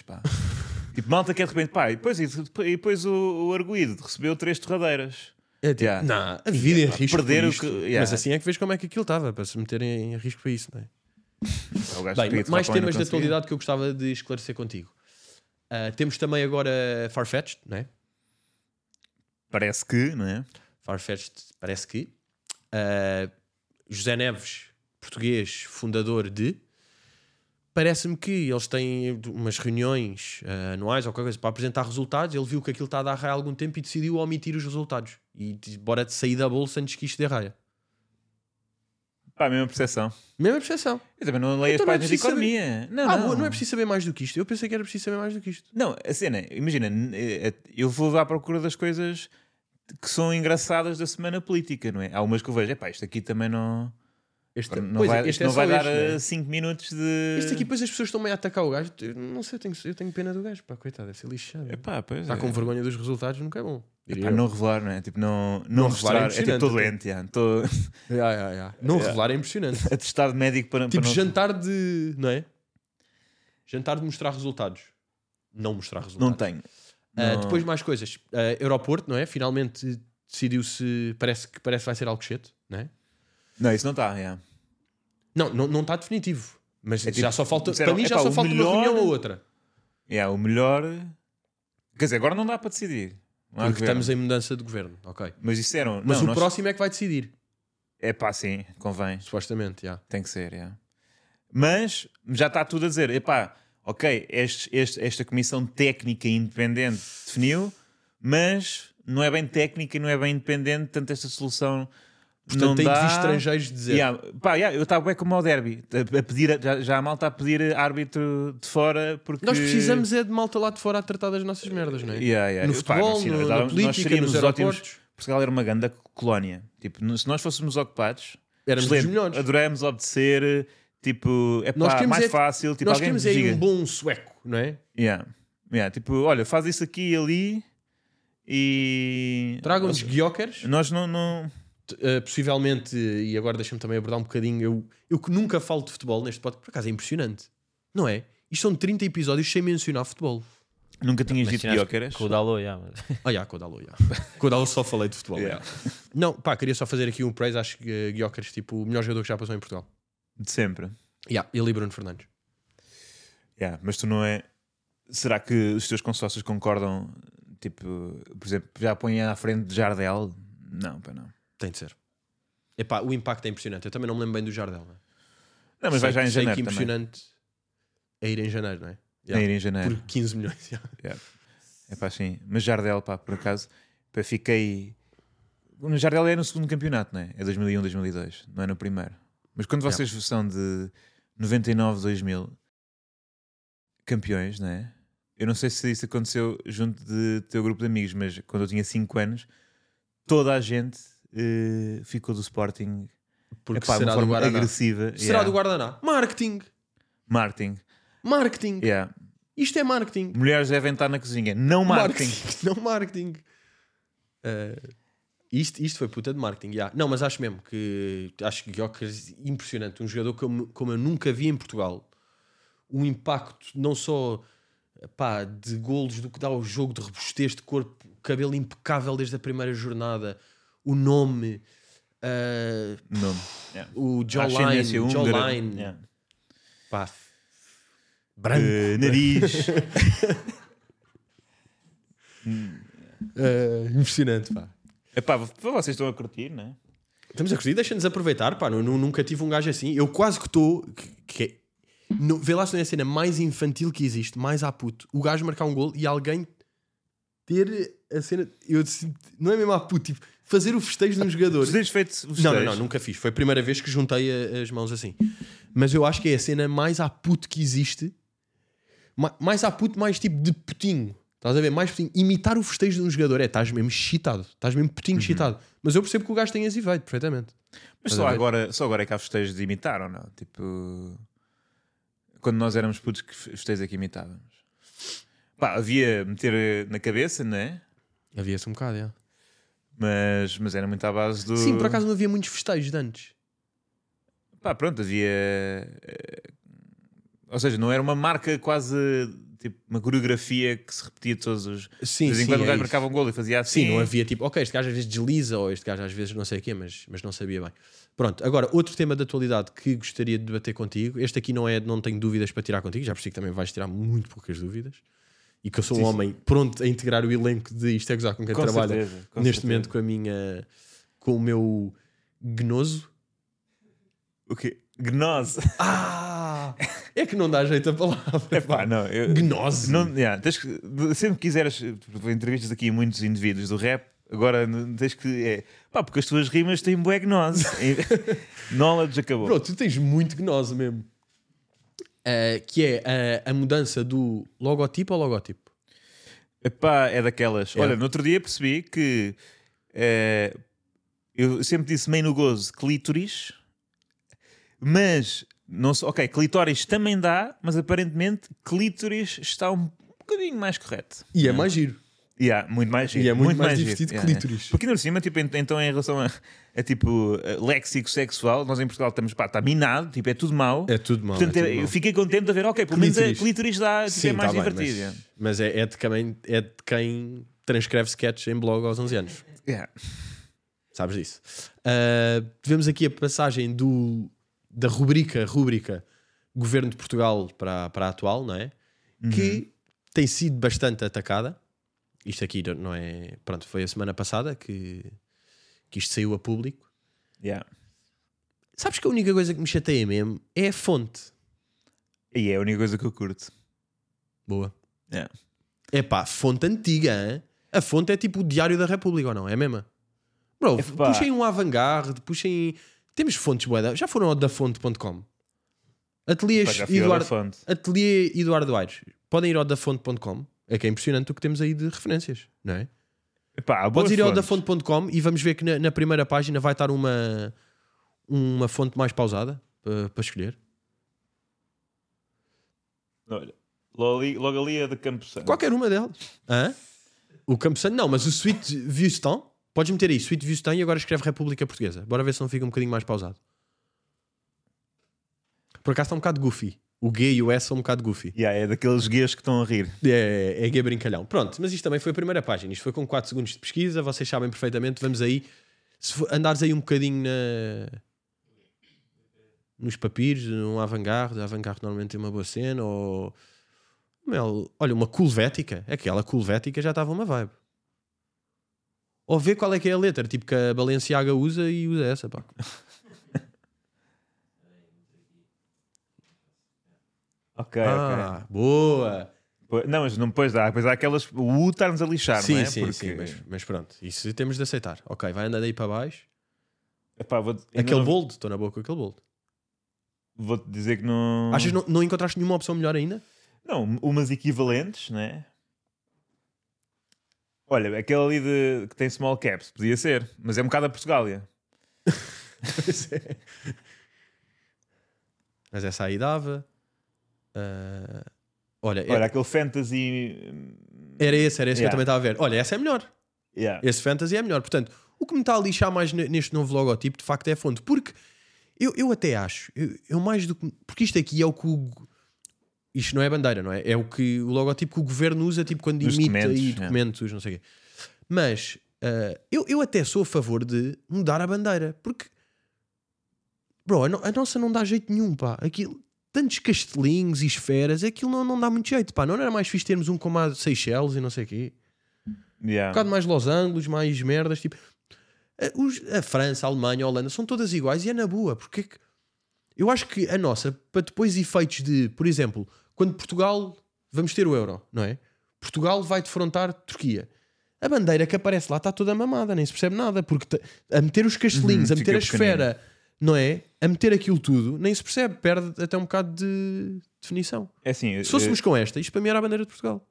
Speaker 2: pá. tipo, malta que é de repente, pá, e depois, e depois- e depois o, o arguído recebeu três torradeiras.
Speaker 1: É tipo,
Speaker 2: Yeah.
Speaker 1: nah, a vida é
Speaker 2: pá,
Speaker 1: risco.
Speaker 2: perder
Speaker 1: por
Speaker 2: o
Speaker 1: isto.
Speaker 2: que- yeah.
Speaker 1: Mas assim é que vês como é que aquilo estava, para se meterem em risco para isso, não é?
Speaker 2: Pá, o gajo
Speaker 1: Bem,
Speaker 2: queria te
Speaker 1: mais
Speaker 2: rapar e não
Speaker 1: temas de
Speaker 2: conseguia.
Speaker 1: atualidade que eu gostava de esclarecer contigo. Ah, temos também agora Farfetched, não é?
Speaker 2: Parece que, não é?
Speaker 1: Farfetched, parece que. Ah, José Neves, português, fundador de. Parece-me que eles têm umas reuniões ah, anuais ou qualquer coisa para apresentar resultados. Ele viu que aquilo está a dar raia há algum tempo e decidiu omitir os resultados. E diz, bora de sair da bolsa antes que isto dê raia.
Speaker 2: Pá, a mesma percepção.
Speaker 1: Mesma percepção.
Speaker 2: Eu também não leio
Speaker 1: Então
Speaker 2: as
Speaker 1: não é
Speaker 2: páginas de
Speaker 1: preciso saber.
Speaker 2: economia. Não,
Speaker 1: ah,
Speaker 2: não.
Speaker 1: boa, não é preciso saber mais do que isto. Eu pensei que era preciso saber mais do que isto.
Speaker 2: Não, a cena, imagina, n- eh, eh, eu vou à procura das coisas que são engraçadas da semana política, não é? Há umas que eu vejo, é pá, isto aqui também não.
Speaker 1: Este,
Speaker 2: não
Speaker 1: pois é,
Speaker 2: vai,
Speaker 1: este
Speaker 2: isto
Speaker 1: é
Speaker 2: não
Speaker 1: só
Speaker 2: vai né? dar eh,
Speaker 1: este, não é?
Speaker 2: 5 minutos de.
Speaker 1: Este aqui, depois as pessoas estão meio a atacar o gajo. Eu não sei, eu tenho, eu tenho pena do gajo. Pá, coitado, deve ser lixado.
Speaker 2: Epá, pois
Speaker 1: Está
Speaker 2: é.
Speaker 1: com vergonha dos resultados, nunca é bom. diria
Speaker 2: Epá,
Speaker 1: eu.
Speaker 2: não revelar, não é? Tipo, não,
Speaker 1: revelar é
Speaker 2: não, mostrar. É, tipo, estou
Speaker 1: impressionante,
Speaker 2: doente, já. Estou
Speaker 1: Ya, ya, ya. Não revelar é impressionante.
Speaker 2: atestado de médico para,
Speaker 1: tipo,
Speaker 2: para não.
Speaker 1: jantar de. Não é? Jantar de mostrar resultados. Não mostrar resultados.
Speaker 2: Não tenho.
Speaker 1: Ah,
Speaker 2: Não.
Speaker 1: Depois mais coisas. Ah, aeroporto, não é? Finalmente decidiu-se. Parece que parece que vai ser Alcochete, não é?
Speaker 2: Não, isso não está.
Speaker 1: Não, não, não está definitivo. Mas
Speaker 2: É tipo,
Speaker 1: já só falta.
Speaker 2: disseram,
Speaker 1: para mim já
Speaker 2: "Epá,
Speaker 1: só
Speaker 2: o
Speaker 1: falta uma
Speaker 2: melhor-
Speaker 1: reunião ou outra.
Speaker 2: É, o melhor. Quer dizer, agora não dá para decidir. Não há
Speaker 1: Porque
Speaker 2: governo.
Speaker 1: estamos em mudança de governo, ok.
Speaker 2: Mas disseram.
Speaker 1: Mas
Speaker 2: não,
Speaker 1: o
Speaker 2: nós-
Speaker 1: próximo é que vai decidir,
Speaker 2: É pá, sim, convém.
Speaker 1: supostamente, já.
Speaker 2: Tem que ser, é. Mas já está tudo a dizer. Epá, ok, este- este- esta comissão técnica independente definiu, mas não é bem técnica e não é bem independente, portanto esta solução
Speaker 1: Portanto,
Speaker 2: não
Speaker 1: tem
Speaker 2: dá.
Speaker 1: que vir estrangeiros dizer.
Speaker 2: Yeah, pá, yeah, eu estava bem como ao derby, a, a pedir, a- já, já a malta a pedir árbitro de fora porque...
Speaker 1: Nós precisamos é de malta lá de fora a tratar das nossas merdas, não é?
Speaker 2: Yeah, yeah.
Speaker 1: No
Speaker 2: Epá,
Speaker 1: futebol,
Speaker 2: imagina,
Speaker 1: no- na
Speaker 2: nós dávamos- nós
Speaker 1: política,
Speaker 2: seríamos
Speaker 1: nos
Speaker 2: os ótimos-
Speaker 1: aeroportos.
Speaker 2: Portugal era uma grande colónia. Tipo, no- se nós fôssemos ocupados,
Speaker 1: Éramos os melhores.
Speaker 2: Adorámos obedecer, tipo, é
Speaker 1: Nós
Speaker 2: pá,
Speaker 1: queremos
Speaker 2: mais
Speaker 1: é-
Speaker 2: fácil. Tipo,
Speaker 1: Nós
Speaker 2: alguém
Speaker 1: temos
Speaker 2: nos
Speaker 1: aí
Speaker 2: diga.
Speaker 1: um bom sueco, não é?
Speaker 2: Yeah. Yeah, Tipo, olha, faz isso aqui e ali e.
Speaker 1: Tragam-nos guiocas,
Speaker 2: Nós não. não...
Speaker 1: eh, possivelmente, eh, e agora deixa-me também abordar um bocadinho, eu, eu que nunca falo de futebol neste podcast, por acaso é impressionante, não é? Isto são 30 episódios sem mencionar futebol.
Speaker 2: Nunca tinhas dito
Speaker 3: Mencionaste
Speaker 2: Guiócaras.
Speaker 3: Com o Dalô, já. mas-
Speaker 1: Ah, já, Codalo, já. Codalo só falei de futebol,
Speaker 2: Yeah.
Speaker 1: já. Não, pá, queria só fazer aqui um praise, acho que eh, Guiocas, tipo, o melhor jogador que já passou em Portugal.
Speaker 3: é?
Speaker 2: De sempre.
Speaker 1: Já, ele e Bruno Fernandes.
Speaker 2: Yeah, mas tu não é. Será que os teus consórcios concordam? Tipo, por exemplo, já põem à frente de Jardel? Não, pá, não.
Speaker 1: Tem de ser. Epá, o impacto é impressionante. Eu também não me lembro bem do Jardel, não é?
Speaker 2: Não, Ah, mas vai já em
Speaker 1: sei
Speaker 2: janeiro
Speaker 1: que
Speaker 2: também.
Speaker 1: impressionante é ir em janeiro, não é?
Speaker 2: É ir em
Speaker 1: Já.
Speaker 2: janeiro.
Speaker 1: Por 15 milhões. já.
Speaker 2: É pá, sim. Mas Jardel, pá, por acaso, pá, fiquei. No Jardel é no segundo campeonato, não é? É 2001, 2002, não é no primeiro. Mas quando vocês são de 99, 2000 campeões, não é? Eu não sei se isso aconteceu junto de teu grupo de amigos, mas quando eu tinha 5 anos, toda a gente eh, ficou do Sporting
Speaker 1: Porque
Speaker 2: epá, de
Speaker 1: será
Speaker 2: uma
Speaker 1: do
Speaker 2: forma
Speaker 1: Guaraná.
Speaker 2: agressiva.
Speaker 1: Será
Speaker 2: Yeah.
Speaker 1: do Guaraná. Marketing.
Speaker 2: Marketing.
Speaker 1: Marketing.
Speaker 2: Yeah.
Speaker 1: Isto é marketing.
Speaker 2: Mulheres devem estar na cozinha, não marketing.
Speaker 1: Não marketing. Eh, isto, isto foi puta de marketing. já. Não, mas acho mesmo que acho que Gyökeres impressionante. Um jogador como, como eu nunca vi em Portugal. Um impacto não só pá, de golos do que dá ao jogo, de robustez de corpo, cabelo impecável desde a primeira jornada, o nome, eh,
Speaker 2: Nome. Yeah.
Speaker 1: o jawline,
Speaker 2: Ascendência húngara.
Speaker 1: é jawline
Speaker 2: Yeah.
Speaker 1: pá, branco.
Speaker 2: Eh, nariz.
Speaker 1: Eh, impressionante, pá.
Speaker 2: Epá, vo- vocês estão a curtir, não é?
Speaker 1: Estamos a curtir, deixa-nos aproveitar, pá. nu- nu- Nunca tive um gajo assim. Eu quase que estou. Que, que é- no- vê lá se não é a cena mais infantil que existe, mais à puto. O gajo marcar um gol e alguém ter a cena. Eu disse, não é mesmo à puto, tipo, fazer o festejo de um jogador.
Speaker 2: Os dedos feitos. Os
Speaker 1: Não, não,
Speaker 2: dedos.
Speaker 1: não, nunca fiz. Foi a primeira vez que juntei a- as mãos assim. Mas eu acho que é a cena mais à puto que existe. Ma- Mais à puto, mais tipo de putinho. Estás a ver? Mais putinho. Imitar o festejo de um jogador é, estás mesmo chitado. Estás mesmo putinho chitado. Mas eu percebo que o gajo tem esse efeito, perfeitamente. Estás
Speaker 2: Mas
Speaker 1: a
Speaker 2: só
Speaker 1: ver?
Speaker 2: agora, só agora é que há festejos de imitar ou não? Tipo. Quando nós éramos putos, que fe- festejos é que imitávamos? Pá, havia meter eh, na cabeça, não é?
Speaker 1: Havia-se um bocado, é.
Speaker 2: Mas, mas era muito à base do.
Speaker 1: Sim, por acaso não havia muitos festejos de antes.
Speaker 2: Pá, pronto, havia. eh, Ou seja, não era uma marca quase. Tipo, uma coreografia que se repetia todos os.
Speaker 1: Sim,
Speaker 2: de vez em
Speaker 1: sim,
Speaker 2: quando
Speaker 1: é
Speaker 2: o gajo
Speaker 1: isso.
Speaker 2: marcava um gol e fazia assim.
Speaker 1: Sim, não havia tipo, ok, este gajo às vezes desliza ou este gajo às vezes não sei o quê, mas, mas não sabia bem. Pronto, agora, outro tema de atualidade que gostaria de debater contigo. Este aqui não é, não tenho dúvidas para tirar contigo, já percebi que também vais tirar muito poucas dúvidas. E que eu sou um
Speaker 2: Sim, sim.
Speaker 1: homem pronto a integrar o elenco de isto é gozar com quem
Speaker 2: Com
Speaker 1: trabalha
Speaker 2: certeza, com
Speaker 1: neste
Speaker 2: certeza.
Speaker 1: momento com a minha, com o meu gnoso.
Speaker 2: O quê? Gnose.
Speaker 1: Ah! é que não dá jeito a palavra.
Speaker 2: É pá, não. Eu,
Speaker 1: Gnose.
Speaker 2: Não, yeah, tens que- sempre que quiseres, tu entrevistas aqui muitos indivíduos do rap, agora n- tens que. É, pá, porque as tuas rimas têm bué gnose. Knowledge acabou.
Speaker 1: Pronto, tu tens muito gnose mesmo. Ah, que é ah, a mudança do logotipo ao logotipo.
Speaker 2: Epá, é daquelas. Olha, no outro dia percebi que eh, eu sempre disse meio no gozo clítoris, mas não sei, ok, clitóris também dá, mas aparentemente clítoris está um bocadinho mais correto.
Speaker 1: E é mais giro.
Speaker 2: Yeah, muito mais
Speaker 1: E é muito mais
Speaker 2: giro.
Speaker 1: divertido que clítoris.
Speaker 2: Porque ainda por cima, tipo, ent- então em relação a, a, tipo a léxico sexual, nós em Portugal estamos, pá, está minado, tipo, é tudo mau.
Speaker 1: É tudo mal.
Speaker 2: Portanto, eu- eu fiquei contente de ver, ok, pelo menos a
Speaker 1: Clítoris.
Speaker 2: clítoris dá, tipo, é mais
Speaker 1: tá
Speaker 2: divertido.
Speaker 1: mas, mas é, é de quem, é de quem transcreve sketches em blog aos 11 anos.
Speaker 2: Yeah.
Speaker 1: Sabes disso. Uh, tivemos aqui a passagem do, da rubrica, rubrica Governo de Portugal para, para a atual, não é? Que tem sido bastante atacada. Isto aqui não é. Pronto, foi a semana passada que, que isto saiu a público.
Speaker 2: Yeah.
Speaker 1: Sabes que a única coisa que me chateia mesmo é a fonte.
Speaker 2: E é a única coisa que eu curto.
Speaker 1: Boa.
Speaker 2: Yeah.
Speaker 1: É pá, fonte antiga, hein? A fonte é tipo o Diário da República, ou não? É a mesma? Bro,
Speaker 2: Epá.
Speaker 1: puxem um avant-garde, puxem. Temos fontes boeda. Já foram ao dafonte.com?
Speaker 2: Pá,
Speaker 1: Ateliês
Speaker 2: já fui Eduardo...
Speaker 1: Eduardo,
Speaker 2: fonte.
Speaker 1: Ateliê Eduardo Aires. Podem ir ao dafonte.com. É que é impressionante o que temos aí de referências, não é?
Speaker 2: Epá, há boas
Speaker 1: Podes ir ao
Speaker 2: fontes.
Speaker 1: dafonte.com e vamos ver que na, na primeira página vai estar uma, uma fonte mais pausada para para escolher.
Speaker 2: Olha, logo ali, logo ali é de Campo Santo.
Speaker 1: Qualquer uma delas. Hã? O Campo Santo, não, mas o Suite Viustan, podes meter aí, Suite Viustan e agora escreve República Portuguesa. Bora ver se não fica um bocadinho mais pausado. Por acaso está um bocado goofy. O G e o S são um bocado goofy.
Speaker 2: Yeah, é daqueles guias que estão a rir.
Speaker 1: É, é gay brincalhão. Pronto, mas isto também foi a primeira página. Isto foi com 4 segundos de pesquisa, vocês sabem perfeitamente. Vamos aí. Se fo- andares aí um bocadinho na- nos papiros, num avant-garde, avant-garde normalmente tem uma boa cena, ou. Mel, olha, uma culvética. Aquela culvética já estava uma vibe. Ou vê qual é que é a letra, tipo que a Balenciaga usa e usa essa, pá.
Speaker 2: Ok, ok.
Speaker 1: ah, boa!
Speaker 2: Pois- Não, mas não, pois há, pois há aquelas. O U está-nos a lixar,
Speaker 1: sim,
Speaker 2: não é?
Speaker 1: sim, sim, mas, mas pronto, isso temos de aceitar. Ok, vai andando aí para baixo.
Speaker 2: Epá, vou,
Speaker 1: Aquele
Speaker 2: vou...
Speaker 1: boldo, estou na boca com aquele boldo.
Speaker 2: vou-te dizer que não.
Speaker 1: Achas que não, não encontraste nenhuma opção melhor ainda?
Speaker 2: Não, umas equivalentes, né? Olha, aquele ali de, que tem small caps, podia ser, mas é um bocado a Portugália.
Speaker 1: Mas essa aí dava. Ah, olha, é-
Speaker 2: Olha, aquele fantasy. hum,
Speaker 1: era esse, era esse que eu
Speaker 2: Yeah.
Speaker 1: também estava a ver. Olha, essa é melhor.
Speaker 2: Yeah.
Speaker 1: Esse fantasy é melhor. Portanto, o que me está a lixar mais ne- neste novo logotipo, de facto, é a fonte. Porque eu, eu até acho, eu, eu mais do que. Porque isto aqui é o que o. go- Isto não é bandeira, não é? É o, que, o logotipo que o governo usa, tipo quando
Speaker 2: Nos
Speaker 1: imita
Speaker 2: documentos,
Speaker 1: e
Speaker 2: yeah.
Speaker 1: documentos, não sei o quê. Mas ah, eu, eu até sou a favor de mudar a bandeira. Porque. Bro, a, no- a nossa não dá jeito nenhum, pá. Aquilo. Tantos castelinhos e esferas, aquilo não, não dá muito jeito, pá. Não era mais fixe termos um como a de Seychelles e não sei o quê um
Speaker 2: Yeah.
Speaker 1: bocado mais Los Angeles, mais merdas, tipo. A, os- a França, a Alemanha, a Holanda são todas iguais e é na boa. Porque é que- eu acho que a nossa, para depois efeitos de, por exemplo, quando Portugal vamos ter o euro, não é? Portugal vai defrontar Turquia. A bandeira que aparece lá está toda mamada, nem se percebe nada, porque ta- a meter os castelinhos,
Speaker 2: Uhum,
Speaker 1: a meter a
Speaker 2: fica
Speaker 1: esfera, não é? A meter aquilo tudo, nem se percebe, perde até um bocado de definição.
Speaker 2: É assim,
Speaker 1: Se
Speaker 2: eu-
Speaker 1: fôssemos com esta, isto para mim era a bandeira de Portugal.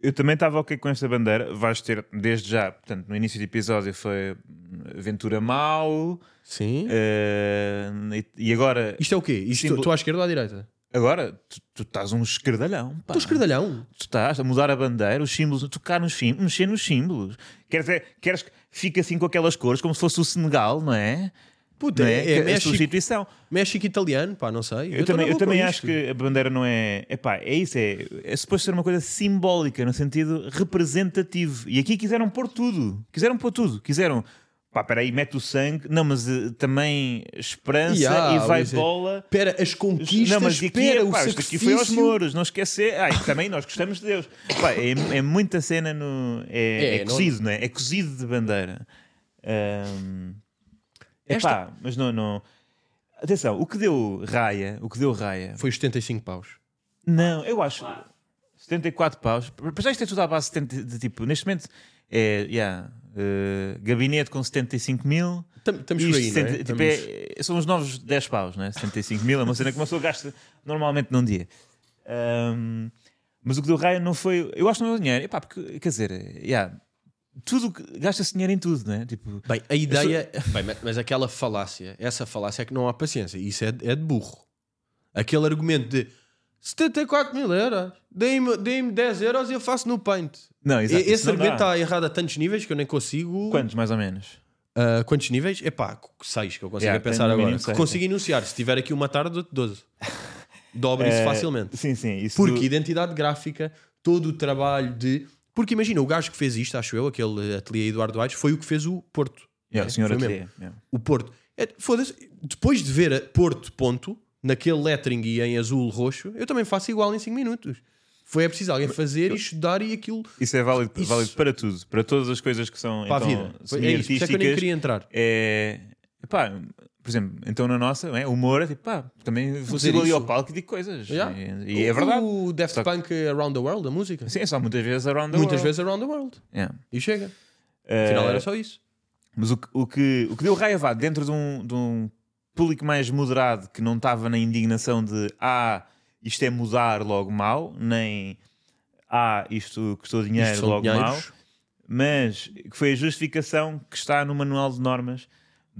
Speaker 2: Eu também estava ok com esta bandeira. Vais ter, desde já, portanto, no início do episódio foi hum, Ventura Mau.
Speaker 1: Sim.
Speaker 2: eh, e e agora,
Speaker 1: Isto é o quê? Isto
Speaker 2: Simbolo-
Speaker 1: estou à esquerda ou à direita?
Speaker 2: agora tu, tu estás um escardalhão. Pá.
Speaker 1: Tu escredalhão.
Speaker 2: Tu estás a mudar a bandeira, os símbolos, a tocar nos símbolos, mexer nos símbolos. Queres, é- queres que fique assim com aquelas cores, como se fosse o Senegal, não é?
Speaker 1: Puta,
Speaker 2: Não
Speaker 1: é, é
Speaker 2: Que- a
Speaker 1: México,
Speaker 2: substituição.
Speaker 1: México italiano, pá, não sei.
Speaker 2: Eu,
Speaker 1: tô na
Speaker 2: também, eu
Speaker 1: boa com
Speaker 2: também
Speaker 1: isto.
Speaker 2: acho que a bandeira não é. Epá, é isso, é, é suposto ser uma coisa simbólica, no sentido representativo. E aqui quiseram pôr tudo. Quiseram pôr tudo. Quiseram. Pá, peraí, mete o sangue. Não, mas eh, também esperança
Speaker 1: Ya,
Speaker 2: e vai
Speaker 1: pois é.
Speaker 2: bola.
Speaker 1: Espera, as conquistas,
Speaker 2: não, mas aqui,
Speaker 1: espera, o
Speaker 2: epá, isto aqui foi aos
Speaker 1: sacrifício.
Speaker 2: mouros, não esquecer. Ai, também nós gostamos de Deus. Pá, é, é muita cena no. É,
Speaker 1: É,
Speaker 2: é cozido, não... é? É cozido de bandeira. Ahm,
Speaker 1: Esta-
Speaker 2: Epá, mas não, não. Atenção, o que deu raia, o que deu raia.
Speaker 1: Foi os 75 paus.
Speaker 2: Não, eu acho. 74 paus. Mas já isto é tudo à base de, 70 de tipo, neste momento é, yeah, eh, gabinete com 75 mil.
Speaker 1: Tam- Estamos por aí, não é?
Speaker 2: tipo,
Speaker 1: Estamos-
Speaker 2: é- são os novos 10 paus, né? 75 mil é uma cena que uma pessoa gasta normalmente num dia. Ahm, mas o que deu raio não foi. Eu acho que não é dinheiro. Epá, porque, quer dizer, eh, yeah, tudo que- gasta-se dinheiro em tudo, né? Tipo,
Speaker 1: Bem, a ideia... Bem, mas, mas aquela falácia, essa falácia é que não há paciência. Isso é, de- é de burro. Aquele argumento de 74 mil euros, deem-me deem 10 euros e eu faço no paint.
Speaker 2: não, exato,
Speaker 1: E-
Speaker 2: isso
Speaker 1: Esse
Speaker 2: não
Speaker 1: argumento tá-
Speaker 2: dá.
Speaker 1: está errado a tantos níveis que eu nem consigo...
Speaker 2: Quantos, mais ou menos?
Speaker 1: Ah, quantos níveis? Epá, 6 que eu consigo
Speaker 2: Yeah,
Speaker 1: pensar
Speaker 2: tem no
Speaker 1: agora.
Speaker 2: mínimo
Speaker 1: Que
Speaker 2: seis,
Speaker 1: consigo enunciar. Se tiver aqui uma tarde, dou-te 12. Dobro isso
Speaker 2: Eh,
Speaker 1: facilmente.
Speaker 2: Sim, sim. Isso
Speaker 1: Porque
Speaker 2: do-
Speaker 1: identidade gráfica, todo o trabalho de. Porque imagina, o gajo que fez isto, acho eu, aquele ateliê Eduardo Aires, foi o que fez o Porto. É,
Speaker 2: Yeah, o senhor
Speaker 1: foi
Speaker 2: Ateliê,
Speaker 1: mesmo.
Speaker 2: yeah.
Speaker 1: O Porto. É, Foda-se, depois de ver a Porto ponto, naquele lettering e em azul roxo, eu também faço igual em 5 minutos. Foi é preciso alguém fazer e estudar e aquilo
Speaker 2: Isso é válido,
Speaker 1: Isso-
Speaker 2: válido para tudo, para todas as coisas que são
Speaker 1: para
Speaker 2: então,
Speaker 1: a vida. Foi- É isso, por isso é que eu nem
Speaker 2: semi-artísticas.
Speaker 1: queria entrar.
Speaker 2: é pá, por exemplo, então na nossa, não é? o humor é tipo, pá, também vou
Speaker 1: Fazer
Speaker 2: sigo ali
Speaker 1: isso.
Speaker 2: ao palco e digo coisas.
Speaker 1: Yeah.
Speaker 2: E, e é verdade.
Speaker 1: O Daft
Speaker 2: Só que-
Speaker 1: Punk eh, Around the World, a música.
Speaker 2: Sim, é só muitas vezes around the
Speaker 1: Muitas
Speaker 2: world.
Speaker 1: vezes Around the World.
Speaker 2: Yeah.
Speaker 1: E chega.
Speaker 2: Eh,
Speaker 1: Afinal era só isso.
Speaker 2: Mas o que, o que, o que deu raivado dentro de um, de um público mais moderado que não estava na indignação de ah, isto é mudar logo mal, nem ah, isto custou dinheiro
Speaker 1: Isto são
Speaker 2: logo
Speaker 1: dinheiros.
Speaker 2: mal, mas que foi a justificação que está no manual de normas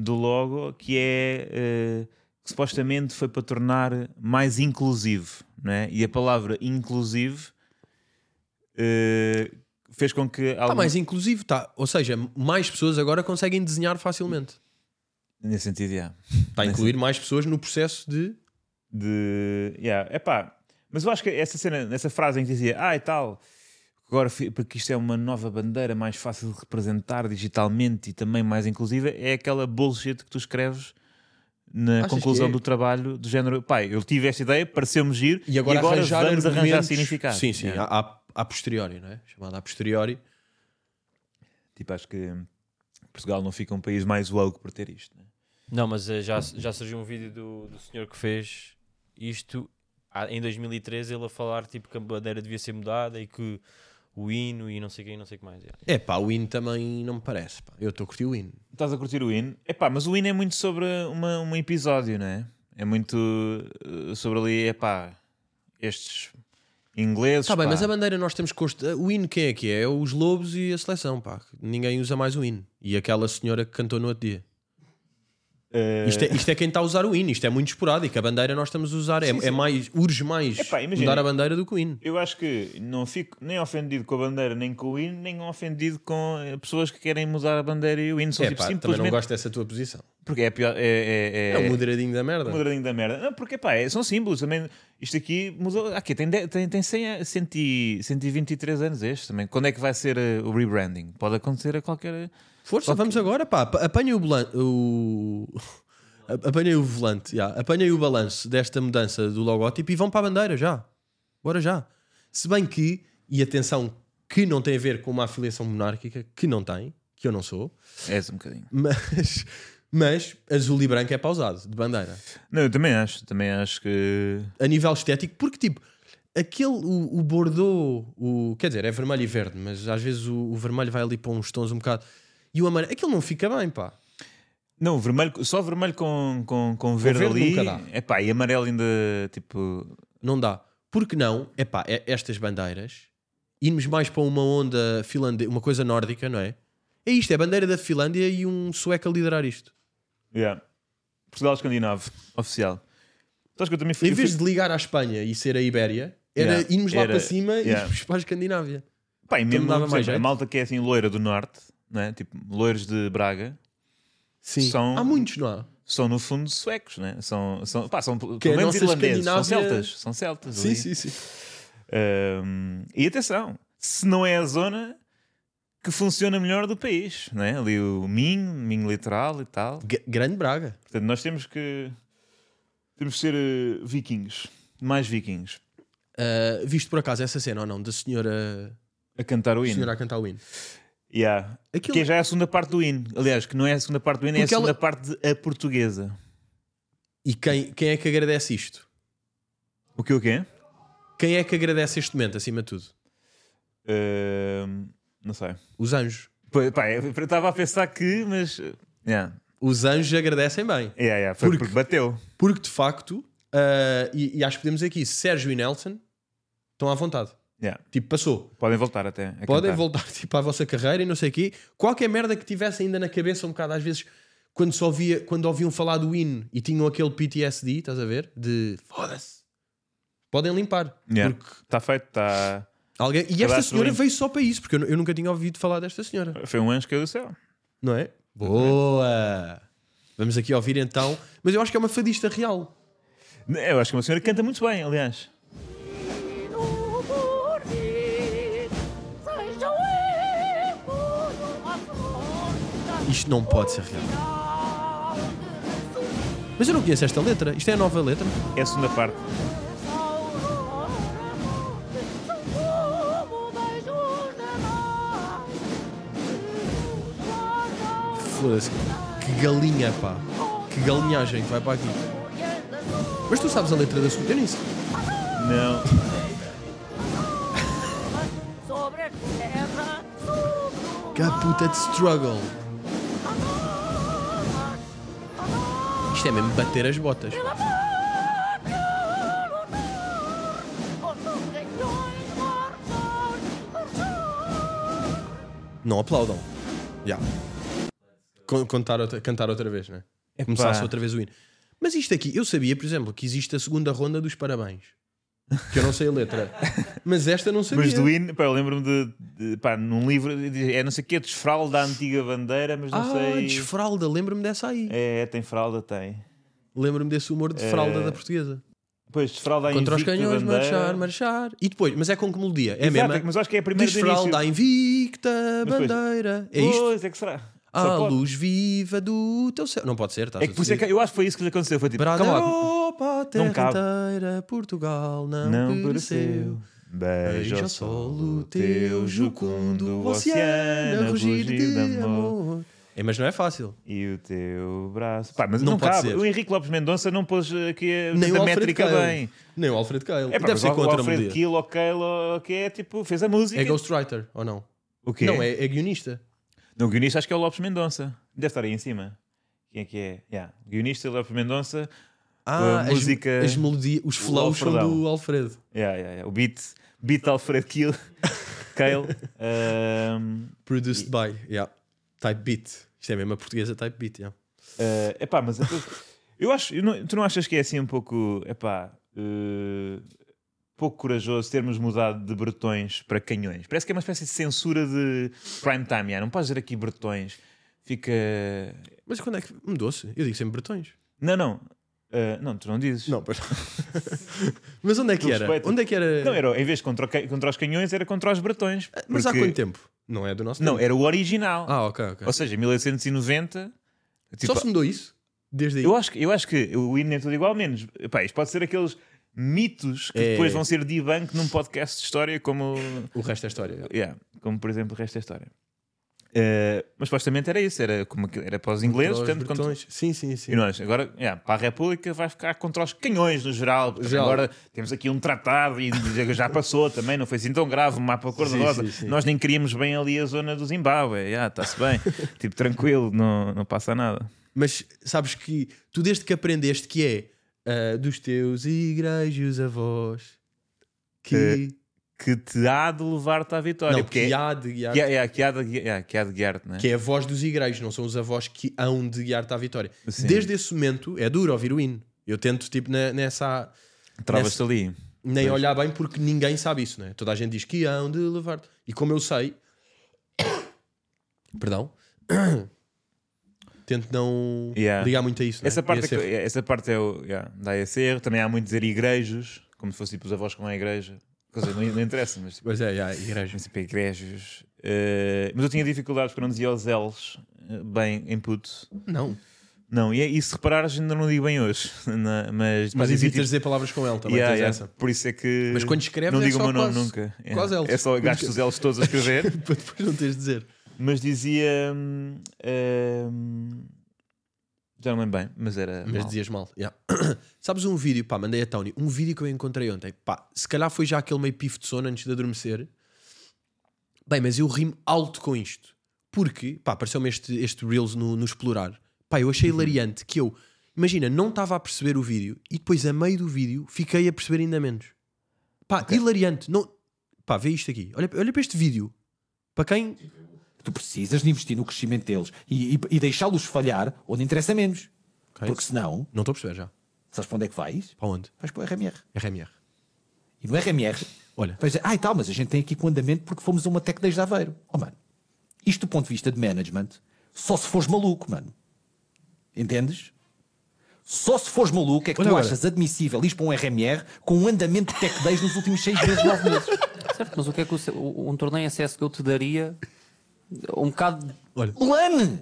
Speaker 2: do logo, que é eh, que supostamente foi para tornar mais inclusivo, não é? E a palavra inclusivo eh, fez com que
Speaker 1: Está
Speaker 2: algum-
Speaker 1: mais inclusivo, tá. Ou seja, mais pessoas agora conseguem desenhar facilmente.
Speaker 2: nesse sentido, yeah.
Speaker 1: Está a incluir mais pessoas no processo de.
Speaker 2: de. Yeah, epá. Mas eu acho que essa cena, essa frase em que dizia, ah e tal, agora fi- porque isto é uma nova bandeira mais fácil de representar digitalmente e também mais inclusiva, é aquela bullshit que tu escreves na
Speaker 1: Achas
Speaker 2: conclusão
Speaker 1: que é?
Speaker 2: do trabalho, do género, pai, eu tive esta ideia, pareceu-me giro,
Speaker 1: E agora, arranjar
Speaker 2: vamos arranjar
Speaker 1: argumentos-
Speaker 2: significado.
Speaker 1: Sim, sim, ah.
Speaker 2: Yeah.
Speaker 1: a, a- a posteriori, não é? Chamada a posteriori.
Speaker 2: Tipo, acho que Portugal não fica um país mais woke por ter isto. Né?
Speaker 3: Não, mas eh, já, já surgiu um vídeo do, do senhor que fez isto ah, em 2013, ele a falar tipo que a bandeira devia ser mudada e que o hino e não sei quem, não sei o que mais. yeah.
Speaker 1: É pá, o hino também não me parece. pá. Eu estou a curtir o hino.
Speaker 2: Estás a curtir o hino? Epá, mas o hino é muito sobre uma, um episódio, não é? É muito uh, sobre ali, epá, estes ingleses.
Speaker 1: Está Tá bem,
Speaker 2: pá.
Speaker 1: mas a bandeira nós temos que. const- O hino quem é que é? É os lobos e a seleção, pá. Ninguém usa mais o hino. E aquela senhora que cantou no outro dia.
Speaker 2: Eh,
Speaker 1: Isto é, isto é quem está a usar o hino, isto é muito esporádico. A bandeira nós estamos a usar, é, é mais, urge mais
Speaker 2: Epá, imagina.
Speaker 1: mudar a bandeira do que o hino.
Speaker 2: Eu acho que não fico nem ofendido com a bandeira, nem com o hino, nem ofendido com eh, pessoas que querem mudar a bandeira e o hino. São
Speaker 1: Epá,
Speaker 2: tipo,
Speaker 1: É, também não
Speaker 2: simplesmente.
Speaker 1: gosto dessa tua posição.
Speaker 2: Porque é pior. É, é, é,
Speaker 1: É, um moderadinho da merda.
Speaker 2: moderadinho da merda. Não, porque pá, é- são símbolos também. Isto aqui mudou. ah, Aqui tem, de- tem, tem 100, a- 100, e- 123 anos este também. Quando é que vai ser eh, o rebranding? Pode acontecer a qualquer.
Speaker 1: Força, vamos agora, pá. Ap- Apanhem o, blan- o... a- apanhem o volante, já. apanhem o balanço desta mudança do logótipo e vão para a bandeira já. Bora já. Se bem que, e atenção, que não tem a ver com uma afiliação monárquica, que não tem, que eu não sou,
Speaker 2: É um bocadinho.
Speaker 1: mas, mas azul e branco é pausado, de bandeira.
Speaker 2: Não, eu também acho, também acho que.
Speaker 1: a nível estético, porque tipo, aquele, o, o Bordeaux, o, quer dizer, é vermelho e verde, mas às vezes o, o vermelho vai ali para uns tons um bocado. E o amarelo, aquilo não fica bem, pá.
Speaker 2: Não, o vermelho, só vermelho com, com, com verde,
Speaker 1: verde
Speaker 2: ali.
Speaker 1: nunca dá.
Speaker 2: É pá, e amarelo ainda tipo.
Speaker 1: Não dá. Porque não, é pá, é- estas bandeiras, irmos mais para uma onda finlandesa, uma coisa nórdica, não é? É isto, é a bandeira da Finlândia e um sueco a liderar isto.
Speaker 2: Yeah. Portugal escandinavo, oficial. Sabes que eu também fui.
Speaker 1: Em vez de ligar à Espanha e ser a Ibéria, era
Speaker 2: Yeah,
Speaker 1: irmos lá
Speaker 2: era-
Speaker 1: para cima
Speaker 2: yeah.
Speaker 1: e irmos para a Escandinávia.
Speaker 2: Pá, e mesmo
Speaker 1: dava
Speaker 2: por
Speaker 1: mais
Speaker 2: exemplo, a
Speaker 1: jeito.
Speaker 2: malta que é assim loira do norte, né? tipo loiros de Braga,
Speaker 1: Sim.
Speaker 2: São-
Speaker 1: Há muitos, não há?
Speaker 2: são no fundo suecos, né? são, são, pá, são pelo
Speaker 1: Que é a
Speaker 2: menos
Speaker 1: nossa
Speaker 2: irlandeses, são
Speaker 1: Escandinávia-
Speaker 2: celtas. São celtas
Speaker 1: Sim,
Speaker 2: ali.
Speaker 1: sim, sim.
Speaker 2: Um, e atenção, se não é a zona que funciona melhor do país, né? ali o Minho, Minho Litoral e tal.
Speaker 1: G- grande Braga.
Speaker 2: Portanto, nós temos que temos que ser eh, vikings, mais vikings,
Speaker 1: Uh, visto por acaso essa cena ou não, da senhora,
Speaker 2: a cantar o hino.
Speaker 1: senhora a cantar o hino.
Speaker 2: Yeah.
Speaker 1: Aquilo-
Speaker 2: Que já é a segunda parte do hino. Aliás, que não é a segunda parte do hino, é a
Speaker 1: Porque ela-
Speaker 2: segunda parte de a portuguesa.
Speaker 1: E quem, quem é que agradece isto?
Speaker 2: O que o quê?
Speaker 1: Quem é que agradece este momento, acima de tudo?
Speaker 2: Ehm, não sei.
Speaker 1: Os anjos.
Speaker 2: Pois, pá, eu estava a pensar que, mas. Yeah.
Speaker 1: Os anjos agradecem bem.
Speaker 2: Yeah, yeah, foi
Speaker 1: Porque-
Speaker 2: porque bateu.
Speaker 1: Porque de facto, uh, e, e acho que podemos aqui, Sérgio e Nelson estão à vontade.
Speaker 2: Yeah.
Speaker 1: Tipo, passou.
Speaker 2: Podem voltar até. a
Speaker 1: Podem
Speaker 2: cantar.
Speaker 1: voltar tipo, à vossa carreira e não sei o quê. Qualquer merda que tivesse ainda na cabeça, um bocado às vezes, quando, só via, quando ouviam falar do hino e tinham aquele PTSD, estás a ver? De foda-se. Podem limpar.
Speaker 2: Yeah.
Speaker 1: Porque
Speaker 2: Está feito, tá- está.
Speaker 1: Alguém- E esta
Speaker 2: Cadastro
Speaker 1: senhora
Speaker 2: limpo.
Speaker 1: veio só para isso, porque eu, nu- eu nunca tinha ouvido falar desta senhora,
Speaker 2: Foi um anjo que caiu do céu.
Speaker 1: não é? Boa! Vamos aqui ouvir então, mas eu acho que é uma fadista real.
Speaker 2: Eu acho que uma senhora que canta muito bem, aliás.
Speaker 4: dormir. Sejam
Speaker 1: Isto não pode ser real. Mas eu não conheço esta letra. Isto é a nova letra.
Speaker 2: É a segunda parte.
Speaker 1: Foda-se. Que galinha, pá. Que galinhagem que vai para aqui. Mas tu sabes a letra da segunda? Eu nem sei.
Speaker 2: Não.
Speaker 4: Sobre a terra, sobre o
Speaker 1: Que a puta de struggle. Isto é mesmo bater as botas. Não aplaudam. Já. Con- Contar outra, cantar outra vez, né?
Speaker 2: Epá.
Speaker 1: Começasse outra vez o hino. Mas isto aqui, eu sabia, por exemplo, que existe a segunda ronda dos parabéns. Que eu não sei a letra. Mas esta não sabia.
Speaker 2: Mas do hino, pá, eu lembro-me de, de- pá, num livro, diz- é não sei o quê, desfralda da antiga bandeira, mas não
Speaker 1: ah,
Speaker 2: sei.
Speaker 1: desfralda, lembro-me dessa aí.
Speaker 2: É, tem fralda, tem.
Speaker 1: Lembro-me desse humor de fralda
Speaker 2: É.
Speaker 1: da portuguesa.
Speaker 2: Pois, desfralda a
Speaker 1: Contra os
Speaker 2: invicta
Speaker 1: canhões,
Speaker 2: bandeira.
Speaker 1: marchar, marchar. E depois, mas é com que melodia? É
Speaker 2: Exato,
Speaker 1: mesmo?
Speaker 2: mas acho que é a primeira do início.
Speaker 1: Desfralda a invicta
Speaker 2: Mas depois-
Speaker 1: bandeira. É isto? Ah,
Speaker 2: Pois, é que será.
Speaker 1: A
Speaker 2: Só pode.
Speaker 1: luz viva do teu céu. Não pode ser, tá
Speaker 2: É que por isso é que eu acho que foi isso que lhe aconteceu. Foi tipo,
Speaker 1: Para a
Speaker 2: calma lá.
Speaker 1: Europa, a terra
Speaker 2: cabe.
Speaker 1: inteira, Portugal não,
Speaker 2: Não
Speaker 1: pereceu.
Speaker 2: pareceu.
Speaker 1: Beija
Speaker 2: Beija
Speaker 1: o
Speaker 2: o
Speaker 1: sol
Speaker 2: solo
Speaker 1: o teu jucundo oceano, a rugir de amor. É, mas não é fácil.
Speaker 2: E o teu braço. Pá, mas
Speaker 1: Não
Speaker 2: não,
Speaker 1: pode
Speaker 2: cabe.
Speaker 1: ser.
Speaker 2: O Henrique Lopes Mendonça não pôs aqui a,
Speaker 1: Nem o
Speaker 2: a
Speaker 1: Alfred
Speaker 2: métrica
Speaker 1: Keil.
Speaker 2: bem.
Speaker 1: Nem o Alfred Keil.
Speaker 2: É, pá,
Speaker 1: Deve
Speaker 2: mas
Speaker 1: ser
Speaker 2: o-
Speaker 1: contra
Speaker 2: o
Speaker 1: a
Speaker 2: Alfred
Speaker 1: melodia.
Speaker 2: Kill, o Keilo, que é tipo, fez a música.
Speaker 1: É ghostwriter, ou não?
Speaker 2: O quê?
Speaker 1: Não, é, é guionista.
Speaker 2: No guionista acho que é o Lopes Mendonça. Deve estar aí em cima. Quem é que é? Yeah. Guionista Lopes Mendonça.
Speaker 1: Ah,
Speaker 2: A
Speaker 1: as,
Speaker 2: música-
Speaker 1: as melodias, os flows são
Speaker 2: Alfredão.
Speaker 1: do Alfredo.
Speaker 2: Yeah, yeah, yeah. O beat, beat Alfred Kill. Kale. Um, Ahm,
Speaker 1: Produced by, yeah. Type beat. Isto é mesmo a portuguesa type beat, yeah.
Speaker 2: Eh, epá, mas depois- eu acho, eu não- tu não achas que é assim um pouco, epá, eh, pouco corajoso termos mudado de bretões para canhões? Parece que é uma espécie de censura de prime time, yeah, não podes dizer aqui bretões, fica.
Speaker 1: Mas quando é que mudou-se? Eu digo sempre bretões.
Speaker 2: Não, não, Eh, não, tu não dizes.
Speaker 1: Não, pois. Mas onde é que
Speaker 2: Tu
Speaker 1: era?
Speaker 2: respeita.
Speaker 1: Onde é que era?
Speaker 2: Não, era em vez de contra, o ca- contra os canhões, era contra os bretões.
Speaker 1: Eh, Mas há
Speaker 2: porque-
Speaker 1: quanto tempo? Não é do nosso
Speaker 2: Não,
Speaker 1: tempo.
Speaker 2: era o original.
Speaker 1: Ah, ok, ok.
Speaker 2: Ou seja, 1890. tipo,
Speaker 1: Só se mudou isso? Desde aí.
Speaker 2: Eu acho, que- eu acho que o hino é tudo igual, menos. Epá, isto pode ser aqueles mitos que
Speaker 1: É.
Speaker 2: depois vão ser debank num podcast de história, como,
Speaker 1: O resto é história.
Speaker 2: yeah, como por exemplo o resto da história. Eh, mas supostamente era isso, era, como, aquilo- era para os ingleses,
Speaker 1: Contra os
Speaker 2: portanto, contra-
Speaker 1: bretões. Sim, sim, sim.
Speaker 2: e é? nós, agora, yeah, para a República vai ficar contra os canhões no geral. Portanto,
Speaker 1: Geral.
Speaker 2: Agora temos aqui um tratado e já passou também, não foi assim tão grave, um mapa cor-de-rosa.
Speaker 1: Sim, sim, sim.
Speaker 2: Nós nem queríamos bem ali a zona do Zimbábue. Yeah, Está-se bem, tipo, tranquilo, não, não passa nada.
Speaker 1: Mas sabes que tu desde que aprendeste que é ah, dos teus igrejos avós que...
Speaker 2: Que te há de levar-te à vitória.
Speaker 1: Não,
Speaker 2: porque
Speaker 1: que
Speaker 2: é-
Speaker 1: há de guiar.
Speaker 2: Que, é- é, que, há de, gui- é, que há de guiar-te, né?
Speaker 1: Que é a voz dos igrejos, não são os avós que hão de guiar-te à vitória.
Speaker 2: Sim.
Speaker 1: Desde esse momento é duro ouvir o hino. Eu tento, tipo, na- nessa.
Speaker 2: Travas-te ali.
Speaker 1: nem
Speaker 2: Pois.
Speaker 1: olhar bem porque ninguém sabe isso, né? Toda a gente diz que hão de levar-te. E como eu sei, perdão, tento não
Speaker 2: Yeah.
Speaker 1: ligar muito a isso. né?
Speaker 2: Essa parte, é
Speaker 1: Esse
Speaker 2: que-
Speaker 1: erro.
Speaker 2: é- essa parte é o. Yeah, dá esse erro. Também há muito dizer igrejos, como se fosse tipo os avós com a igreja. Coisa, não, não interessa, mas tipo,
Speaker 1: Pois é, yeah, igreja.
Speaker 2: mas, tipo igrejos. Eh, mas eu tinha dificuldades porque eu não dizia os L's eh, bem em puto.
Speaker 1: Não,
Speaker 2: Não, e, é- e se reparares, ainda não digo bem hoje. na- mas
Speaker 1: mas
Speaker 2: mas dizia,
Speaker 1: evitas dizer palavras com ele
Speaker 2: tipo,
Speaker 1: também.
Speaker 2: yeah,
Speaker 1: tens
Speaker 2: yeah,
Speaker 1: essa.
Speaker 2: Por isso é que.
Speaker 1: Mas quando escreves
Speaker 2: Não
Speaker 1: é
Speaker 2: digo
Speaker 1: só
Speaker 2: o meu nome
Speaker 1: quase-
Speaker 2: nunca. É,
Speaker 1: quase L's.
Speaker 2: é só gasto
Speaker 1: Nunca.
Speaker 2: os L's todos a escrever.
Speaker 1: Para depois não teres de dizer.
Speaker 2: Mas dizia. hum, hum, já não lembro bem, mas era.
Speaker 1: Mas
Speaker 2: mal.
Speaker 1: dizias mal. yeah. Sabes um vídeo, pá, mandei a Tony, um vídeo que eu encontrei ontem. Pá, se calhar foi já aquele meio pif de sono antes de adormecer. Bem, mas eu rimo alto com isto. Porque, pá, apareceu-me este, este Reels no, no Explorar. Pá, eu
Speaker 5: Uhum.
Speaker 1: achei hilariante que eu, imagina, não estava a perceber o vídeo e depois, a meio do vídeo, fiquei a perceber ainda menos. Pá, hilariante. Não... Pá, vê isto aqui. Olha, olha para este vídeo. Para quem.
Speaker 6: Tu precisas de investir no crescimento deles e, e- e deixá-los falhar onde interessa menos.
Speaker 1: Ok.
Speaker 6: Porque senão,
Speaker 1: Não estou a perceber já.
Speaker 6: sabes para onde é que vais?
Speaker 1: Para onde?
Speaker 6: Vais para o RMR.
Speaker 1: RMR.
Speaker 6: E no RMR,
Speaker 1: Olha.
Speaker 6: vais dizer, ah, e tal, mas a gente tem aqui com andamento porque fomos a uma tech desde Aveiro. Oh, mano, isto do ponto de vista de management, só se fores maluco, mano. Entendes? Só se fores maluco é que
Speaker 1: Olha
Speaker 6: tu
Speaker 1: agora.
Speaker 6: achas admissível ir para um RMR com um andamento de tech days nos últimos 6 meses, 9 meses.
Speaker 5: Certo, mas o que é que o, C- o- um torneio em CSGO te daria? Um bocado.
Speaker 1: Olha.
Speaker 6: LAN!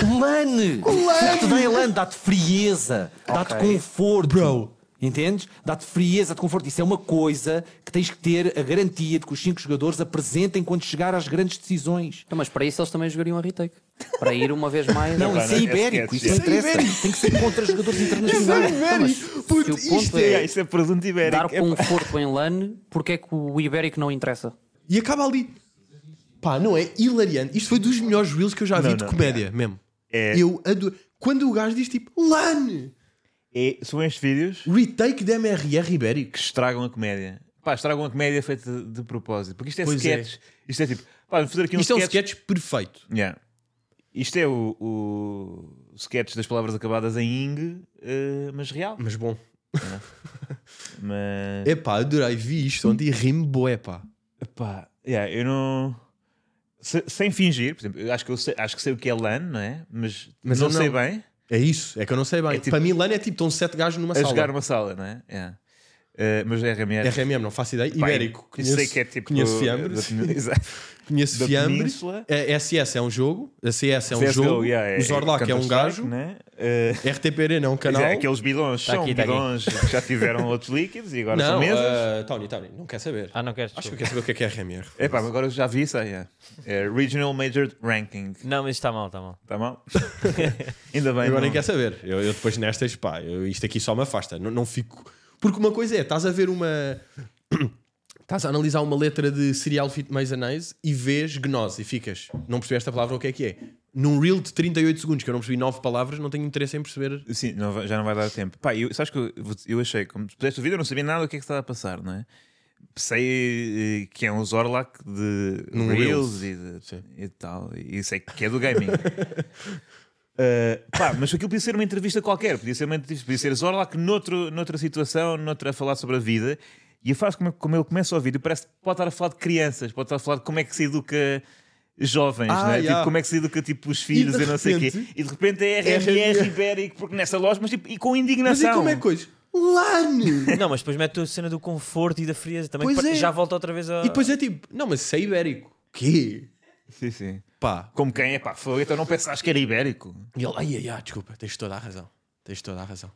Speaker 6: Lane! Porque vem a lane, dá-te frieza, dá-te
Speaker 5: Ok.
Speaker 6: conforto. Bro. Entendes? Dá-te frieza, de conforto. Isso é uma coisa que tens que ter a garantia de que os cinco jogadores apresentem quando chegar às grandes decisões.
Speaker 5: Não, mas para isso eles também jogariam a retake. Para ir uma vez mais.
Speaker 6: Não,
Speaker 5: a-
Speaker 6: isso é
Speaker 2: não,
Speaker 6: ibérico,
Speaker 2: esquece,
Speaker 6: isso não
Speaker 1: isso é
Speaker 6: interessa. Tem que ser contra jogadores internacionais.
Speaker 1: Ibérico! é Puto,
Speaker 5: Tá, se o ponto
Speaker 1: isto
Speaker 5: é-
Speaker 1: é...
Speaker 2: Yeah, Isso é presunto ibérico.
Speaker 5: dar
Speaker 2: É
Speaker 1: um
Speaker 2: pá.
Speaker 5: conforto em LAN, porque é que o Ibérico não interessa?
Speaker 1: E acaba ali. Pá, não é? Hilariante. Isto foi dos melhores reels que eu já vi
Speaker 2: Não,
Speaker 1: de
Speaker 2: não,
Speaker 1: comédia, mesmo.
Speaker 2: É.
Speaker 1: Eu adoro. Quando o gajo diz tipo, LAN!
Speaker 2: É- são estes vídeos
Speaker 1: Retake de MRR
Speaker 2: que
Speaker 1: Ibérico.
Speaker 2: estragam a comédia. Pá, estragam a comédia feita de, de propósito. Porque isto é
Speaker 1: Pois
Speaker 2: sketch. Isto é tipo, pá, vamos fazer aqui um
Speaker 1: Isto é um
Speaker 2: sketch.
Speaker 1: sketch perfeito.
Speaker 2: Yeah. Isto é o, o sketch das palavras acabadas em ing, eh, mas real.
Speaker 1: Mas bom.
Speaker 2: Mas.
Speaker 1: Epá, adorei. Vi isto ontem e rime boé, pá.
Speaker 2: Epá, yeah, eu não. Se- sem fingir, por exemplo, eu acho que, eu sei, acho que sei o que é LAN, não é? Mas,
Speaker 1: Mas
Speaker 2: não
Speaker 1: eu
Speaker 2: sei
Speaker 1: não.
Speaker 2: bem
Speaker 1: É isso. É que eu não sei bem.
Speaker 2: É tipo-
Speaker 1: Para mim, LAN é tipo, estão sete gajos numa
Speaker 2: a
Speaker 1: sala. É
Speaker 2: jogar uma sala, não é? Yeah. Eh, mas RMR.
Speaker 1: RMM, não faço ideia.
Speaker 2: pá,
Speaker 1: Ibérico.
Speaker 2: eu
Speaker 1: Conheço,
Speaker 2: sei que é tipo.
Speaker 1: Conheço
Speaker 2: da-
Speaker 1: Fiambre.
Speaker 2: da- Exato.
Speaker 1: Conheço
Speaker 2: da
Speaker 1: Fiambre.
Speaker 2: Península.
Speaker 1: A SS é um jogo. A CS é um
Speaker 2: CSGO,
Speaker 1: jogo.
Speaker 2: yeah, é-
Speaker 1: o Zorlac é, um
Speaker 2: Counter-Strike,
Speaker 1: gajo.
Speaker 2: Né? Eh,
Speaker 1: RTP Arena é um canal.
Speaker 2: é, aqueles bidões
Speaker 3: Tá
Speaker 2: são
Speaker 3: aqui, tá aqui.
Speaker 2: bidões que já tiveram outros líquidos e agora são
Speaker 1: Não,
Speaker 2: mesas.
Speaker 1: ah, Tony, Tony, não quer saber.
Speaker 3: Ah, não queres?
Speaker 1: Acho que eu
Speaker 3: desculpa.
Speaker 1: quero saber o que é que é RMR.
Speaker 2: Epá, mas agora eu já vi isso aí. É. É Regional Major Ranking.
Speaker 3: Não, mas está mal, está mal.
Speaker 2: Tá mal? Ainda bem.
Speaker 1: Agora é
Speaker 2: não.
Speaker 1: nem quer saber. Eu, eu depois nestas, pá, eu- isto aqui só me afasta. Não, não fico. Porque uma coisa é, estás a ver uma. Estás a analisar uma letra de Serial Fit Maisonnaise e vês gnose e ficas. Não percebi esta palavra, o que é que é? Num reel de 38 segundos, que eu não percebi 9 palavras, não tenho interesse em perceber.
Speaker 2: Sim, não vai- já não vai dar tempo. Pá, eu, sabes que eu, eu achei, como tu puseste o vídeo, eu não sabia nada do que é que estava a passar, não é? Sei eh, que é um Zorlac de
Speaker 1: Num
Speaker 2: Reels, e,
Speaker 1: Sim.
Speaker 2: de, e tal, e sei que é do gaming. Eh, pá, mas aquilo podia ser uma entrevista qualquer, podia ser uma entrevista, podia ser Zorlac noutro, noutra situação, noutra a falar sobre a vida. E a frase como, como ele começa o vídeo parece que pode estar a falar de crianças, pode estar a falar de como é que se educa jovens,
Speaker 1: Ah,
Speaker 2: não é?
Speaker 1: yeah.
Speaker 2: Tipo, como é que se educa tipo, os filhos e,
Speaker 1: de
Speaker 2: não sei o quê.
Speaker 1: repente-
Speaker 2: E de repente é RMR ibérico, porque nessa loja, mas tipo, e com
Speaker 1: Mas
Speaker 2: indignação.
Speaker 1: e como é coisa? LAN!
Speaker 3: Não, mas depois mete a cena do conforto e da frieza também.
Speaker 1: Pois
Speaker 3: que pa-
Speaker 1: é.
Speaker 3: Já volta outra vez a.
Speaker 1: e depois é tipo, não, mas isso é ibérico. Quê?
Speaker 2: Sim, sim.
Speaker 1: Pá.
Speaker 2: Como quem é pá, fogo, então não pensaste que era ibérico.
Speaker 1: E ele, ai, ai, ai, desculpa, tens toda a razão. Tens toda a razão.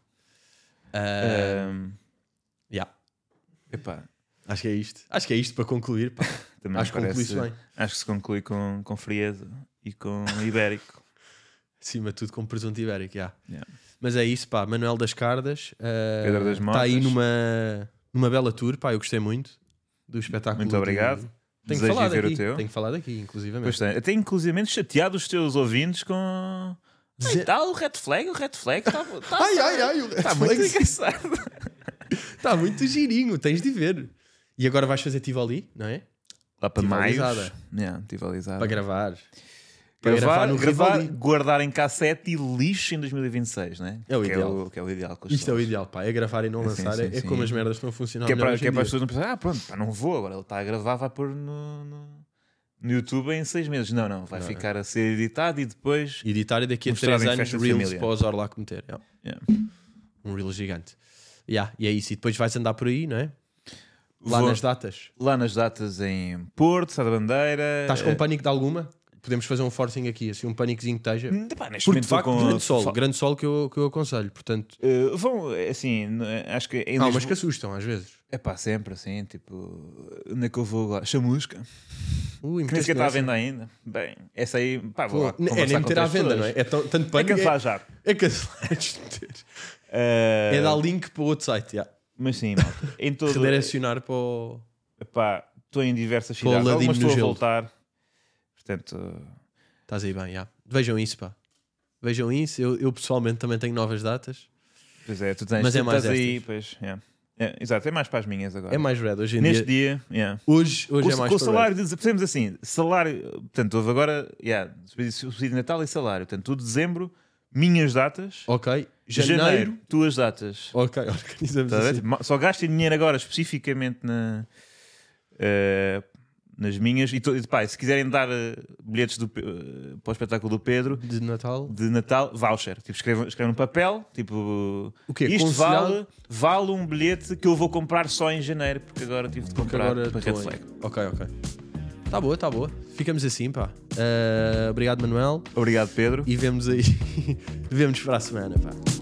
Speaker 1: Ah,
Speaker 2: Ahm,
Speaker 1: Yeah.
Speaker 2: epá,
Speaker 1: Acho que é isto. Acho que é isto para concluir. Pá.
Speaker 2: também me
Speaker 1: Acho que
Speaker 2: parece-
Speaker 1: concluí-se bem.
Speaker 2: Acho que se conclui com, com frieza e com ibérico.
Speaker 1: Acima de tudo com presunto ibérico, já.
Speaker 2: Yeah.
Speaker 1: Mas é isso, pá. Manuel das Cardas. eh,
Speaker 2: Pedro das
Speaker 1: Está aí
Speaker 2: Motas.
Speaker 1: numa, numa bela tour, pá. Eu gostei muito do espetáculo.
Speaker 2: Muito
Speaker 1: do-
Speaker 2: obrigado.
Speaker 1: Tenho que
Speaker 2: Desejo
Speaker 1: falar
Speaker 2: ir ver
Speaker 1: daqui.
Speaker 2: o teu.
Speaker 1: Tenho que falar daqui, inclusivamente.
Speaker 2: Pois tá. tem. Até inclusivamente chateado os teus ouvintes com.
Speaker 1: Dizer-
Speaker 2: Ai, tal, o red flag, o red flag está tá,
Speaker 1: Ai, ai, ai. o
Speaker 2: tá muito
Speaker 1: reflexo
Speaker 2: engraçado.
Speaker 1: Está muito girinho. Tens de ver. E agora vais fazer Tivoli, não é?
Speaker 2: Lá para
Speaker 1: Tive
Speaker 2: mais.
Speaker 1: alisada.
Speaker 2: Yeah, tive alisada.
Speaker 1: Para gravar. Para
Speaker 2: gravar, gravar,
Speaker 1: Rivoli.
Speaker 2: guardar em cassete e lixo em 2026, né?
Speaker 1: É o
Speaker 2: que
Speaker 1: ideal.
Speaker 2: É o, que é o ideal. com os
Speaker 1: Isto é o
Speaker 2: sons.
Speaker 1: ideal, pá. É gravar e não
Speaker 2: Sim,
Speaker 1: lançar.
Speaker 2: sim,
Speaker 1: é
Speaker 2: sim.
Speaker 1: como as merdas estão a funcionar.
Speaker 2: Que é
Speaker 1: melhor
Speaker 2: para,
Speaker 1: hoje
Speaker 2: que é
Speaker 1: em
Speaker 2: para as
Speaker 1: dia.
Speaker 2: pessoas não pensarem, ah, pronto, pá, não vou agora. Ele está a gravar, vai pôr no, no, no YouTube em seis meses. Não, não, vai ficar a ser editado e depois.
Speaker 1: Editar e daqui a
Speaker 2: Mostrado
Speaker 1: 3
Speaker 2: em
Speaker 1: anos
Speaker 2: festa de
Speaker 1: Reels
Speaker 2: família.
Speaker 1: para o Zorlac meter. Yeah.
Speaker 2: Yeah.
Speaker 1: Um Reel gigante. Yeah, e é isso. E depois vais andar por aí, não é? Lá
Speaker 2: Vou-
Speaker 1: nas datas.
Speaker 2: lá nas datas em Porto, Sá da Bandeira.
Speaker 1: Estás
Speaker 2: eh,
Speaker 1: com pânico de alguma? Podemos fazer um forcing aqui, assim, um pânicozinho que esteja.
Speaker 2: pá, neste
Speaker 1: Porque
Speaker 2: momento
Speaker 1: de
Speaker 2: estou
Speaker 1: facto,
Speaker 2: Hum, com-
Speaker 1: grande sol,
Speaker 2: fa-
Speaker 1: grande sol que eu, que eu aconselho. Portanto,
Speaker 2: eh, vão, eh, assim, n- eh, acho que em
Speaker 1: há umas
Speaker 2: Lisboa-
Speaker 1: que assustam às vezes.
Speaker 2: É pá, sempre assim, tipo, onde é que eu vou agora? Chamusca.
Speaker 1: Ui,
Speaker 2: Que nem
Speaker 1: meteste
Speaker 2: sequer está à
Speaker 1: nessa.
Speaker 2: venda ainda. Bem, essa aí, pá, vou lá
Speaker 1: Pô, É
Speaker 2: conversar
Speaker 1: nem
Speaker 2: com
Speaker 1: meter à
Speaker 2: outras
Speaker 1: venda, não
Speaker 2: pessoas.
Speaker 1: é? É, tão, tanto
Speaker 2: É
Speaker 1: pânico.
Speaker 2: cancelar já.
Speaker 1: É, é cancelar. antes de meter.
Speaker 2: Eh,
Speaker 1: É dar link para o outro site. Yeah.
Speaker 2: Mas sim, malta. Em todo,
Speaker 1: Redirecionar para o.
Speaker 2: Epá, estou em diversas
Speaker 1: Com o
Speaker 2: cidades.
Speaker 1: Ladino
Speaker 2: Algumas
Speaker 1: no
Speaker 2: estou a
Speaker 1: gelo.
Speaker 2: voltar. Portanto,
Speaker 1: Estás aí bem, yeah. Vejam isso, pá. Vejam isso. Eu, eu pessoalmente também tenho novas datas.
Speaker 2: pois é, tu tens.
Speaker 1: Mas
Speaker 2: tu
Speaker 1: é mais
Speaker 2: estás aí,
Speaker 1: estas.
Speaker 2: pois, yeah. É, exato, é mais para as minhas agora.
Speaker 1: É mais red hoje em
Speaker 2: Neste
Speaker 1: dia.
Speaker 2: dia, yeah.
Speaker 1: Hoje, hoje
Speaker 2: com,
Speaker 1: é mais
Speaker 2: com o
Speaker 1: para
Speaker 2: salário, de, fizemos assim, salário, portanto, houve agora, yeah, subsídio subsídio de Natal e salário, portanto, tudo dezembro, minhas datas,
Speaker 1: Ok.
Speaker 2: janeiro,
Speaker 1: Janeiro.
Speaker 2: tuas datas.
Speaker 1: Ok, organizamos
Speaker 2: Tá a ver?
Speaker 1: assim.
Speaker 2: Só gastem dinheiro agora especificamente na, eh, nas minhas. E, to- e, pá, se quiserem dar eh, bilhetes do, Pe- eh, para o espetáculo do Pedro,
Speaker 1: De Natal.
Speaker 2: de Natal, voucher. Tipo, escreve, escreve num papel, tipo,
Speaker 1: O quê?
Speaker 2: isto
Speaker 1: Considerado?
Speaker 2: vale, vale um bilhete que eu vou comprar só em janeiro, porque agora tive de
Speaker 1: Porque
Speaker 2: comprar
Speaker 1: agora
Speaker 2: para
Speaker 1: estou
Speaker 2: Red
Speaker 1: em-
Speaker 2: Flag.
Speaker 1: Ok, ok. Tá boa, tá boa. Ficamos assim, pá. Ah, obrigado, Manuel.
Speaker 2: Obrigado, Pedro.
Speaker 1: E vemos aí. vemos para a semana, pá.